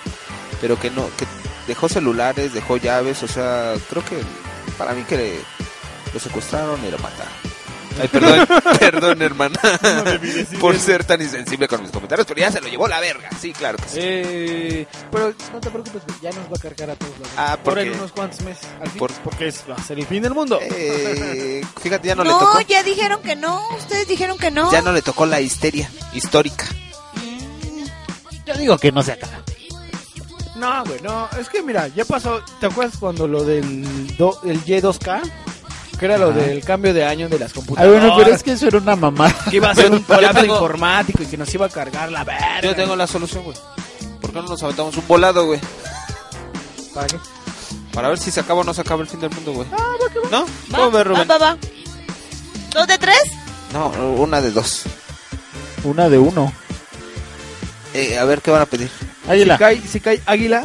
[SPEAKER 3] pero que no, que dejó celulares, dejó llaves, o sea, creo que para mí que le- lo secuestraron y lo mataron. Ay, perdón, perdón, hermana, por ser tan insensible con mis comentarios, pero ya se lo llevó la verga, sí, claro que sí.
[SPEAKER 1] Eh, pero no te preocupes, güey, ya nos va a cargar a todos. la verga.
[SPEAKER 3] Ah, ¿por
[SPEAKER 1] Por en
[SPEAKER 3] qué?
[SPEAKER 1] unos cuantos meses. al fin,
[SPEAKER 3] Por-
[SPEAKER 1] Porque es, va a ser el fin del mundo.
[SPEAKER 3] Eh, fíjate, ya no,
[SPEAKER 6] No,
[SPEAKER 3] le tocó,
[SPEAKER 6] ya dijeron que no. Ustedes dijeron que no.
[SPEAKER 3] ya no le tocó la histeria histórica.
[SPEAKER 11] Yo digo que no se acaba.
[SPEAKER 1] No, güey, no. Es que mira, ya pasó. ¿Te acuerdas cuando lo del do- el Y2K? Que era lo
[SPEAKER 4] Ajá.
[SPEAKER 1] del cambio de año de las
[SPEAKER 4] Ah,
[SPEAKER 1] computadoras.
[SPEAKER 4] bueno, pero es que eso era una mamá.
[SPEAKER 1] Que iba a ser un
[SPEAKER 3] Yo- yo
[SPEAKER 1] colapso
[SPEAKER 3] tengo-
[SPEAKER 1] informático y que nos iba a cargar la verga.
[SPEAKER 3] Yo tengo la solución, güey. ¿Por qué no nos aventamos un volado, güey?
[SPEAKER 1] ¿Para qué?
[SPEAKER 3] Para ver si se acaba o no se acaba el fin del mundo, güey. ¿No?
[SPEAKER 6] Va,
[SPEAKER 3] ¿Cómo ves,
[SPEAKER 6] va,
[SPEAKER 3] Rubén?
[SPEAKER 6] va, va. ¿Dos de tres?
[SPEAKER 3] No, una de dos.
[SPEAKER 4] Una de uno.
[SPEAKER 3] Eh, a ver qué van a pedir.
[SPEAKER 1] Si cae, si cae águila,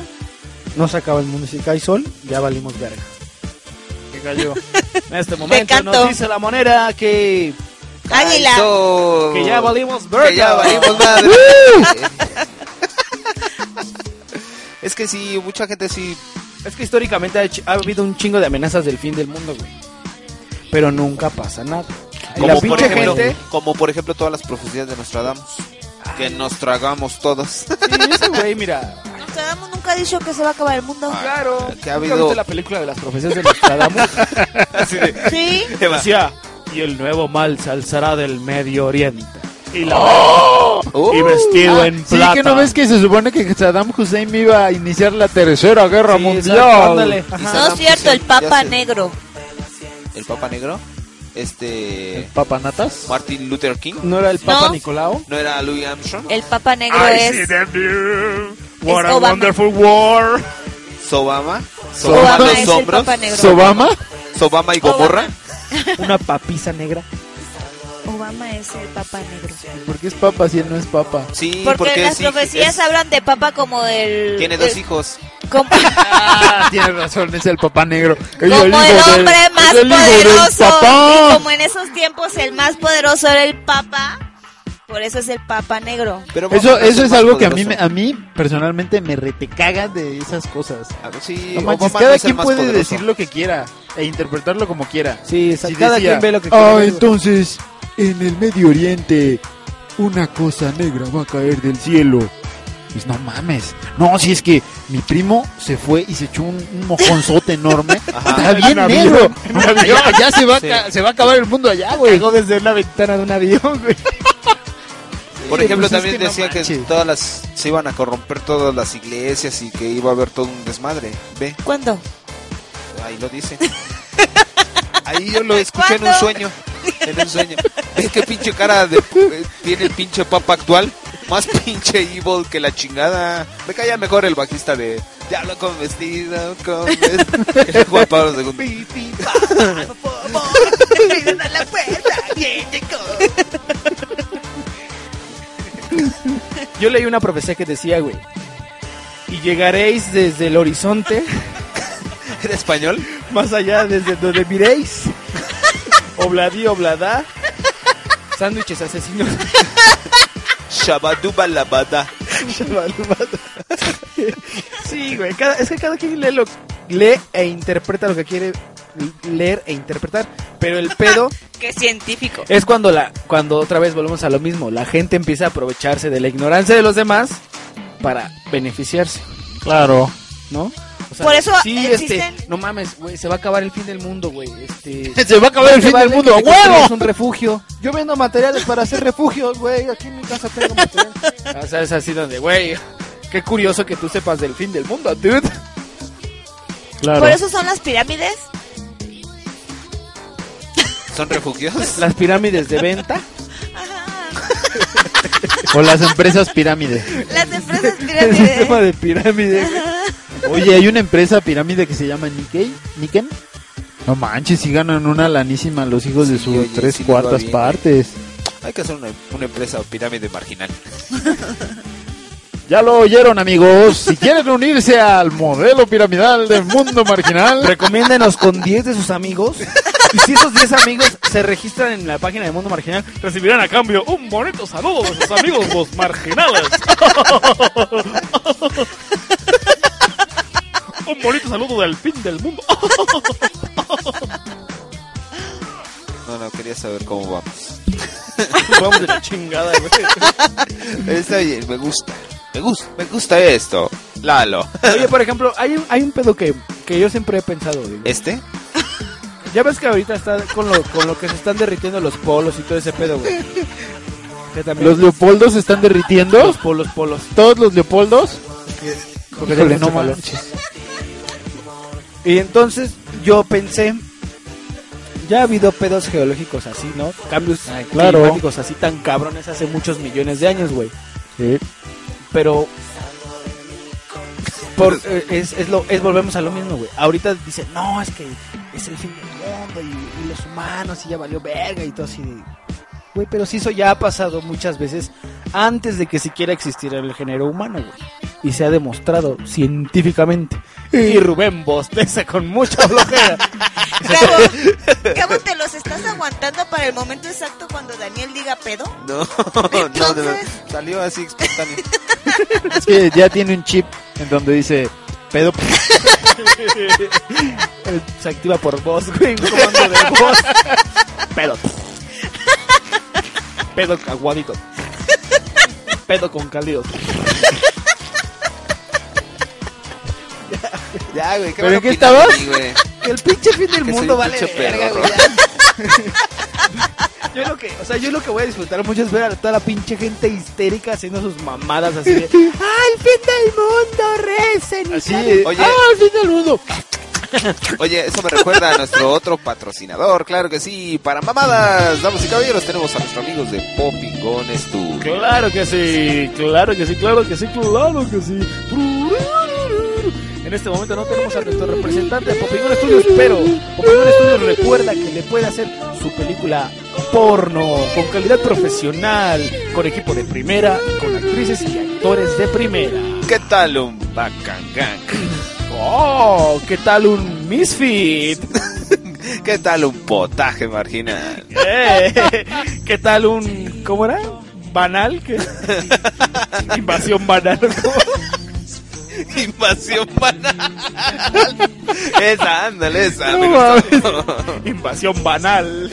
[SPEAKER 1] no se acaba el mundo. Si cae sol, ya valimos verga. Que cayó. en este momento
[SPEAKER 6] canto.
[SPEAKER 1] nos dice la moneda que.
[SPEAKER 6] Águila.
[SPEAKER 3] Eso.
[SPEAKER 1] Que ya valimos verga.
[SPEAKER 3] Que ya valimos madre. es que sí, mucha gente sí.
[SPEAKER 1] Es que históricamente ha, hecho- ha habido un chingo de amenazas del fin del mundo, güey. Pero nunca pasa nada. Y la
[SPEAKER 3] Como por,
[SPEAKER 1] pinche
[SPEAKER 3] ejemplo,
[SPEAKER 1] gente.
[SPEAKER 3] como por ejemplo todas las profecías de Nostradamus. Que nos tragamos todos.
[SPEAKER 1] Sí, ese güey, mira.
[SPEAKER 6] Nostradamus nunca ha dicho que se va a acabar el mundo.
[SPEAKER 3] Ah,
[SPEAKER 1] Claro.
[SPEAKER 3] Que ha
[SPEAKER 1] ¿Nunca
[SPEAKER 3] habido.
[SPEAKER 1] viste la película de las profecías de Nostradamus?
[SPEAKER 3] Así de-
[SPEAKER 6] Sí.
[SPEAKER 3] Eva.
[SPEAKER 1] Decía, y el nuevo mal se alzará del Medio Oriente. Y, la- y
[SPEAKER 3] Uh.
[SPEAKER 1] vestido
[SPEAKER 4] Ah,
[SPEAKER 1] en
[SPEAKER 4] sí,
[SPEAKER 1] plata.
[SPEAKER 4] que no ves que se supone que Saddam Hussein iba a iniciar la tercera guerra
[SPEAKER 1] Sí, exacto, ándale.
[SPEAKER 4] mundial.
[SPEAKER 1] Ajá.
[SPEAKER 6] No es
[SPEAKER 3] pues,
[SPEAKER 6] cierto, el Papa Negro.
[SPEAKER 3] El Papa Negro. Este.
[SPEAKER 4] Papanatas.
[SPEAKER 3] Martin Luther King.
[SPEAKER 1] ¿No era el Papa
[SPEAKER 6] No.
[SPEAKER 1] Nicolau?
[SPEAKER 3] No era Louis Armstrong.
[SPEAKER 6] El Papa Negro
[SPEAKER 3] I
[SPEAKER 6] es.
[SPEAKER 3] see them blue.
[SPEAKER 6] What a Obama. wonderful
[SPEAKER 3] war. Sobama. Sobama,
[SPEAKER 6] Obama es
[SPEAKER 3] los
[SPEAKER 6] el
[SPEAKER 3] hombros.
[SPEAKER 6] Papa Negro.
[SPEAKER 4] ¿Sobama?
[SPEAKER 3] Sobama y Gomorra.
[SPEAKER 1] Una papisa negra.
[SPEAKER 6] Obama es el Papa Negro.
[SPEAKER 4] Porque es papa si él no es papa.
[SPEAKER 3] Sí,
[SPEAKER 6] Porque,
[SPEAKER 3] porque,
[SPEAKER 6] las
[SPEAKER 3] sí,
[SPEAKER 6] profecías
[SPEAKER 3] es-
[SPEAKER 6] hablan de Papa como del.
[SPEAKER 3] Tiene dos Ah,
[SPEAKER 6] del-
[SPEAKER 3] hijos.
[SPEAKER 6] Como,
[SPEAKER 4] Tienes razón, es el papá negro. Es
[SPEAKER 6] como el
[SPEAKER 4] hijo del-
[SPEAKER 6] hombre más
[SPEAKER 4] es el hijo del
[SPEAKER 6] poderoso.
[SPEAKER 4] papá.
[SPEAKER 6] Y como en esos tiempos el más poderoso era el Papa, por eso es el Papa Negro.
[SPEAKER 3] Pero
[SPEAKER 4] Eso,
[SPEAKER 3] Obama
[SPEAKER 4] eso
[SPEAKER 3] el
[SPEAKER 4] es
[SPEAKER 3] más
[SPEAKER 4] algo que a mí, me-
[SPEAKER 3] poderoso.
[SPEAKER 4] a mí personalmente me retecaga de esas cosas.
[SPEAKER 3] A ver, Ah, Sí,
[SPEAKER 4] No manches,
[SPEAKER 3] Obama
[SPEAKER 4] cada
[SPEAKER 3] no es el
[SPEAKER 4] quien
[SPEAKER 3] más
[SPEAKER 4] puede
[SPEAKER 3] poderoso.
[SPEAKER 4] decir lo que quiera e interpretarlo como quiera.
[SPEAKER 1] Sí,
[SPEAKER 4] Si
[SPEAKER 1] cada
[SPEAKER 4] decía,
[SPEAKER 1] quien ve lo que quiere.
[SPEAKER 4] ah,
[SPEAKER 1] güey".
[SPEAKER 4] entonces, en el Medio Oriente, una cosa negra va a caer del cielo.
[SPEAKER 11] Pues no mames. No, si es que mi primo se fue y se echó un, un mojonzote enorme. Está bien
[SPEAKER 1] En un avión,
[SPEAKER 11] negro.
[SPEAKER 1] en un avión.
[SPEAKER 11] Ya, ya se, va a
[SPEAKER 1] Sí.
[SPEAKER 11] ca- se va a acabar el mundo allá, güey.
[SPEAKER 1] Llegó desde una ventana de un avión, güey.
[SPEAKER 3] Por
[SPEAKER 1] Sí,
[SPEAKER 3] ejemplo,
[SPEAKER 1] pues es
[SPEAKER 3] también
[SPEAKER 1] que no
[SPEAKER 3] decía que todas las se iban a corromper todas las iglesias y que iba a haber todo un desmadre. Ve.
[SPEAKER 6] ¿Cuándo?
[SPEAKER 3] Ahí lo dice. Ahí yo lo escuché en un sueño. En un sueño. ¿Ves qué pinche cara de- eh, tiene el pinche papa actual? Más pinche evil que la chingada. Me caía mejor el bajista de Diablo con vestido, con vestido. El Juan Pablo II.
[SPEAKER 1] Yo leí una profecía que decía, güey. Y llegaréis desde el horizonte,
[SPEAKER 3] ¿En español?
[SPEAKER 1] más allá desde donde miréis. Obladí, oblada. Sándwiches asesinos.
[SPEAKER 3] Shabaduba labada.
[SPEAKER 1] sí, güey. cada- es que cada quien lee, lo, lee e interpreta lo que quiere leer e interpretar. Pero el pedo
[SPEAKER 6] Qué científico.
[SPEAKER 1] es cuando la cuando otra vez volvemos a lo mismo. La gente empieza a aprovecharse de la ignorancia de los demás para beneficiarse.
[SPEAKER 11] Claro.
[SPEAKER 1] ¿No? O
[SPEAKER 6] Por eso
[SPEAKER 1] sí,
[SPEAKER 6] existen-
[SPEAKER 1] este, no mames, güey, se va a acabar el fin del mundo, güey. Este,
[SPEAKER 11] Se va a acabar el
[SPEAKER 1] no te
[SPEAKER 11] fin del
[SPEAKER 1] vale
[SPEAKER 11] mundo,
[SPEAKER 1] que te
[SPEAKER 11] ¡a huevo!
[SPEAKER 1] construyas un refugio. Yo vendo materiales para hacer refugios, güey. Aquí en mi casa tengo materiales. O sea, es así donde, güey, qué curioso que tú sepas del fin del mundo, dude. Claro.
[SPEAKER 6] Por eso son las pirámides.
[SPEAKER 3] ¿Son refugios?
[SPEAKER 1] Las pirámides de venta.
[SPEAKER 11] O las empresas pirámide.
[SPEAKER 6] Las empresas
[SPEAKER 1] El
[SPEAKER 6] pirámides.
[SPEAKER 1] sistema de pirámide.
[SPEAKER 11] Oye, hay una empresa pirámide que se llama Nikkei. Nikken. No manches, si ganan una lanísima los hijos de sus
[SPEAKER 3] oye,
[SPEAKER 11] tres
[SPEAKER 3] sí les va
[SPEAKER 11] cuartas
[SPEAKER 3] bien,
[SPEAKER 11] partes.
[SPEAKER 3] Hay que hacer una, una empresa pirámide marginal.
[SPEAKER 11] Ya lo oyeron, amigos. Si quieren unirse al modelo piramidal del mundo marginal,
[SPEAKER 1] recomiéndenos con 10 de sus amigos. Y si esos 10 amigos se registran en la página de Mundo Marginal, recibirán a cambio un bonito saludo de sus amigos los marginales. un bonito saludo del fin del mundo.
[SPEAKER 3] No, no, quería saber cómo vamos.
[SPEAKER 1] Vamos de la chingada,
[SPEAKER 3] Está bien, me gusta. Me gusta, me gusta esto. Lalo.
[SPEAKER 1] Oye, por ejemplo, hay un, hay un pedo que, que yo siempre he pensado. digo.
[SPEAKER 3] ¿Este?
[SPEAKER 1] Ya ves que ahorita está con lo, con lo que se están derritiendo los polos y todo ese pedo, güey. Que también-
[SPEAKER 11] los leopoldos se están derritiendo. Los
[SPEAKER 1] polos, polos.
[SPEAKER 11] Todos los leopoldos.
[SPEAKER 1] Porque
[SPEAKER 11] Híjole,
[SPEAKER 1] tengo
[SPEAKER 11] no
[SPEAKER 1] mucho calor.
[SPEAKER 11] manches.
[SPEAKER 1] Y entonces yo pensé, ya ha habido pedos geológicos así, ¿no? Cambios
[SPEAKER 11] claro.
[SPEAKER 1] climáticos así tan cabrones hace muchos millones de años, güey.
[SPEAKER 11] Sí.
[SPEAKER 1] Pero por- eh, es, es lo, es volvemos a lo mismo, güey. Ahorita dicen, no, es que es el fin del mundo y, y los humanos y ya valió verga y todo así. de- Güey, pero si eso ya ha pasado muchas veces antes de que siquiera existiera el género humano, güey. Y se ha demostrado científicamente. Y Rubén bosteza con mucha flojera.
[SPEAKER 6] Cabo, te los estás aguantando para el momento exacto cuando Daniel diga pedo.
[SPEAKER 3] No, no, de verdad, salió así espontáneo.
[SPEAKER 11] Es que ya tiene un chip en donde dice pedo.
[SPEAKER 1] Se activa por voz, güey. Un comando de voz. Pedo. Pedo aguadito. Pedo con cálido.
[SPEAKER 3] Ya, güey.
[SPEAKER 1] ¿Pero en qué estabas? Que el pinche fin del
[SPEAKER 3] Que soy
[SPEAKER 1] mundo
[SPEAKER 3] un
[SPEAKER 1] vale
[SPEAKER 3] pinche
[SPEAKER 1] verga,
[SPEAKER 3] pedorro.
[SPEAKER 1] güey. ya. Yo lo que, o sea, yo lo que voy a disfrutar mucho es ver a toda la pinche gente histérica haciendo sus mamadas así de ¡Ay, fin del mundo! Ah. ¡Recen!
[SPEAKER 3] Así, eh, oye.
[SPEAKER 1] ¡Al fin del mundo!
[SPEAKER 3] Oye, eso me recuerda a nuestro otro patrocinador, claro que sí. Para mamadas, damas y caballeros, tenemos a nuestros amigos de Popingón Studio.
[SPEAKER 2] Claro que sí, claro que sí, claro que sí, claro que sí.
[SPEAKER 1] En este momento no tenemos a nuestro representante de Popingón Studios, pero Popingón Studios recuerda que le puede hacer su película porno con calidad profesional, con equipo de primera, con actrices y actores de primera.
[SPEAKER 3] ¿Qué tal un bacangán?
[SPEAKER 1] ¡Oh! ¿Qué tal un misfit?
[SPEAKER 3] ¿Qué tal un potaje marginal?
[SPEAKER 1] Eh, ¿Qué tal un... ¿Cómo era? ¿Banal? ¿Qué? Invasión banal.
[SPEAKER 3] Invasión banal. Esa, ándale, esa.
[SPEAKER 1] No
[SPEAKER 3] me gustó.
[SPEAKER 1] Invasión banal.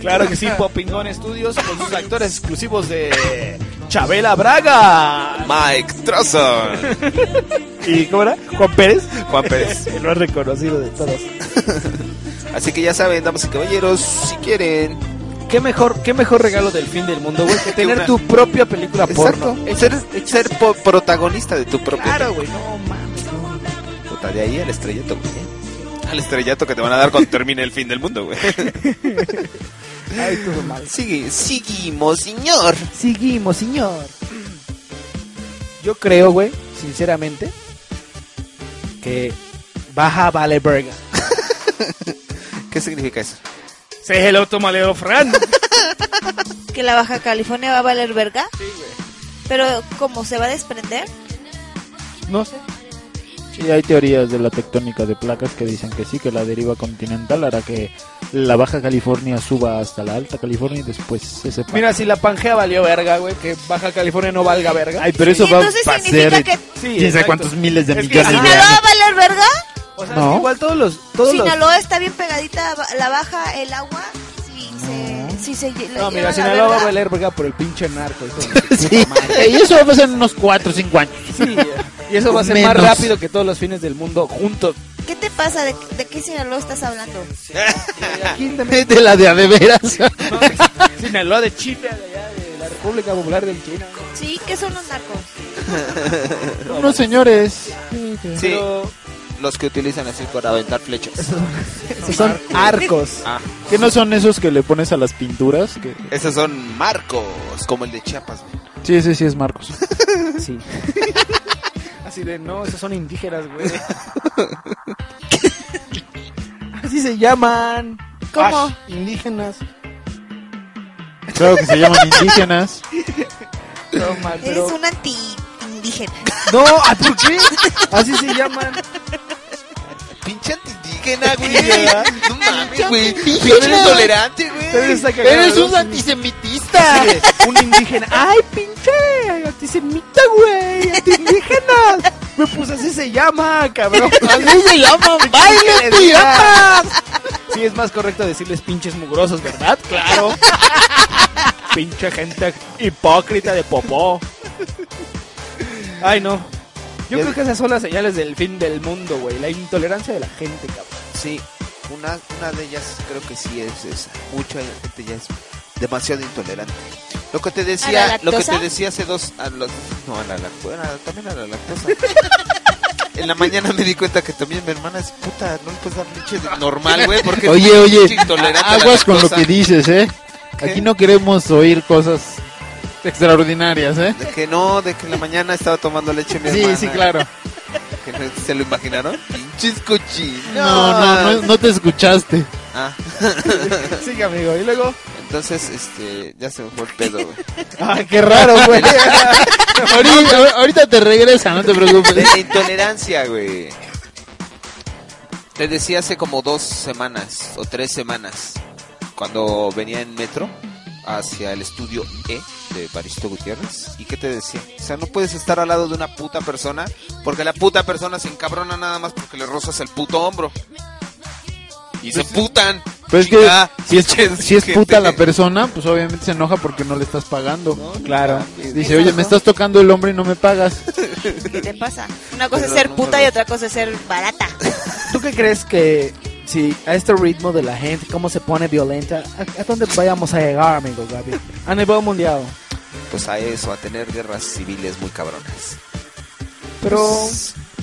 [SPEAKER 1] Claro que sí, Popingón Studios con sus actores exclusivos de
[SPEAKER 18] Chabela Braga.
[SPEAKER 3] Mike Trosson.
[SPEAKER 18] ¿Y cómo era? Juan Pérez.
[SPEAKER 3] Juan Pérez.
[SPEAKER 18] El más reconocido de todos.
[SPEAKER 3] Así que ya saben, damas y caballeros, si quieren.
[SPEAKER 1] ¿Qué mejor, qué mejor regalo del fin del mundo, güey? Que tener tu propia película
[SPEAKER 3] Exacto.
[SPEAKER 1] porno.
[SPEAKER 3] Ser, ser po- protagonista de tu propio.
[SPEAKER 1] Claro, güey, no mames.
[SPEAKER 3] Puta, de ahí al estrellato, güey. Al estrellato que te van a dar cuando termine el fin del mundo, güey.
[SPEAKER 1] Ay, todo mal.
[SPEAKER 3] Sigue, seguimos, señor.
[SPEAKER 1] Seguimos, señor. Yo creo, güey, sinceramente, que baja vale verga.
[SPEAKER 3] ¿Qué significa eso?
[SPEAKER 19] Say hello to my little friend.
[SPEAKER 6] ¿Que la Baja California va a valer verga? Sí, güey. Pero, ¿cómo se va a desprender?
[SPEAKER 4] No sé. Sí, hay teorías de la tectónica de placas que dicen que sí, que la deriva continental hará que la Baja California suba hasta la Alta California y después se separe.
[SPEAKER 1] Mira, si la Pangea valió verga, güey, que Baja California no valga verga.
[SPEAKER 4] Ay, pero eso
[SPEAKER 1] Sí,
[SPEAKER 4] va
[SPEAKER 1] entonces
[SPEAKER 4] a
[SPEAKER 1] significa
[SPEAKER 4] pasar
[SPEAKER 1] que- Sí,
[SPEAKER 4] quién sabe
[SPEAKER 1] exacto.
[SPEAKER 4] cuántos miles de
[SPEAKER 1] Es que
[SPEAKER 4] millones de
[SPEAKER 6] ¿Sinaloa va
[SPEAKER 4] años.
[SPEAKER 6] a valer verga?
[SPEAKER 1] O sea,
[SPEAKER 4] No.
[SPEAKER 1] igual todos los... Todos los-
[SPEAKER 6] Sinaloa está bien pegadita, a la baja el agua. Si se, si se lle-
[SPEAKER 1] No,
[SPEAKER 6] la lleva
[SPEAKER 1] mira,
[SPEAKER 6] la
[SPEAKER 1] Sinaloa va a
[SPEAKER 6] verga.
[SPEAKER 1] valer verga por el pinche narco. hijo de-
[SPEAKER 4] Sí. Y eso va a pasar en unos 4 o 5 años.
[SPEAKER 1] Y eso va a ser más
[SPEAKER 4] Menos.
[SPEAKER 1] rápido que todos los fines del mundo juntos.
[SPEAKER 6] ¿Qué te pasa? ¿De, de qué Sinaloa estás hablando?
[SPEAKER 4] De la de a de veras.
[SPEAKER 1] Sinaloa de Chile, de allá, de la República Popular del China.
[SPEAKER 6] Sí, ¿qué son los narcos?
[SPEAKER 4] Unos señores.
[SPEAKER 3] Sí, los que utilizan así para aventar flechas.
[SPEAKER 4] Son arcos.
[SPEAKER 3] Ah,
[SPEAKER 4] Que no son esos que le pones a las pinturas. Que...
[SPEAKER 3] esos son marcos, como el de Chiapas. güey.
[SPEAKER 4] Sí, ese sí es Marcos.
[SPEAKER 1] Sí. Así de, no, esos son indígenas, güey. Así se llaman.
[SPEAKER 6] ¿Cómo?
[SPEAKER 1] Ash, indígenas.
[SPEAKER 4] Claro que se llaman indígenas.
[SPEAKER 1] No, mal, pero...
[SPEAKER 6] Eres un anti-indígena.
[SPEAKER 1] No, ¿ah, ¿por qué? Así se llaman.
[SPEAKER 3] Pinche antiindígena, güey.
[SPEAKER 1] ¿verdad?
[SPEAKER 3] No mames, güey.
[SPEAKER 1] antiindígena.
[SPEAKER 3] Pero eres tolerante, güey.
[SPEAKER 1] Pero está cagado, ¿no? Sí.
[SPEAKER 4] antisemitista.
[SPEAKER 1] Un indígena. ¡Ay, pinche! Antisemita, güey. Antiindígenas. Me puse así se llama, cabrón.
[SPEAKER 4] Así se llaman, bailes
[SPEAKER 1] ¿Qué le
[SPEAKER 4] piratas.
[SPEAKER 1] Sí, es más correcto decirles pinches mugrosos, ¿verdad? Claro. Pinche gente hipócrita de popó. Ay, no. Yo creo que esas son las señales del fin del mundo, güey. La intolerancia de la gente, cabrón.
[SPEAKER 3] Sí, una, una de ellas creo que sí es esa. Mucha gente ya es demasiado intolerante. Lo que te
[SPEAKER 6] ¿A la
[SPEAKER 3] decía, lo que
[SPEAKER 6] lactosa?
[SPEAKER 3] te decía hace dos, a los- no a la lactosa, también a la lactosa. En la mañana me di cuenta que también mi hermana es puta, no le puedes dar leche de- normal, güey, porque es
[SPEAKER 4] Oye,
[SPEAKER 3] pinche
[SPEAKER 4] oye,
[SPEAKER 3] intolerante a la
[SPEAKER 4] aguas con lo
[SPEAKER 3] lactosa.
[SPEAKER 4] que dices, ¿eh? Aquí no queremos oír cosas extraordinarias, ¿eh?
[SPEAKER 3] De que no, de que en la mañana estaba tomando leche mi
[SPEAKER 4] Sí,
[SPEAKER 3] hermana.
[SPEAKER 4] sí, claro.
[SPEAKER 3] Que no- ¿Se lo imaginaron? Pinches cochinos.
[SPEAKER 4] No, no, no, no te escuchaste.
[SPEAKER 3] Ah.
[SPEAKER 1] Sí, amigo. Y luego.
[SPEAKER 3] Entonces, este, ya se me fue el pedo, güey.
[SPEAKER 1] Ah, qué raro, güey.
[SPEAKER 4] ahorita, ahorita te regresa, no te
[SPEAKER 3] De
[SPEAKER 4] preocupes.
[SPEAKER 3] la intolerancia, güey. Te decía hace como dos semanas o tres semanas, cuando venía en metro hacia el estudio E de Paristo Gutiérrez. ¿Y qué te decía? O sea, no puedes estar al lado de una puta persona porque la puta persona se encabrona nada más porque le rozas el puto hombro. Y se putan.
[SPEAKER 4] Pero Pues es que
[SPEAKER 3] Chinga,
[SPEAKER 4] si es,
[SPEAKER 3] pinches
[SPEAKER 4] si es puta
[SPEAKER 3] gente.
[SPEAKER 4] la persona, pues obviamente se enoja porque no le estás pagando.
[SPEAKER 1] Claro.
[SPEAKER 4] Dice, oye, me estás tocando el hombre y no me pagas.
[SPEAKER 6] ¿Qué te pasa? Una cosa es
[SPEAKER 4] Perdón,
[SPEAKER 6] ser
[SPEAKER 4] no
[SPEAKER 6] puta
[SPEAKER 4] me
[SPEAKER 6] y otra cosa es ser barata.
[SPEAKER 1] ¿Tú qué crees que si a este ritmo de la gente, cómo se pone violenta, a, a dónde vayamos a llegar, amigo Gaby? A nivel mundial.
[SPEAKER 3] Pues a eso, a tener guerras civiles muy cabronas.
[SPEAKER 1] Pero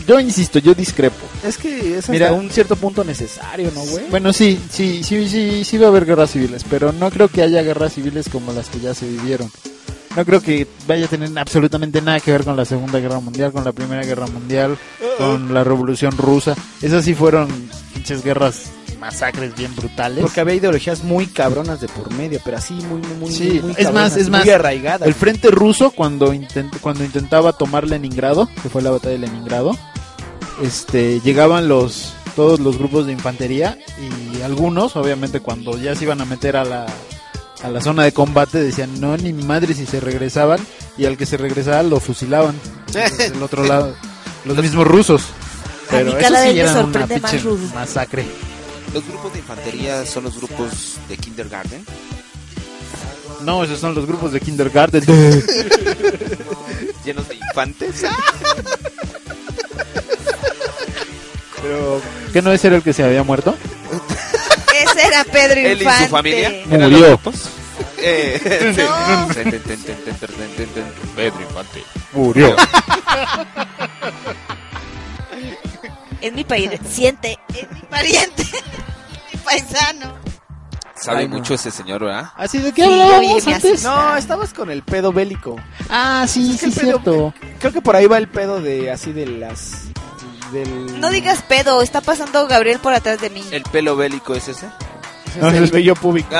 [SPEAKER 4] Yo insisto, yo discrepo.
[SPEAKER 1] es que es
[SPEAKER 4] Mira.
[SPEAKER 1] hasta un cierto punto necesario, ¿no, güey?
[SPEAKER 4] Bueno, sí, sí, sí, sí, sí va a haber guerras civiles, pero no creo que haya guerras civiles como las que ya se vivieron. No creo que vaya a tener absolutamente nada que ver con la Segunda Guerra Mundial, con la Primera Guerra Mundial, con la Revolución Rusa. Esas sí fueron pinches guerras, masacres bien brutales.
[SPEAKER 1] Porque había ideologías muy cabronas de por medio, pero así muy, muy, muy,
[SPEAKER 4] Sí,
[SPEAKER 1] muy
[SPEAKER 4] es
[SPEAKER 1] cabronas,
[SPEAKER 4] más, es más.
[SPEAKER 1] muy arraigadas.
[SPEAKER 4] El frente ruso cuando intent- cuando intentaba tomar Leningrado, que fue la batalla de Leningrado, este llegaban los todos los grupos de infantería y algunos, obviamente cuando ya se iban a meter a la a la zona de combate decían, "No, ni madre si se regresaban" y al que se regresaba lo fusilaban. Entonces, del otro lado los mismos rusos.
[SPEAKER 6] A
[SPEAKER 4] Pero
[SPEAKER 6] mí
[SPEAKER 4] eso
[SPEAKER 6] cada vez
[SPEAKER 4] sí
[SPEAKER 6] me
[SPEAKER 4] era una
[SPEAKER 6] sorprende más
[SPEAKER 4] pinche
[SPEAKER 6] ruso.
[SPEAKER 4] masacre.
[SPEAKER 3] Los grupos de infantería son los grupos de kindergarten.
[SPEAKER 4] No, esos son los grupos de kindergarten.
[SPEAKER 3] Llenos de infantes.
[SPEAKER 4] Pero, ¿qué no ese era el que se había muerto?
[SPEAKER 6] Ese era Pedro
[SPEAKER 3] Él
[SPEAKER 6] Infante.
[SPEAKER 3] y su familia. ¿Eran los guapos? Eh, Pedro Infante.
[SPEAKER 4] Murió.
[SPEAKER 6] Es mi pariente, es mi pariente, mi paisano.
[SPEAKER 3] Sabe
[SPEAKER 1] Ay, no.
[SPEAKER 3] mucho ese señor, ¿verdad?
[SPEAKER 1] Así de
[SPEAKER 9] qué
[SPEAKER 1] qué
[SPEAKER 9] hablábamos
[SPEAKER 1] hablábamos
[SPEAKER 9] antes?
[SPEAKER 1] antes. No, estabas con el pedo bélico.
[SPEAKER 9] Ah, sí,
[SPEAKER 1] Es que el
[SPEAKER 9] sí,
[SPEAKER 1] pedo-
[SPEAKER 9] cierto.
[SPEAKER 1] Creo que por ahí va el pedo de así de las del
[SPEAKER 6] No digas pedo, está pasando Gabriel por atrás de mí.
[SPEAKER 3] ¿El pelo bélico es ese?
[SPEAKER 4] No, Ah. es el
[SPEAKER 1] bello público.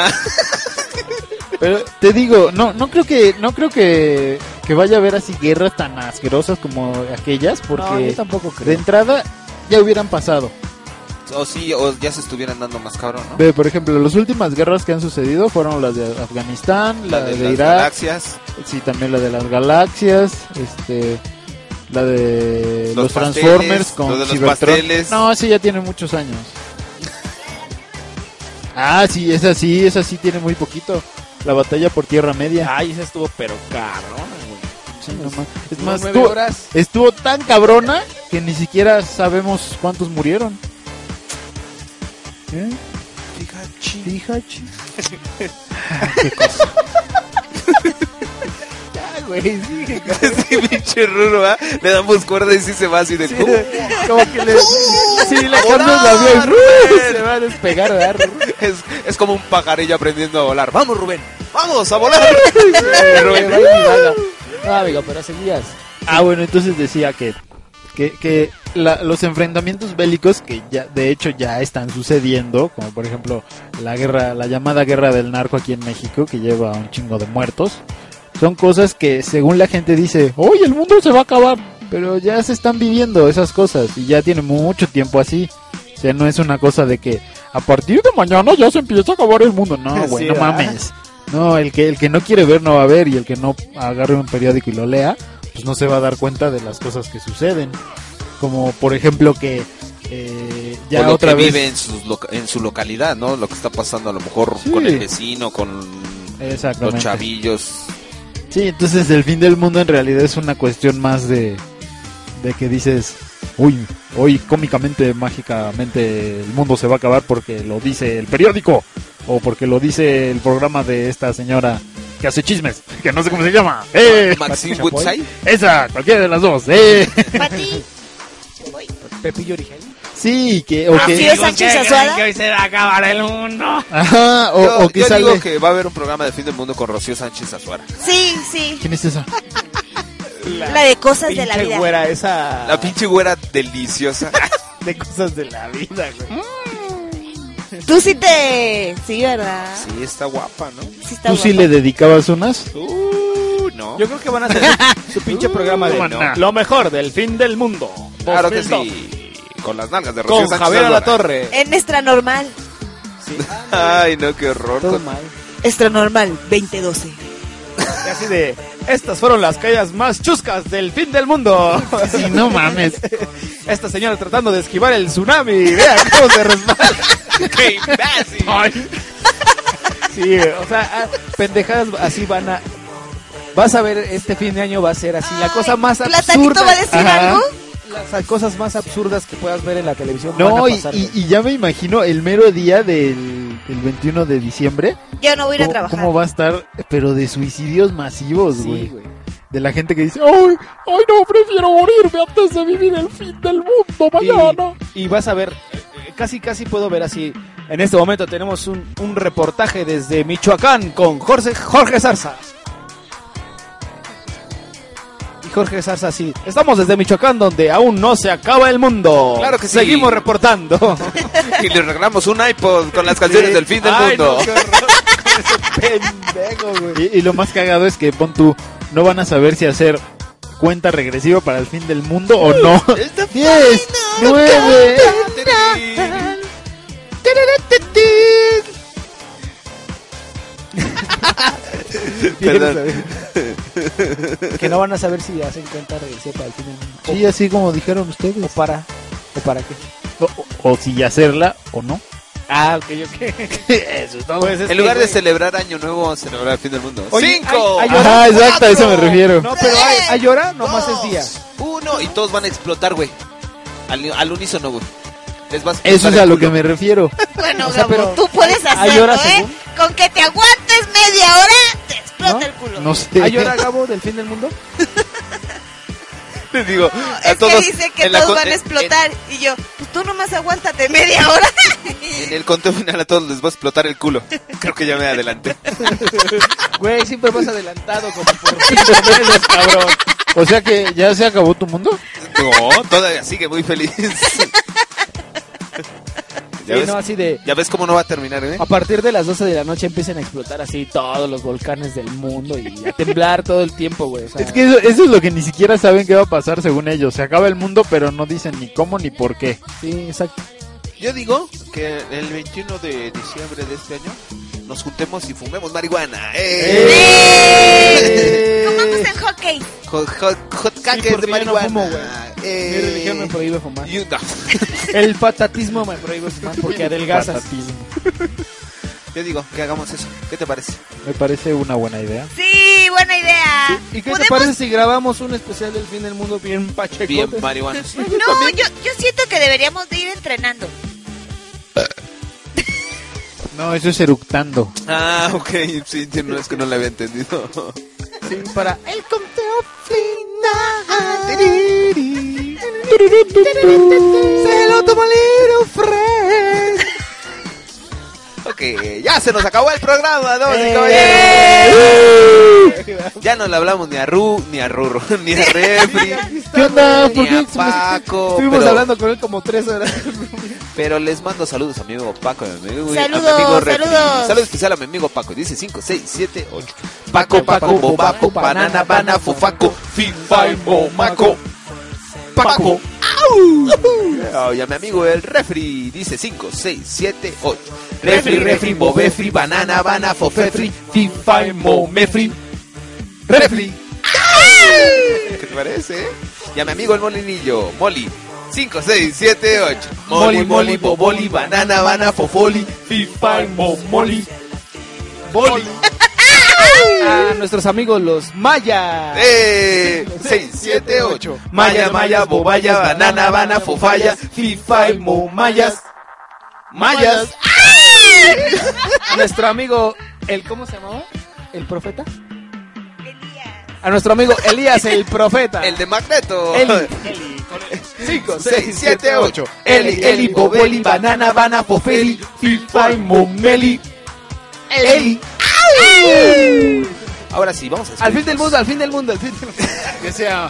[SPEAKER 4] Pero te digo, no, no creo que, no creo que, que vaya a haber así guerras tan asquerosas como aquellas, porque
[SPEAKER 1] No, yo tampoco creo.
[SPEAKER 4] de entrada ya hubieran pasado.
[SPEAKER 3] O sí, o ya se estuvieran dando más cabrón, ¿no?
[SPEAKER 4] Ve, por ejemplo, las últimas guerras que han sucedido fueron las de Afganistán, la,
[SPEAKER 3] La de
[SPEAKER 4] de,
[SPEAKER 3] las
[SPEAKER 4] Irak,
[SPEAKER 3] galaxias.
[SPEAKER 4] sí, también la de las galaxias, este, la de
[SPEAKER 3] Los
[SPEAKER 4] los,
[SPEAKER 3] pasteles,
[SPEAKER 4] Transformers con
[SPEAKER 3] lo de los
[SPEAKER 4] Cybertron.
[SPEAKER 3] pasteles.
[SPEAKER 4] No, sí, ya tiene muchos años. Ah, sí, esa sí, esa sí tiene muy poquito. La batalla por Tierra Media.
[SPEAKER 1] Ay, esa estuvo pero cabrón, güey.
[SPEAKER 4] Sí, no más. Es
[SPEAKER 1] Duró
[SPEAKER 4] más,
[SPEAKER 1] nueve
[SPEAKER 4] estuvo,
[SPEAKER 1] horas.
[SPEAKER 4] estuvo tan cabrona que ni siquiera sabemos cuántos murieron. ¿Eh? Fijachi. Qué cosa.
[SPEAKER 1] Ya, güey, sí,
[SPEAKER 3] Ese pinche rulo, ¿verdad? Le damos cuerda y sí se va así de...
[SPEAKER 1] Como que le Sí, le
[SPEAKER 3] cambias la vía y,
[SPEAKER 1] se va a despegar,
[SPEAKER 3] Es, es como un pajarillo aprendiendo a volar. ¡Vamos, Rubén! ¡Vamos a volar! Rubén.
[SPEAKER 1] No, amigo, pero seguías.
[SPEAKER 4] Ah, bueno, entonces decía que, que, que la- los enfrentamientos bélicos que ya, de hecho ya están sucediendo, como por ejemplo la guerra, la llamada guerra del narco aquí en México, que lleva a un chingo de muertos, son cosas que según la gente dice, hoy el mundo se va a acabar, pero ya se están viviendo esas cosas y ya tiene mucho tiempo así. O sea, no es una cosa de que a partir de mañana ya se empieza a acabar el mundo. No, güey,
[SPEAKER 11] Sí,
[SPEAKER 4] no
[SPEAKER 11] ¿verdad?
[SPEAKER 4] mames. No, el que, el que no quiere ver no va a ver y el que no agarre un periódico y lo lea, pues no se va a dar cuenta de las cosas que suceden. Como por ejemplo que eh,
[SPEAKER 3] O
[SPEAKER 4] ya
[SPEAKER 3] lo
[SPEAKER 4] otra
[SPEAKER 3] que
[SPEAKER 4] vez...
[SPEAKER 3] vive en su, en su localidad, ¿no? Lo que está pasando a lo mejor
[SPEAKER 4] Sí.
[SPEAKER 3] con el vecino, con los
[SPEAKER 4] Exactamente.
[SPEAKER 3] chavillos.
[SPEAKER 4] Sí, entonces el fin del mundo en realidad es una cuestión más de, de que dices, uy, hoy cómicamente, mágicamente el mundo se va a acabar porque lo dice el periódico o porque lo dice el programa de esta señora que hace chismes, que no sé cómo se llama. ¡Eh!
[SPEAKER 3] Maxine
[SPEAKER 4] Patricia Boy.
[SPEAKER 3] Woodside.
[SPEAKER 4] Esa, cualquiera de las dos. ¡Eh!
[SPEAKER 1] Pepillo Origel.
[SPEAKER 4] Sí, que...
[SPEAKER 6] Ah,
[SPEAKER 4] O que
[SPEAKER 1] Que hoy se va a acabar el mundo.
[SPEAKER 4] Ajá, o,
[SPEAKER 3] yo
[SPEAKER 4] o que
[SPEAKER 3] yo
[SPEAKER 4] sale...
[SPEAKER 3] digo que va a haber un programa de fin del mundo con Rocío Sánchez Azuara.
[SPEAKER 6] Sí, sí.
[SPEAKER 4] ¿Quién es esa?
[SPEAKER 6] La, de cosas de la vida.
[SPEAKER 1] esa.
[SPEAKER 4] Ah.
[SPEAKER 3] La pinche güera deliciosa.
[SPEAKER 1] De cosas de la vida, güey.
[SPEAKER 6] Tú sí te. Sí, ¿verdad?
[SPEAKER 3] sí, está guapa, ¿no?
[SPEAKER 6] Sí, está
[SPEAKER 4] ¿Tú sí
[SPEAKER 6] guapa.
[SPEAKER 4] le dedicabas unas?
[SPEAKER 6] ¿Mm?
[SPEAKER 3] Uh, no.
[SPEAKER 1] Yo creo que van a hacer su pinche programa de
[SPEAKER 3] no.
[SPEAKER 1] lo mejor del fin del mundo.
[SPEAKER 3] Claro que
[SPEAKER 1] 2002.
[SPEAKER 3] sí. Con las nalgas de Rocío
[SPEAKER 1] Con
[SPEAKER 3] Sánchez
[SPEAKER 1] Javier La
[SPEAKER 3] Azuara.
[SPEAKER 1] Torre.
[SPEAKER 6] En extra normal.
[SPEAKER 3] Ay, no, qué horror. Con-
[SPEAKER 6] Extra normal 2012.
[SPEAKER 1] Así de, estas fueron las calles más chuscas del fin del mundo.
[SPEAKER 4] Sí, no mames.
[SPEAKER 1] Esta señora tratando de esquivar el tsunami. Vean cómo se resbala.
[SPEAKER 3] ¡Qué imbécil!
[SPEAKER 1] Ay. Sí, o sea, ah, pendejadas así van a... Vas a ver, este fin de año va a ser así. La cosa más absurda.
[SPEAKER 6] ¿Platanito va a decir
[SPEAKER 4] Ajá.
[SPEAKER 6] algo?
[SPEAKER 1] Las cosas más absurdas que puedas ver en la televisión. van
[SPEAKER 4] No,
[SPEAKER 1] a
[SPEAKER 4] y,
[SPEAKER 1] pasar,
[SPEAKER 4] y- y ya me imagino el mero día del, del 21 de diciembre.
[SPEAKER 6] Yo no voy a ir a
[SPEAKER 4] ¿Cómo-
[SPEAKER 6] trabajar.
[SPEAKER 4] ¿Cómo va a estar? Pero de suicidios masivos, güey.
[SPEAKER 1] güey.
[SPEAKER 4] de la gente que dice, ¡ay!
[SPEAKER 11] Ay, ay, no, prefiero morirme antes de vivir el fin del mundo
[SPEAKER 4] Oh,
[SPEAKER 1] Y-
[SPEAKER 11] mañana.
[SPEAKER 1] Y vas a ver, eh, eh, casi casi puedo ver así. En este momento tenemos un, un reportaje desde Michoacán con Jorge, Jorge Zarza. Y Jorge Zarza así. Estamos desde Michoacán donde aún no se acaba el mundo.
[SPEAKER 3] Claro que sí.
[SPEAKER 1] Seguimos reportando.
[SPEAKER 3] Y le regalamos un iPod con las canciones
[SPEAKER 1] Sí.
[SPEAKER 3] del fin del
[SPEAKER 1] Ay,
[SPEAKER 3] mundo.
[SPEAKER 1] no, qué horror. Pendejo, güey.
[SPEAKER 4] Y, y lo más cagado es que pon tú, no van a saber si hacer cuenta regresiva para el fin del mundo o no. ¡Diez! ¡Nueve!
[SPEAKER 3] Perdón.
[SPEAKER 1] que no van a saber si hacen cuenta regresiva para el fin del mundo.
[SPEAKER 4] Sí, así como dijeron ustedes.
[SPEAKER 1] O para. ¿O para qué?
[SPEAKER 4] O, o si hacerla o no.
[SPEAKER 1] Ah, ok, ok. Eso es todo. Pues es
[SPEAKER 3] en
[SPEAKER 1] que,
[SPEAKER 3] lugar de
[SPEAKER 1] güey,
[SPEAKER 3] celebrar Año Nuevo, vamos a celebrar el fin del mundo.
[SPEAKER 1] Oye,
[SPEAKER 3] ¡Cinco!
[SPEAKER 1] hay- hay hora-
[SPEAKER 3] Ajá,
[SPEAKER 1] exacto, a eso me
[SPEAKER 3] cuatro,
[SPEAKER 1] refiero. No, pero hay- hay hora, nomás
[SPEAKER 3] dos,
[SPEAKER 1] es día.
[SPEAKER 3] Uno, y todos van a explotar, güey. Al, al unísono, güey. Les vas
[SPEAKER 11] Eso
[SPEAKER 3] explotar
[SPEAKER 11] es a
[SPEAKER 3] el
[SPEAKER 11] lo
[SPEAKER 3] culo.
[SPEAKER 11] que me refiero.
[SPEAKER 6] Bueno, Gabo, tú puedes
[SPEAKER 11] hay
[SPEAKER 6] hacerlo,
[SPEAKER 11] horas
[SPEAKER 6] ¿eh? Con que te aguantes media hora, te explota el culo.
[SPEAKER 11] No sé.
[SPEAKER 1] ¿Hay hora, Gabo, del fin del mundo?
[SPEAKER 3] Les digo, a
[SPEAKER 6] Es
[SPEAKER 3] todos.
[SPEAKER 6] que dice que
[SPEAKER 3] en la
[SPEAKER 6] todos
[SPEAKER 3] con-
[SPEAKER 6] van a
[SPEAKER 3] en-
[SPEAKER 6] explotar. Y yo, pues tú nomás aguántate media hora.
[SPEAKER 3] En el conteo final a todos les va a explotar el culo. Creo que ya me adelanté.
[SPEAKER 1] Güey, siempre vas adelantado como por cinco meses, cabrón.
[SPEAKER 11] O sea que ya se acabó tu mundo.
[SPEAKER 3] No, todavía sigue muy feliz.
[SPEAKER 1] Sí, no, así de-
[SPEAKER 3] ya ves cómo no va a terminar, ¿eh?
[SPEAKER 1] A partir de las 12 de la noche empiezan a explotar así todos los volcanes del mundo y a temblar todo el tiempo, güey. o sea,
[SPEAKER 11] Es que eso, eso es lo que ni siquiera saben qué va a pasar según ellos. Se acaba el mundo, pero no dicen ni cómo ni por qué.
[SPEAKER 1] Sí, exacto.
[SPEAKER 3] Yo digo que el 21 de diciembre de este año nos juntemos y fumemos marihuana. ¡Eh!
[SPEAKER 6] Comamos en hockey.
[SPEAKER 3] Hot, hot, hot cakes de marihuana. Eh.
[SPEAKER 1] Mi religión me prohíbe fumar. El patatismo me prohíbe fumar porque adelgazas.
[SPEAKER 3] Yo digo que hagamos eso. ¿Qué te parece?
[SPEAKER 11] Me parece una buena idea.
[SPEAKER 6] Sí, buena idea.
[SPEAKER 1] ¿Y qué
[SPEAKER 6] Podemos-
[SPEAKER 1] te parece si grabamos un especial del fin del mundo bien pacheco?
[SPEAKER 3] Bien marihuanos.
[SPEAKER 6] No, yo, yo siento que deberíamos de ir entrenando.
[SPEAKER 11] No, eso es eructando.
[SPEAKER 3] Ah, ok. Sí, sí, no es que no lo había entendido.
[SPEAKER 1] para
[SPEAKER 9] el
[SPEAKER 1] conteo
[SPEAKER 9] final.
[SPEAKER 1] Se lo toma
[SPEAKER 3] Ok, ya se nos acabó el programa, damas y
[SPEAKER 1] ¡Eh!
[SPEAKER 3] caballeros. Ya no le hablamos ni a Ru, ni a Rurro, ni a Refri,
[SPEAKER 1] ¿Qué onda?
[SPEAKER 3] ni a Paco.
[SPEAKER 1] Estuvimos
[SPEAKER 3] pero,
[SPEAKER 1] hablando con él como tres horas.
[SPEAKER 3] pero les mando saludos a mi amigo Paco, a mi amigo,
[SPEAKER 6] Saludos,
[SPEAKER 3] a mi amigo Refri.
[SPEAKER 6] saludos.
[SPEAKER 3] Saludos especial a mi amigo Paco. Dice 5, 6, 7, 8. Paco, Paco, Bobaco, Banana, Bana, Fufaco, Finfai, Momaco. Paco. ¡Au! Y a mi amigo el refri dice 5, 6, 7, 8. Refri, refri, bobefri, banana, bana, fofefri, finfai, momefri. Refri. ¿Qué te parece? eh? Y a mi amigo el molinillo, Moli. 5, 6, 7, 8. Moli, moli, boboli, banana, bana, fofoli, finfai, momoli. Boli.
[SPEAKER 1] A nuestros amigos los mayas.
[SPEAKER 3] Eh, 6, 7, 8. Maya, maya, bobaya, banana, bana, fofaya, fifa y momayas. Mayas.
[SPEAKER 1] A nuestro amigo, el ¿cómo se llamaba? ¿El profeta? A nuestro amigo Elías, el profeta.
[SPEAKER 3] El de Magneto.
[SPEAKER 1] Eli.
[SPEAKER 3] 5, 6, 7, 8. Eli, Eli, Bobeli, Banana, Bana, Fofeli, Fifa y Momeli.
[SPEAKER 1] Eli.
[SPEAKER 3] Ahora sí, vamos a
[SPEAKER 1] Al fin del mundo, al fin del mundo, al fin del mundo.
[SPEAKER 11] Que sea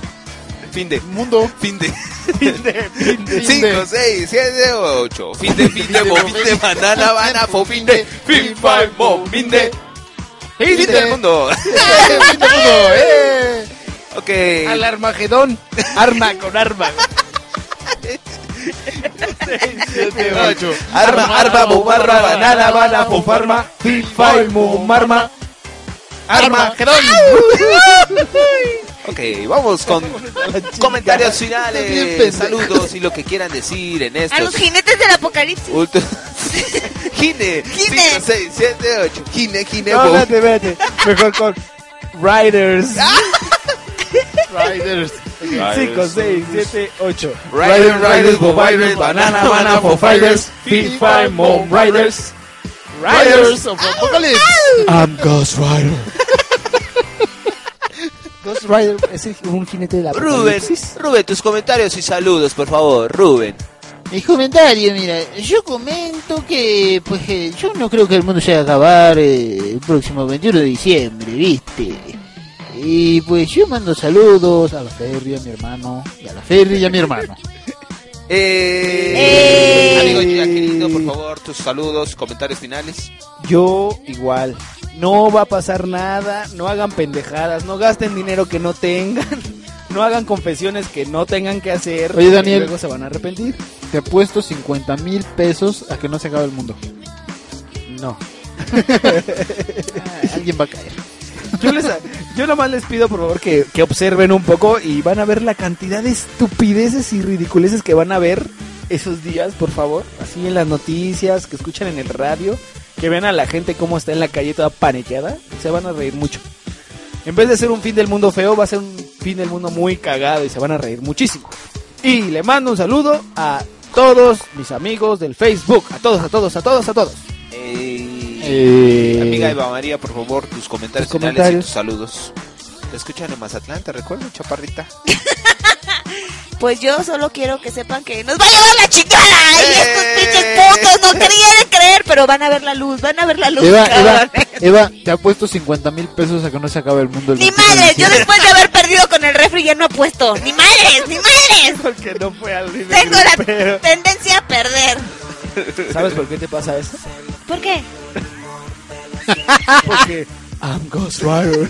[SPEAKER 3] fin de
[SPEAKER 11] mundo.
[SPEAKER 3] Fin de. 5, 6, 7, 8. Fin de, fin de, bobín de, banana, banana, fofín de, fin, five, bobín de. Fin del mundo.
[SPEAKER 1] Fin del mundo, eh.
[SPEAKER 3] Ok.
[SPEAKER 1] Al Armagedón. Arma con arma.
[SPEAKER 3] Arma, arma, bobarra, banana, bana, fofarma, fifa y mumarma. Arma, Gerón. Ok, vamos con comentarios finales, saludos y lo que quieran decir en
[SPEAKER 6] A los
[SPEAKER 3] estos
[SPEAKER 6] jinetes del apocalipsis.
[SPEAKER 3] Ultra- Gine, 5, 6, 7, 8. Gine, Gine,
[SPEAKER 1] No,
[SPEAKER 3] bo-
[SPEAKER 1] vete, vete. Mejor con Riders.
[SPEAKER 11] Riders.
[SPEAKER 1] 5, 6, 7, 8.
[SPEAKER 3] Riders, Riders, Bo Riders, Banana, Banana, Bo Riders,
[SPEAKER 1] Fit Five, Mom Riders.
[SPEAKER 11] Riders of Apocalypse.
[SPEAKER 1] I'm Ghost Rider. Ghost Rider es un jinete de la
[SPEAKER 3] Rubén, Rubén, tus comentarios y saludos, por favor, Rubén.
[SPEAKER 9] Mi comentario, mira, yo comento que, pues, eh, yo no creo que el mundo se vaya a acabar eh, el próximo 21 de diciembre, ¿viste? Y pues yo mando saludos a la Ferry, a mi hermano, y a la Ferry y a mi hermano.
[SPEAKER 3] Eh, Amigo ya querido, por favor, tus saludos, comentarios finales.
[SPEAKER 1] Yo igual. No va a pasar nada, no hagan pendejadas, no gasten dinero que no tengan, no hagan confesiones que no tengan que hacer.
[SPEAKER 11] Oye, Daniel.
[SPEAKER 1] y Luego se van a arrepentir.
[SPEAKER 11] Te apuesto 50 mil pesos a que no se acabe el mundo.
[SPEAKER 1] No.
[SPEAKER 11] alguien va a caer.
[SPEAKER 1] Yo, les, yo nomás les pido por favor que, que observen un poco y van a ver la cantidad de estupideces y ridiculeces que van a ver esos días, por favor, así en las noticias, que escuchan en el radio, que vean a la gente cómo está en la calle toda paniqueada, se van a reír mucho. En vez de ser un fin del mundo feo, va a ser un fin del mundo muy cagado y se van a reír muchísimo. Y le mando un saludo a todos mis amigos del Facebook, a todos, a todos, a todos, a todos.
[SPEAKER 3] Ey.
[SPEAKER 1] Eh.
[SPEAKER 3] Amiga Eva María, por favor, tus comentarios,
[SPEAKER 1] Tus
[SPEAKER 3] finales
[SPEAKER 1] comentarios.
[SPEAKER 3] y tus saludos. Te escuchan en Mazatlán, te recuerdo, chaparrita.
[SPEAKER 6] Pues yo solo quiero que sepan que nos va a llevar la chingada. Y estos pinches putos no querían creer, pero van a ver la luz, van a ver la luz.
[SPEAKER 4] Eva,
[SPEAKER 6] cabrón.
[SPEAKER 4] Eva, Eva, te ha puesto 50 mil pesos a que no se acabe el mundo. El
[SPEAKER 6] Ni
[SPEAKER 4] 21 de
[SPEAKER 6] madres, yo
[SPEAKER 4] diciembre.
[SPEAKER 6] después de haber perdido con el refri ya no apuesto. Ni madres, ni madres. Porque
[SPEAKER 1] no fue al
[SPEAKER 6] Tengo la tendencia a perder.
[SPEAKER 1] ¿Sabes por qué te pasa eso?
[SPEAKER 6] ¿Por qué?
[SPEAKER 1] Porque I'm Ghost Rider.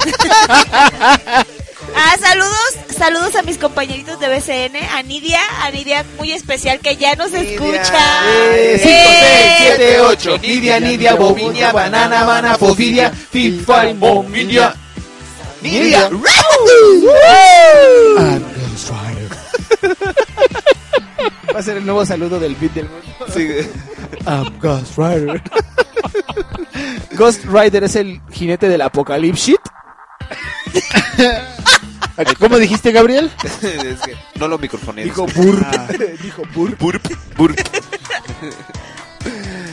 [SPEAKER 6] Ah, saludos, saludos a mis compañeritos de BCN, a Nidia, a Nidia muy especial que ya nos escucha.
[SPEAKER 20] Eh, cinco, seis, siete, ocho. Nidia,
[SPEAKER 6] Nidia,
[SPEAKER 20] Nidia, Bovinia, Banana, Banana, Fofidia, Fifa, Bovinia. Nidia.
[SPEAKER 1] Va a ser el nuevo saludo del beat del mundo. I'm Ghost Rider. Ghost Rider es el jinete del apocalipsis.
[SPEAKER 4] ¿Cómo dijiste, Gabriel?
[SPEAKER 3] Es que no lo microfoné.
[SPEAKER 4] Dijo
[SPEAKER 3] disculpa.
[SPEAKER 4] burp.
[SPEAKER 1] Dijo burp.
[SPEAKER 3] Burp, burp.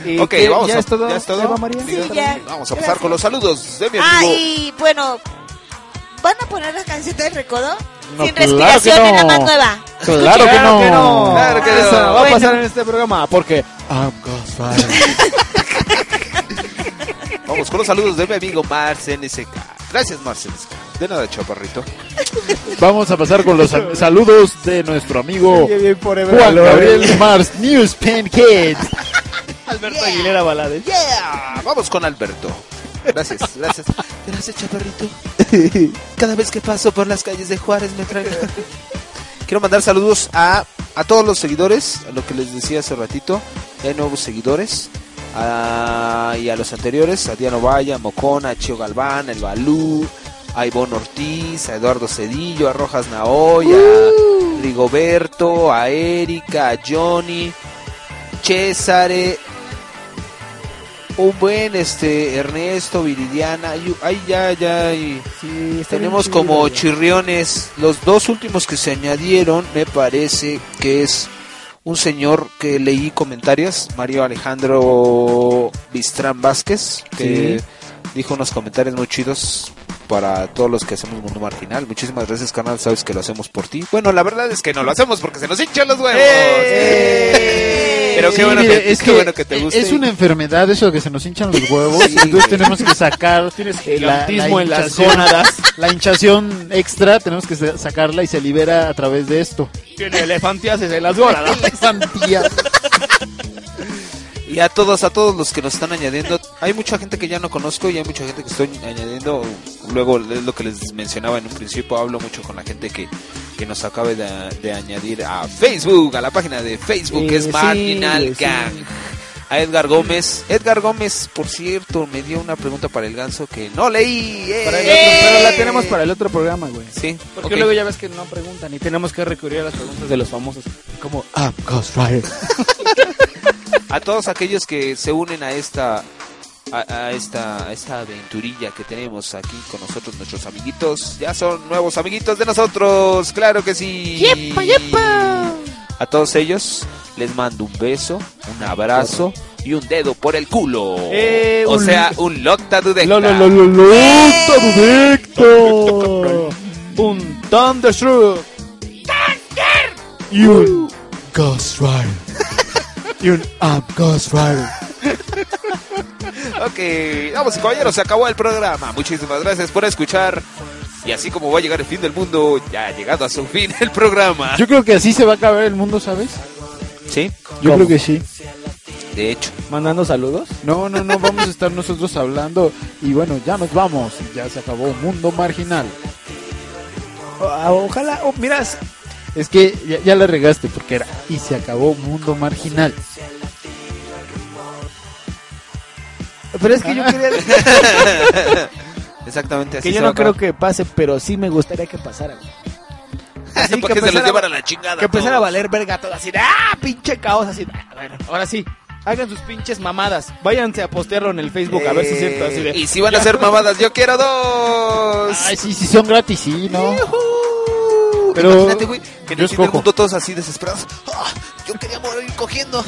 [SPEAKER 1] Eh,
[SPEAKER 3] ok,
[SPEAKER 1] ¿qué?
[SPEAKER 3] vamos
[SPEAKER 1] ¿Ya
[SPEAKER 3] a,
[SPEAKER 1] es todo,
[SPEAKER 3] ¿ya es todo?
[SPEAKER 1] Eva María?
[SPEAKER 6] Sí, ya.
[SPEAKER 3] Vamos a pasar con los saludos de mi
[SPEAKER 6] Ah,
[SPEAKER 3] amigo.
[SPEAKER 6] y bueno, ¿van a poner la canción del recodo?
[SPEAKER 3] No, claro
[SPEAKER 6] Sin
[SPEAKER 3] que
[SPEAKER 6] respiración,
[SPEAKER 3] no.
[SPEAKER 6] en la más nueva.
[SPEAKER 4] Claro que no.
[SPEAKER 1] Claro que
[SPEAKER 4] Eso
[SPEAKER 1] no.
[SPEAKER 4] no
[SPEAKER 1] Va a
[SPEAKER 4] bueno.
[SPEAKER 1] pasar en este programa porque I'm Ghost Rider.
[SPEAKER 3] Vamos con los saludos de mi amigo Marcel SK. Gracias, Marcel SK. De nada, chaparrito.
[SPEAKER 4] Vamos a pasar con los sal- saludos de nuestro amigo
[SPEAKER 3] Oye, bien por Ebra.
[SPEAKER 4] Juan Gabriel Mars, News Pen Kids.
[SPEAKER 1] Alberto Aguilera Balades.
[SPEAKER 3] Yeah. Vamos con Alberto. Gracias, gracias. Gracias, chaparrito. Cada vez que paso por las calles de Juárez me traen. Quiero mandar saludos a, a todos los seguidores, a lo que les decía hace ratito, hay nuevos seguidores, a- y a los anteriores, a Diano Valla, a Mocona, a Chio Galván, el Balú, a Ivonne Ortiz, a Eduardo Cedillo, a Rojas Naoya,
[SPEAKER 20] Uh.
[SPEAKER 3] a Rigoberto, a Erika, a Johnny, Césare, un buen este Ernesto, Viridiana, y- ay ya, ya, y tenemos
[SPEAKER 20] bien chido,
[SPEAKER 3] como
[SPEAKER 20] ya.
[SPEAKER 3] chirriones, los dos últimos que se añadieron me parece que es un señor que leí comentarios, Mario Alejandro Bistrán Vázquez, que
[SPEAKER 20] Sí.
[SPEAKER 3] dijo unos comentarios muy chidos para todos los que hacemos Mundo Marginal. Muchísimas gracias, canal, sabes que lo hacemos por ti. Bueno, la verdad es que no lo hacemos porque se nos hinchan los huevos. Pero
[SPEAKER 4] ¡Eh!
[SPEAKER 3] qué
[SPEAKER 4] Sí,
[SPEAKER 3] bueno,
[SPEAKER 4] mire,
[SPEAKER 3] que,
[SPEAKER 4] es
[SPEAKER 3] qué
[SPEAKER 4] que
[SPEAKER 3] bueno que te guste.
[SPEAKER 4] Es una enfermedad eso de que se nos hinchan los huevos. Entonces tenemos que sacar eh,
[SPEAKER 1] gigantismo en las
[SPEAKER 4] hinchación-
[SPEAKER 1] gónadas.
[SPEAKER 4] La hinchación extra tenemos que sa- sacarla y se libera a través de esto.
[SPEAKER 1] Tiene elefantiasis en las gónadas.
[SPEAKER 3] Y a todos, a todos los que nos están añadiendo, hay mucha gente que ya no conozco y hay mucha gente que estoy añadiendo. Luego es lo que les mencionaba en un principio, hablo mucho con la gente que, que nos acabe de, de añadir a Facebook, a la página de Facebook, que
[SPEAKER 20] Eh,
[SPEAKER 3] es
[SPEAKER 20] sí,
[SPEAKER 3] Marginal
[SPEAKER 20] sí.
[SPEAKER 3] Gang. A Edgar Gómez. Edgar Gómez, por cierto, me dio una pregunta para el ganso que no leí. ¡eh!
[SPEAKER 1] Para el otro- pero la tenemos para el otro programa, güey.
[SPEAKER 3] Sí.
[SPEAKER 1] Porque
[SPEAKER 3] ok.
[SPEAKER 1] luego ya ves que no preguntan y tenemos que recurrir a las preguntas de los famosos. Como I'm Ghost Rider.
[SPEAKER 3] a todos aquellos que se unen a esta a, a esta a esta aventurilla que tenemos aquí con nosotros nuestros amiguitos ya son nuevos amiguitos de nosotros claro que sí a todos ellos les mando un beso un abrazo y un dedo por el culo
[SPEAKER 20] Eh,
[SPEAKER 3] o
[SPEAKER 20] un-
[SPEAKER 3] sea un locta dudecta
[SPEAKER 1] Un Thunderstruck.
[SPEAKER 21] Y un Ghost Rider. Y un I'm Ghost Rider.
[SPEAKER 3] ok vamos caballeros se acabó el programa muchísimas gracias por escuchar y así como va a llegar el fin del mundo ya ha llegado a su fin el programa
[SPEAKER 4] Yo creo que así se va a acabar el mundo, ¿sabes?
[SPEAKER 3] sí
[SPEAKER 4] Yo creo que sí.
[SPEAKER 3] de hecho
[SPEAKER 1] ¿Mandando saludos?
[SPEAKER 4] No, no, no, vamos a estar nosotros hablando. Y bueno, ya nos vamos. Ya se acabó Mundo Marginal.
[SPEAKER 1] Ojalá, oh, miras.
[SPEAKER 4] Es que ya, ya la regaste porque era. Y se acabó Mundo Marginal.
[SPEAKER 1] Pero es que yo quería.
[SPEAKER 3] Exactamente así.
[SPEAKER 1] que yo
[SPEAKER 3] se
[SPEAKER 1] no
[SPEAKER 3] va a
[SPEAKER 1] creo
[SPEAKER 3] acabar.
[SPEAKER 1] que pase, pero sí me gustaría que pasara, güey. Así
[SPEAKER 3] Porque se los
[SPEAKER 1] empezara-
[SPEAKER 3] llevan a la chingada
[SPEAKER 1] Que empezara a
[SPEAKER 3] todos.
[SPEAKER 1] valer verga todo así. de, ¡Ah, pinche caos! Así. de, "Ah, bueno, ahora sí. Hagan sus pinches mamadas. Váyanse a postearlo en el Facebook a ver si es cierto. Así de,
[SPEAKER 3] Eh, Y si van a
[SPEAKER 1] "Ya".
[SPEAKER 3] hacer mamadas, yo quiero dos.
[SPEAKER 4] Ay, sí, sí, son gratis, sí, ¿no?
[SPEAKER 3] Pero
[SPEAKER 4] Pero
[SPEAKER 3] imagínate, güey, que
[SPEAKER 4] yo
[SPEAKER 3] en el
[SPEAKER 4] escojo.
[SPEAKER 3] mundo todos así desesperados. Ah, yo quería morir cogiendo.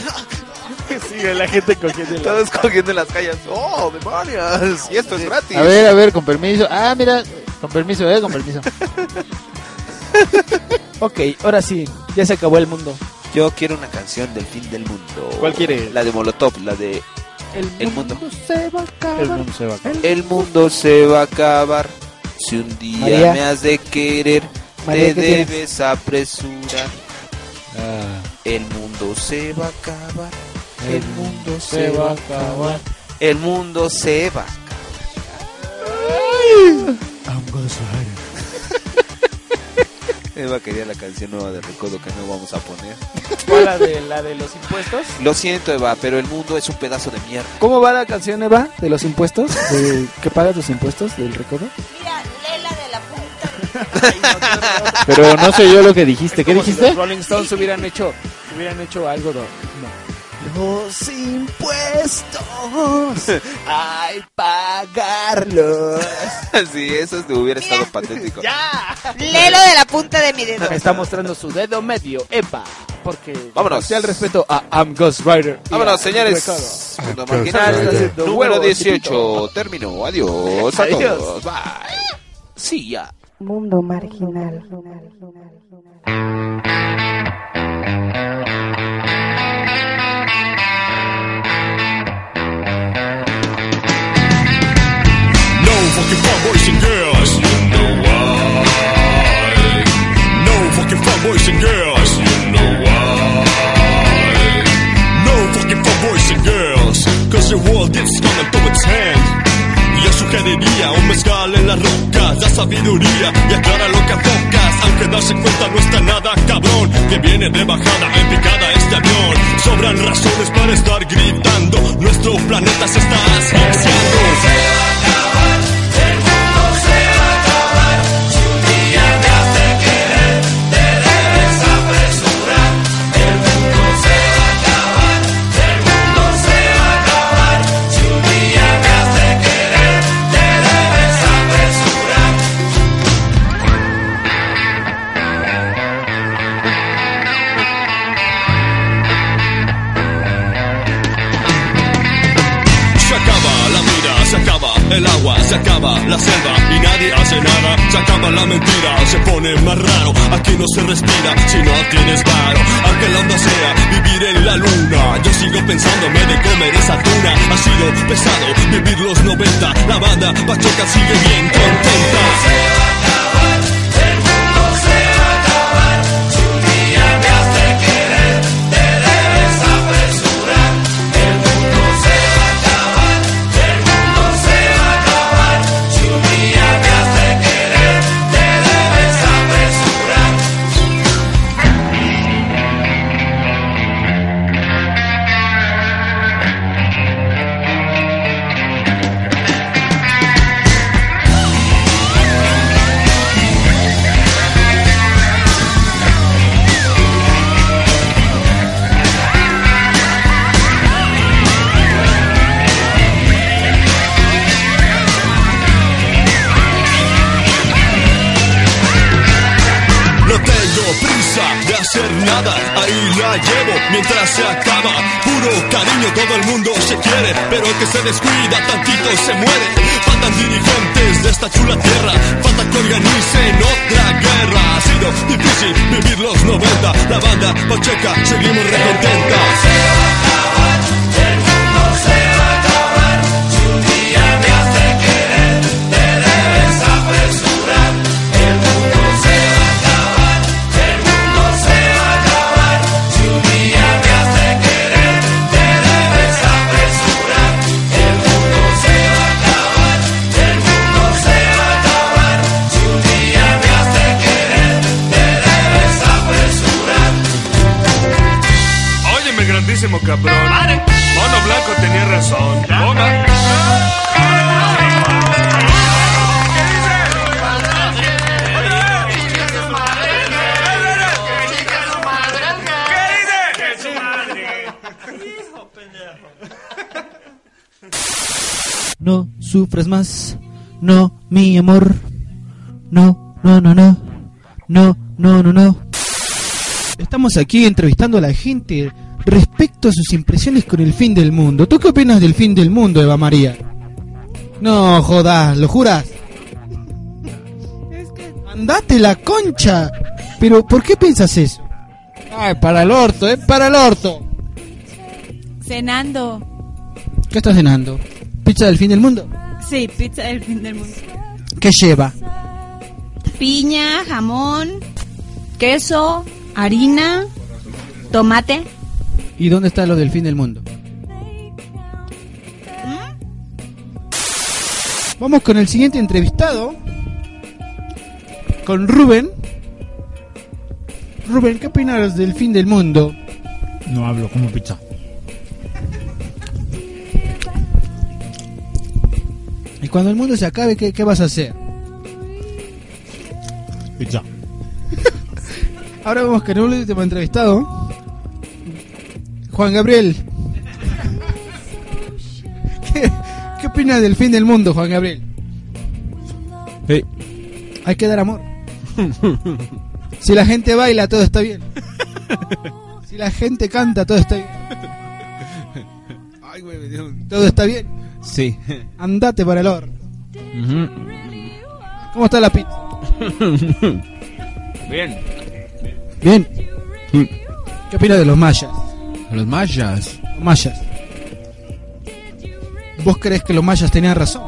[SPEAKER 3] sí, la gente cogiendo. Todos cogiendo en las calles. ¡Oh, demonios! Y esto es gratis.
[SPEAKER 4] A ver, a ver, con permiso. Ah, mira, con permiso, eh, con permiso.
[SPEAKER 1] Ok, ahora sí. Ya se acabó el mundo.
[SPEAKER 3] Yo quiero una canción del fin del mundo.
[SPEAKER 1] ¿Cuál quiere?
[SPEAKER 3] La de Molotov, la de
[SPEAKER 1] El,
[SPEAKER 3] mundo.
[SPEAKER 1] Se va a acabar.
[SPEAKER 4] se va a acabar.
[SPEAKER 3] El mundo se va a acabar. Si un día
[SPEAKER 1] María.
[SPEAKER 3] me has de querer,
[SPEAKER 1] María,
[SPEAKER 3] te
[SPEAKER 1] ¿qué
[SPEAKER 3] debes
[SPEAKER 1] tienes?
[SPEAKER 3] apresurar. El mundo se va a acabar. Ah. El mundo se va a acabar. El mundo se va. Eva quería la canción nueva de Recodo que no vamos a poner.
[SPEAKER 1] ¿Cuál la de, la de los impuestos?
[SPEAKER 3] Lo siento, Eva, pero el mundo es un pedazo de mierda.
[SPEAKER 1] ¿Cómo va la canción, Eva? ¿De los impuestos? ¿De que paga tus impuestos del recodo?
[SPEAKER 4] Pero no sé yo lo que dijiste.
[SPEAKER 1] Es
[SPEAKER 4] ¿Qué
[SPEAKER 1] como si
[SPEAKER 4] dijiste?
[SPEAKER 1] los Rolling Stones hubieran hecho, hubieran hecho algo de... No. Los impuestos hay pagarlos.
[SPEAKER 3] sí, eso te hubiera estado patético.
[SPEAKER 22] Lelo de la punta de mi dedo.
[SPEAKER 1] Me está mostrando su dedo medio, Eva, porque...
[SPEAKER 3] Vámonos.
[SPEAKER 1] Sea el respeto a I'm Ghost Rider. y
[SPEAKER 3] Vámonos,
[SPEAKER 1] a
[SPEAKER 3] señores.
[SPEAKER 1] Recodo.
[SPEAKER 3] Mundo marginal,
[SPEAKER 1] Haciendo
[SPEAKER 3] pues, número
[SPEAKER 1] huevos,
[SPEAKER 3] 18. Terminó. Adiós a todos. Bye. Sí, ya.
[SPEAKER 6] Mundo marginal.
[SPEAKER 5] No fucking fuck boys and girls, you know why. No fucking fuck boys and girls, you know why. No fucking fuck boys and girls, cause the world is coming to its hand. Yo sugeriría un mezcal en las rocas, la sabiduría y aclara lo que enfocas. Aunque darse cuenta no está nada cabrón, que viene de bajada en picada este avión. Sobran razones para estar gritando, nuestro planeta se está asfixiando. Se acaba la vida, se acaba el agua, se acaba la selva y nadie hace nada. Se acaba la mentira, se pone más raro. Aquí no se respira si no tienes varo. Aunque la onda sea vivir en la luna, yo sigo pensándome de comer esa tuna. Ha sido pesado vivir los 90. La banda Pachoca sigue bien contenta. No tengo prisa de hacer nada, ahí la llevo mientras se acaba. Puro cariño, todo el mundo se quiere, pero el que se descuida tantito se muere. Faltan dirigentes de esta chula tierra, falta que organicen otra guerra. Ha sido difícil vivir los 90, la banda Pacheca, seguimos recontenta.
[SPEAKER 2] Óyeme, grandísimo cabrón. Mono Blanco tenía razón. Ponga.
[SPEAKER 21] no sufras más, no, mi amor, no, no, no, no, no, no, no, no. Estamos aquí entrevistando a la gente respecto a sus impresiones con el fin del mundo. ¿Tú qué opinas del fin del mundo, Eva María? No, jodas, ¿lo juras? Andate la concha. Pero, ¿por qué piensas eso? Ay, para el orto, es para el orto.
[SPEAKER 6] Cenando.
[SPEAKER 21] ¿Qué estás cenando? ¿Pizza del fin del mundo?
[SPEAKER 6] Sí, pizza del fin del mundo.
[SPEAKER 21] ¿Qué lleva?
[SPEAKER 6] Piña, jamón, queso, harina, tomate.
[SPEAKER 21] ¿Y dónde está lo del fin del mundo? Vamos con el siguiente entrevistado. Con Rubén. Rubén, ¿qué opinas del fin del mundo?
[SPEAKER 23] No hablo, como pizza.
[SPEAKER 21] Y cuando el mundo se acabe, ¿qué, qué vas a hacer?
[SPEAKER 23] Pizza.
[SPEAKER 21] Ahora vamos con el último entrevistado. Juan Gabriel. ¿Qué, qué opinas del fin del mundo, Juan Gabriel?
[SPEAKER 23] Sí.
[SPEAKER 21] Hay que dar amor. Si la gente baila, todo está bien. Si la gente canta, todo está bien.
[SPEAKER 24] Ay, güey, me dio un-
[SPEAKER 21] Todo está bien.
[SPEAKER 23] Sí.
[SPEAKER 21] Andate para el or. ¿Cómo está la pizza?
[SPEAKER 24] Bien.
[SPEAKER 21] Bien.
[SPEAKER 23] Mm.
[SPEAKER 21] ¿Qué opinas de los mayas?
[SPEAKER 23] Los mayas.
[SPEAKER 21] Los mayas. ¿Vos crees que los mayas tenían razón?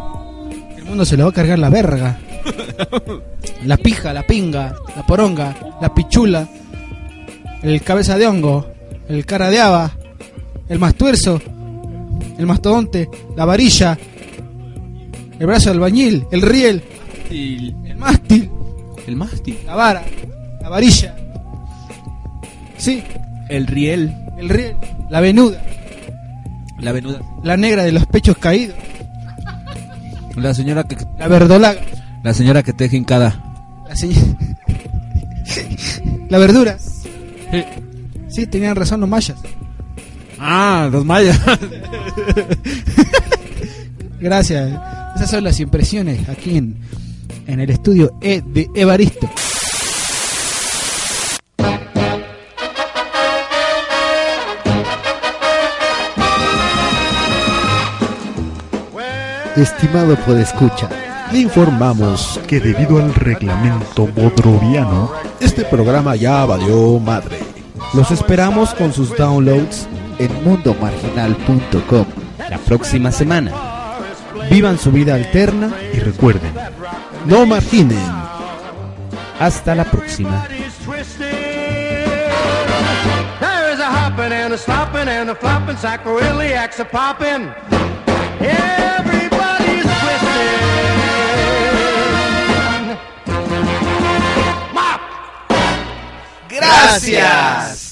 [SPEAKER 21] El mundo se lo va a cargar la verga. La pija, la pinga, la poronga, la pichula, el cabeza de hongo, el cara de haba, el mastuerzo, el mastodonte, la varilla, el brazo del bañil, el riel, el mástil,
[SPEAKER 23] El mástil.
[SPEAKER 21] la vara, la varilla. Sí,
[SPEAKER 23] El riel.
[SPEAKER 21] el riel, la venuda,
[SPEAKER 23] La venuda.
[SPEAKER 21] la negra de los pechos caídos,
[SPEAKER 23] La señora que.
[SPEAKER 21] la verdolaga,
[SPEAKER 23] La señora que teje hincada.
[SPEAKER 21] la señ- la verdura. Sí, tenían razón los mayas.
[SPEAKER 23] Ah, los mayas.
[SPEAKER 21] Gracias. Esas son las impresiones aquí en, en el estudio E de Evaristo.
[SPEAKER 25] Estimado podescucha, le informamos que debido al reglamento bodroviano, este programa ya valió madre. Los esperamos con sus downloads en mundomarginal.com la próxima semana. Vivan su vida alterna y recuerden, no marginen. Hasta la próxima.
[SPEAKER 2] There is a hopping and a slopping and a flopping, sacroiliacs a popping. Everybody's twisting. Mop!
[SPEAKER 24] Gracias.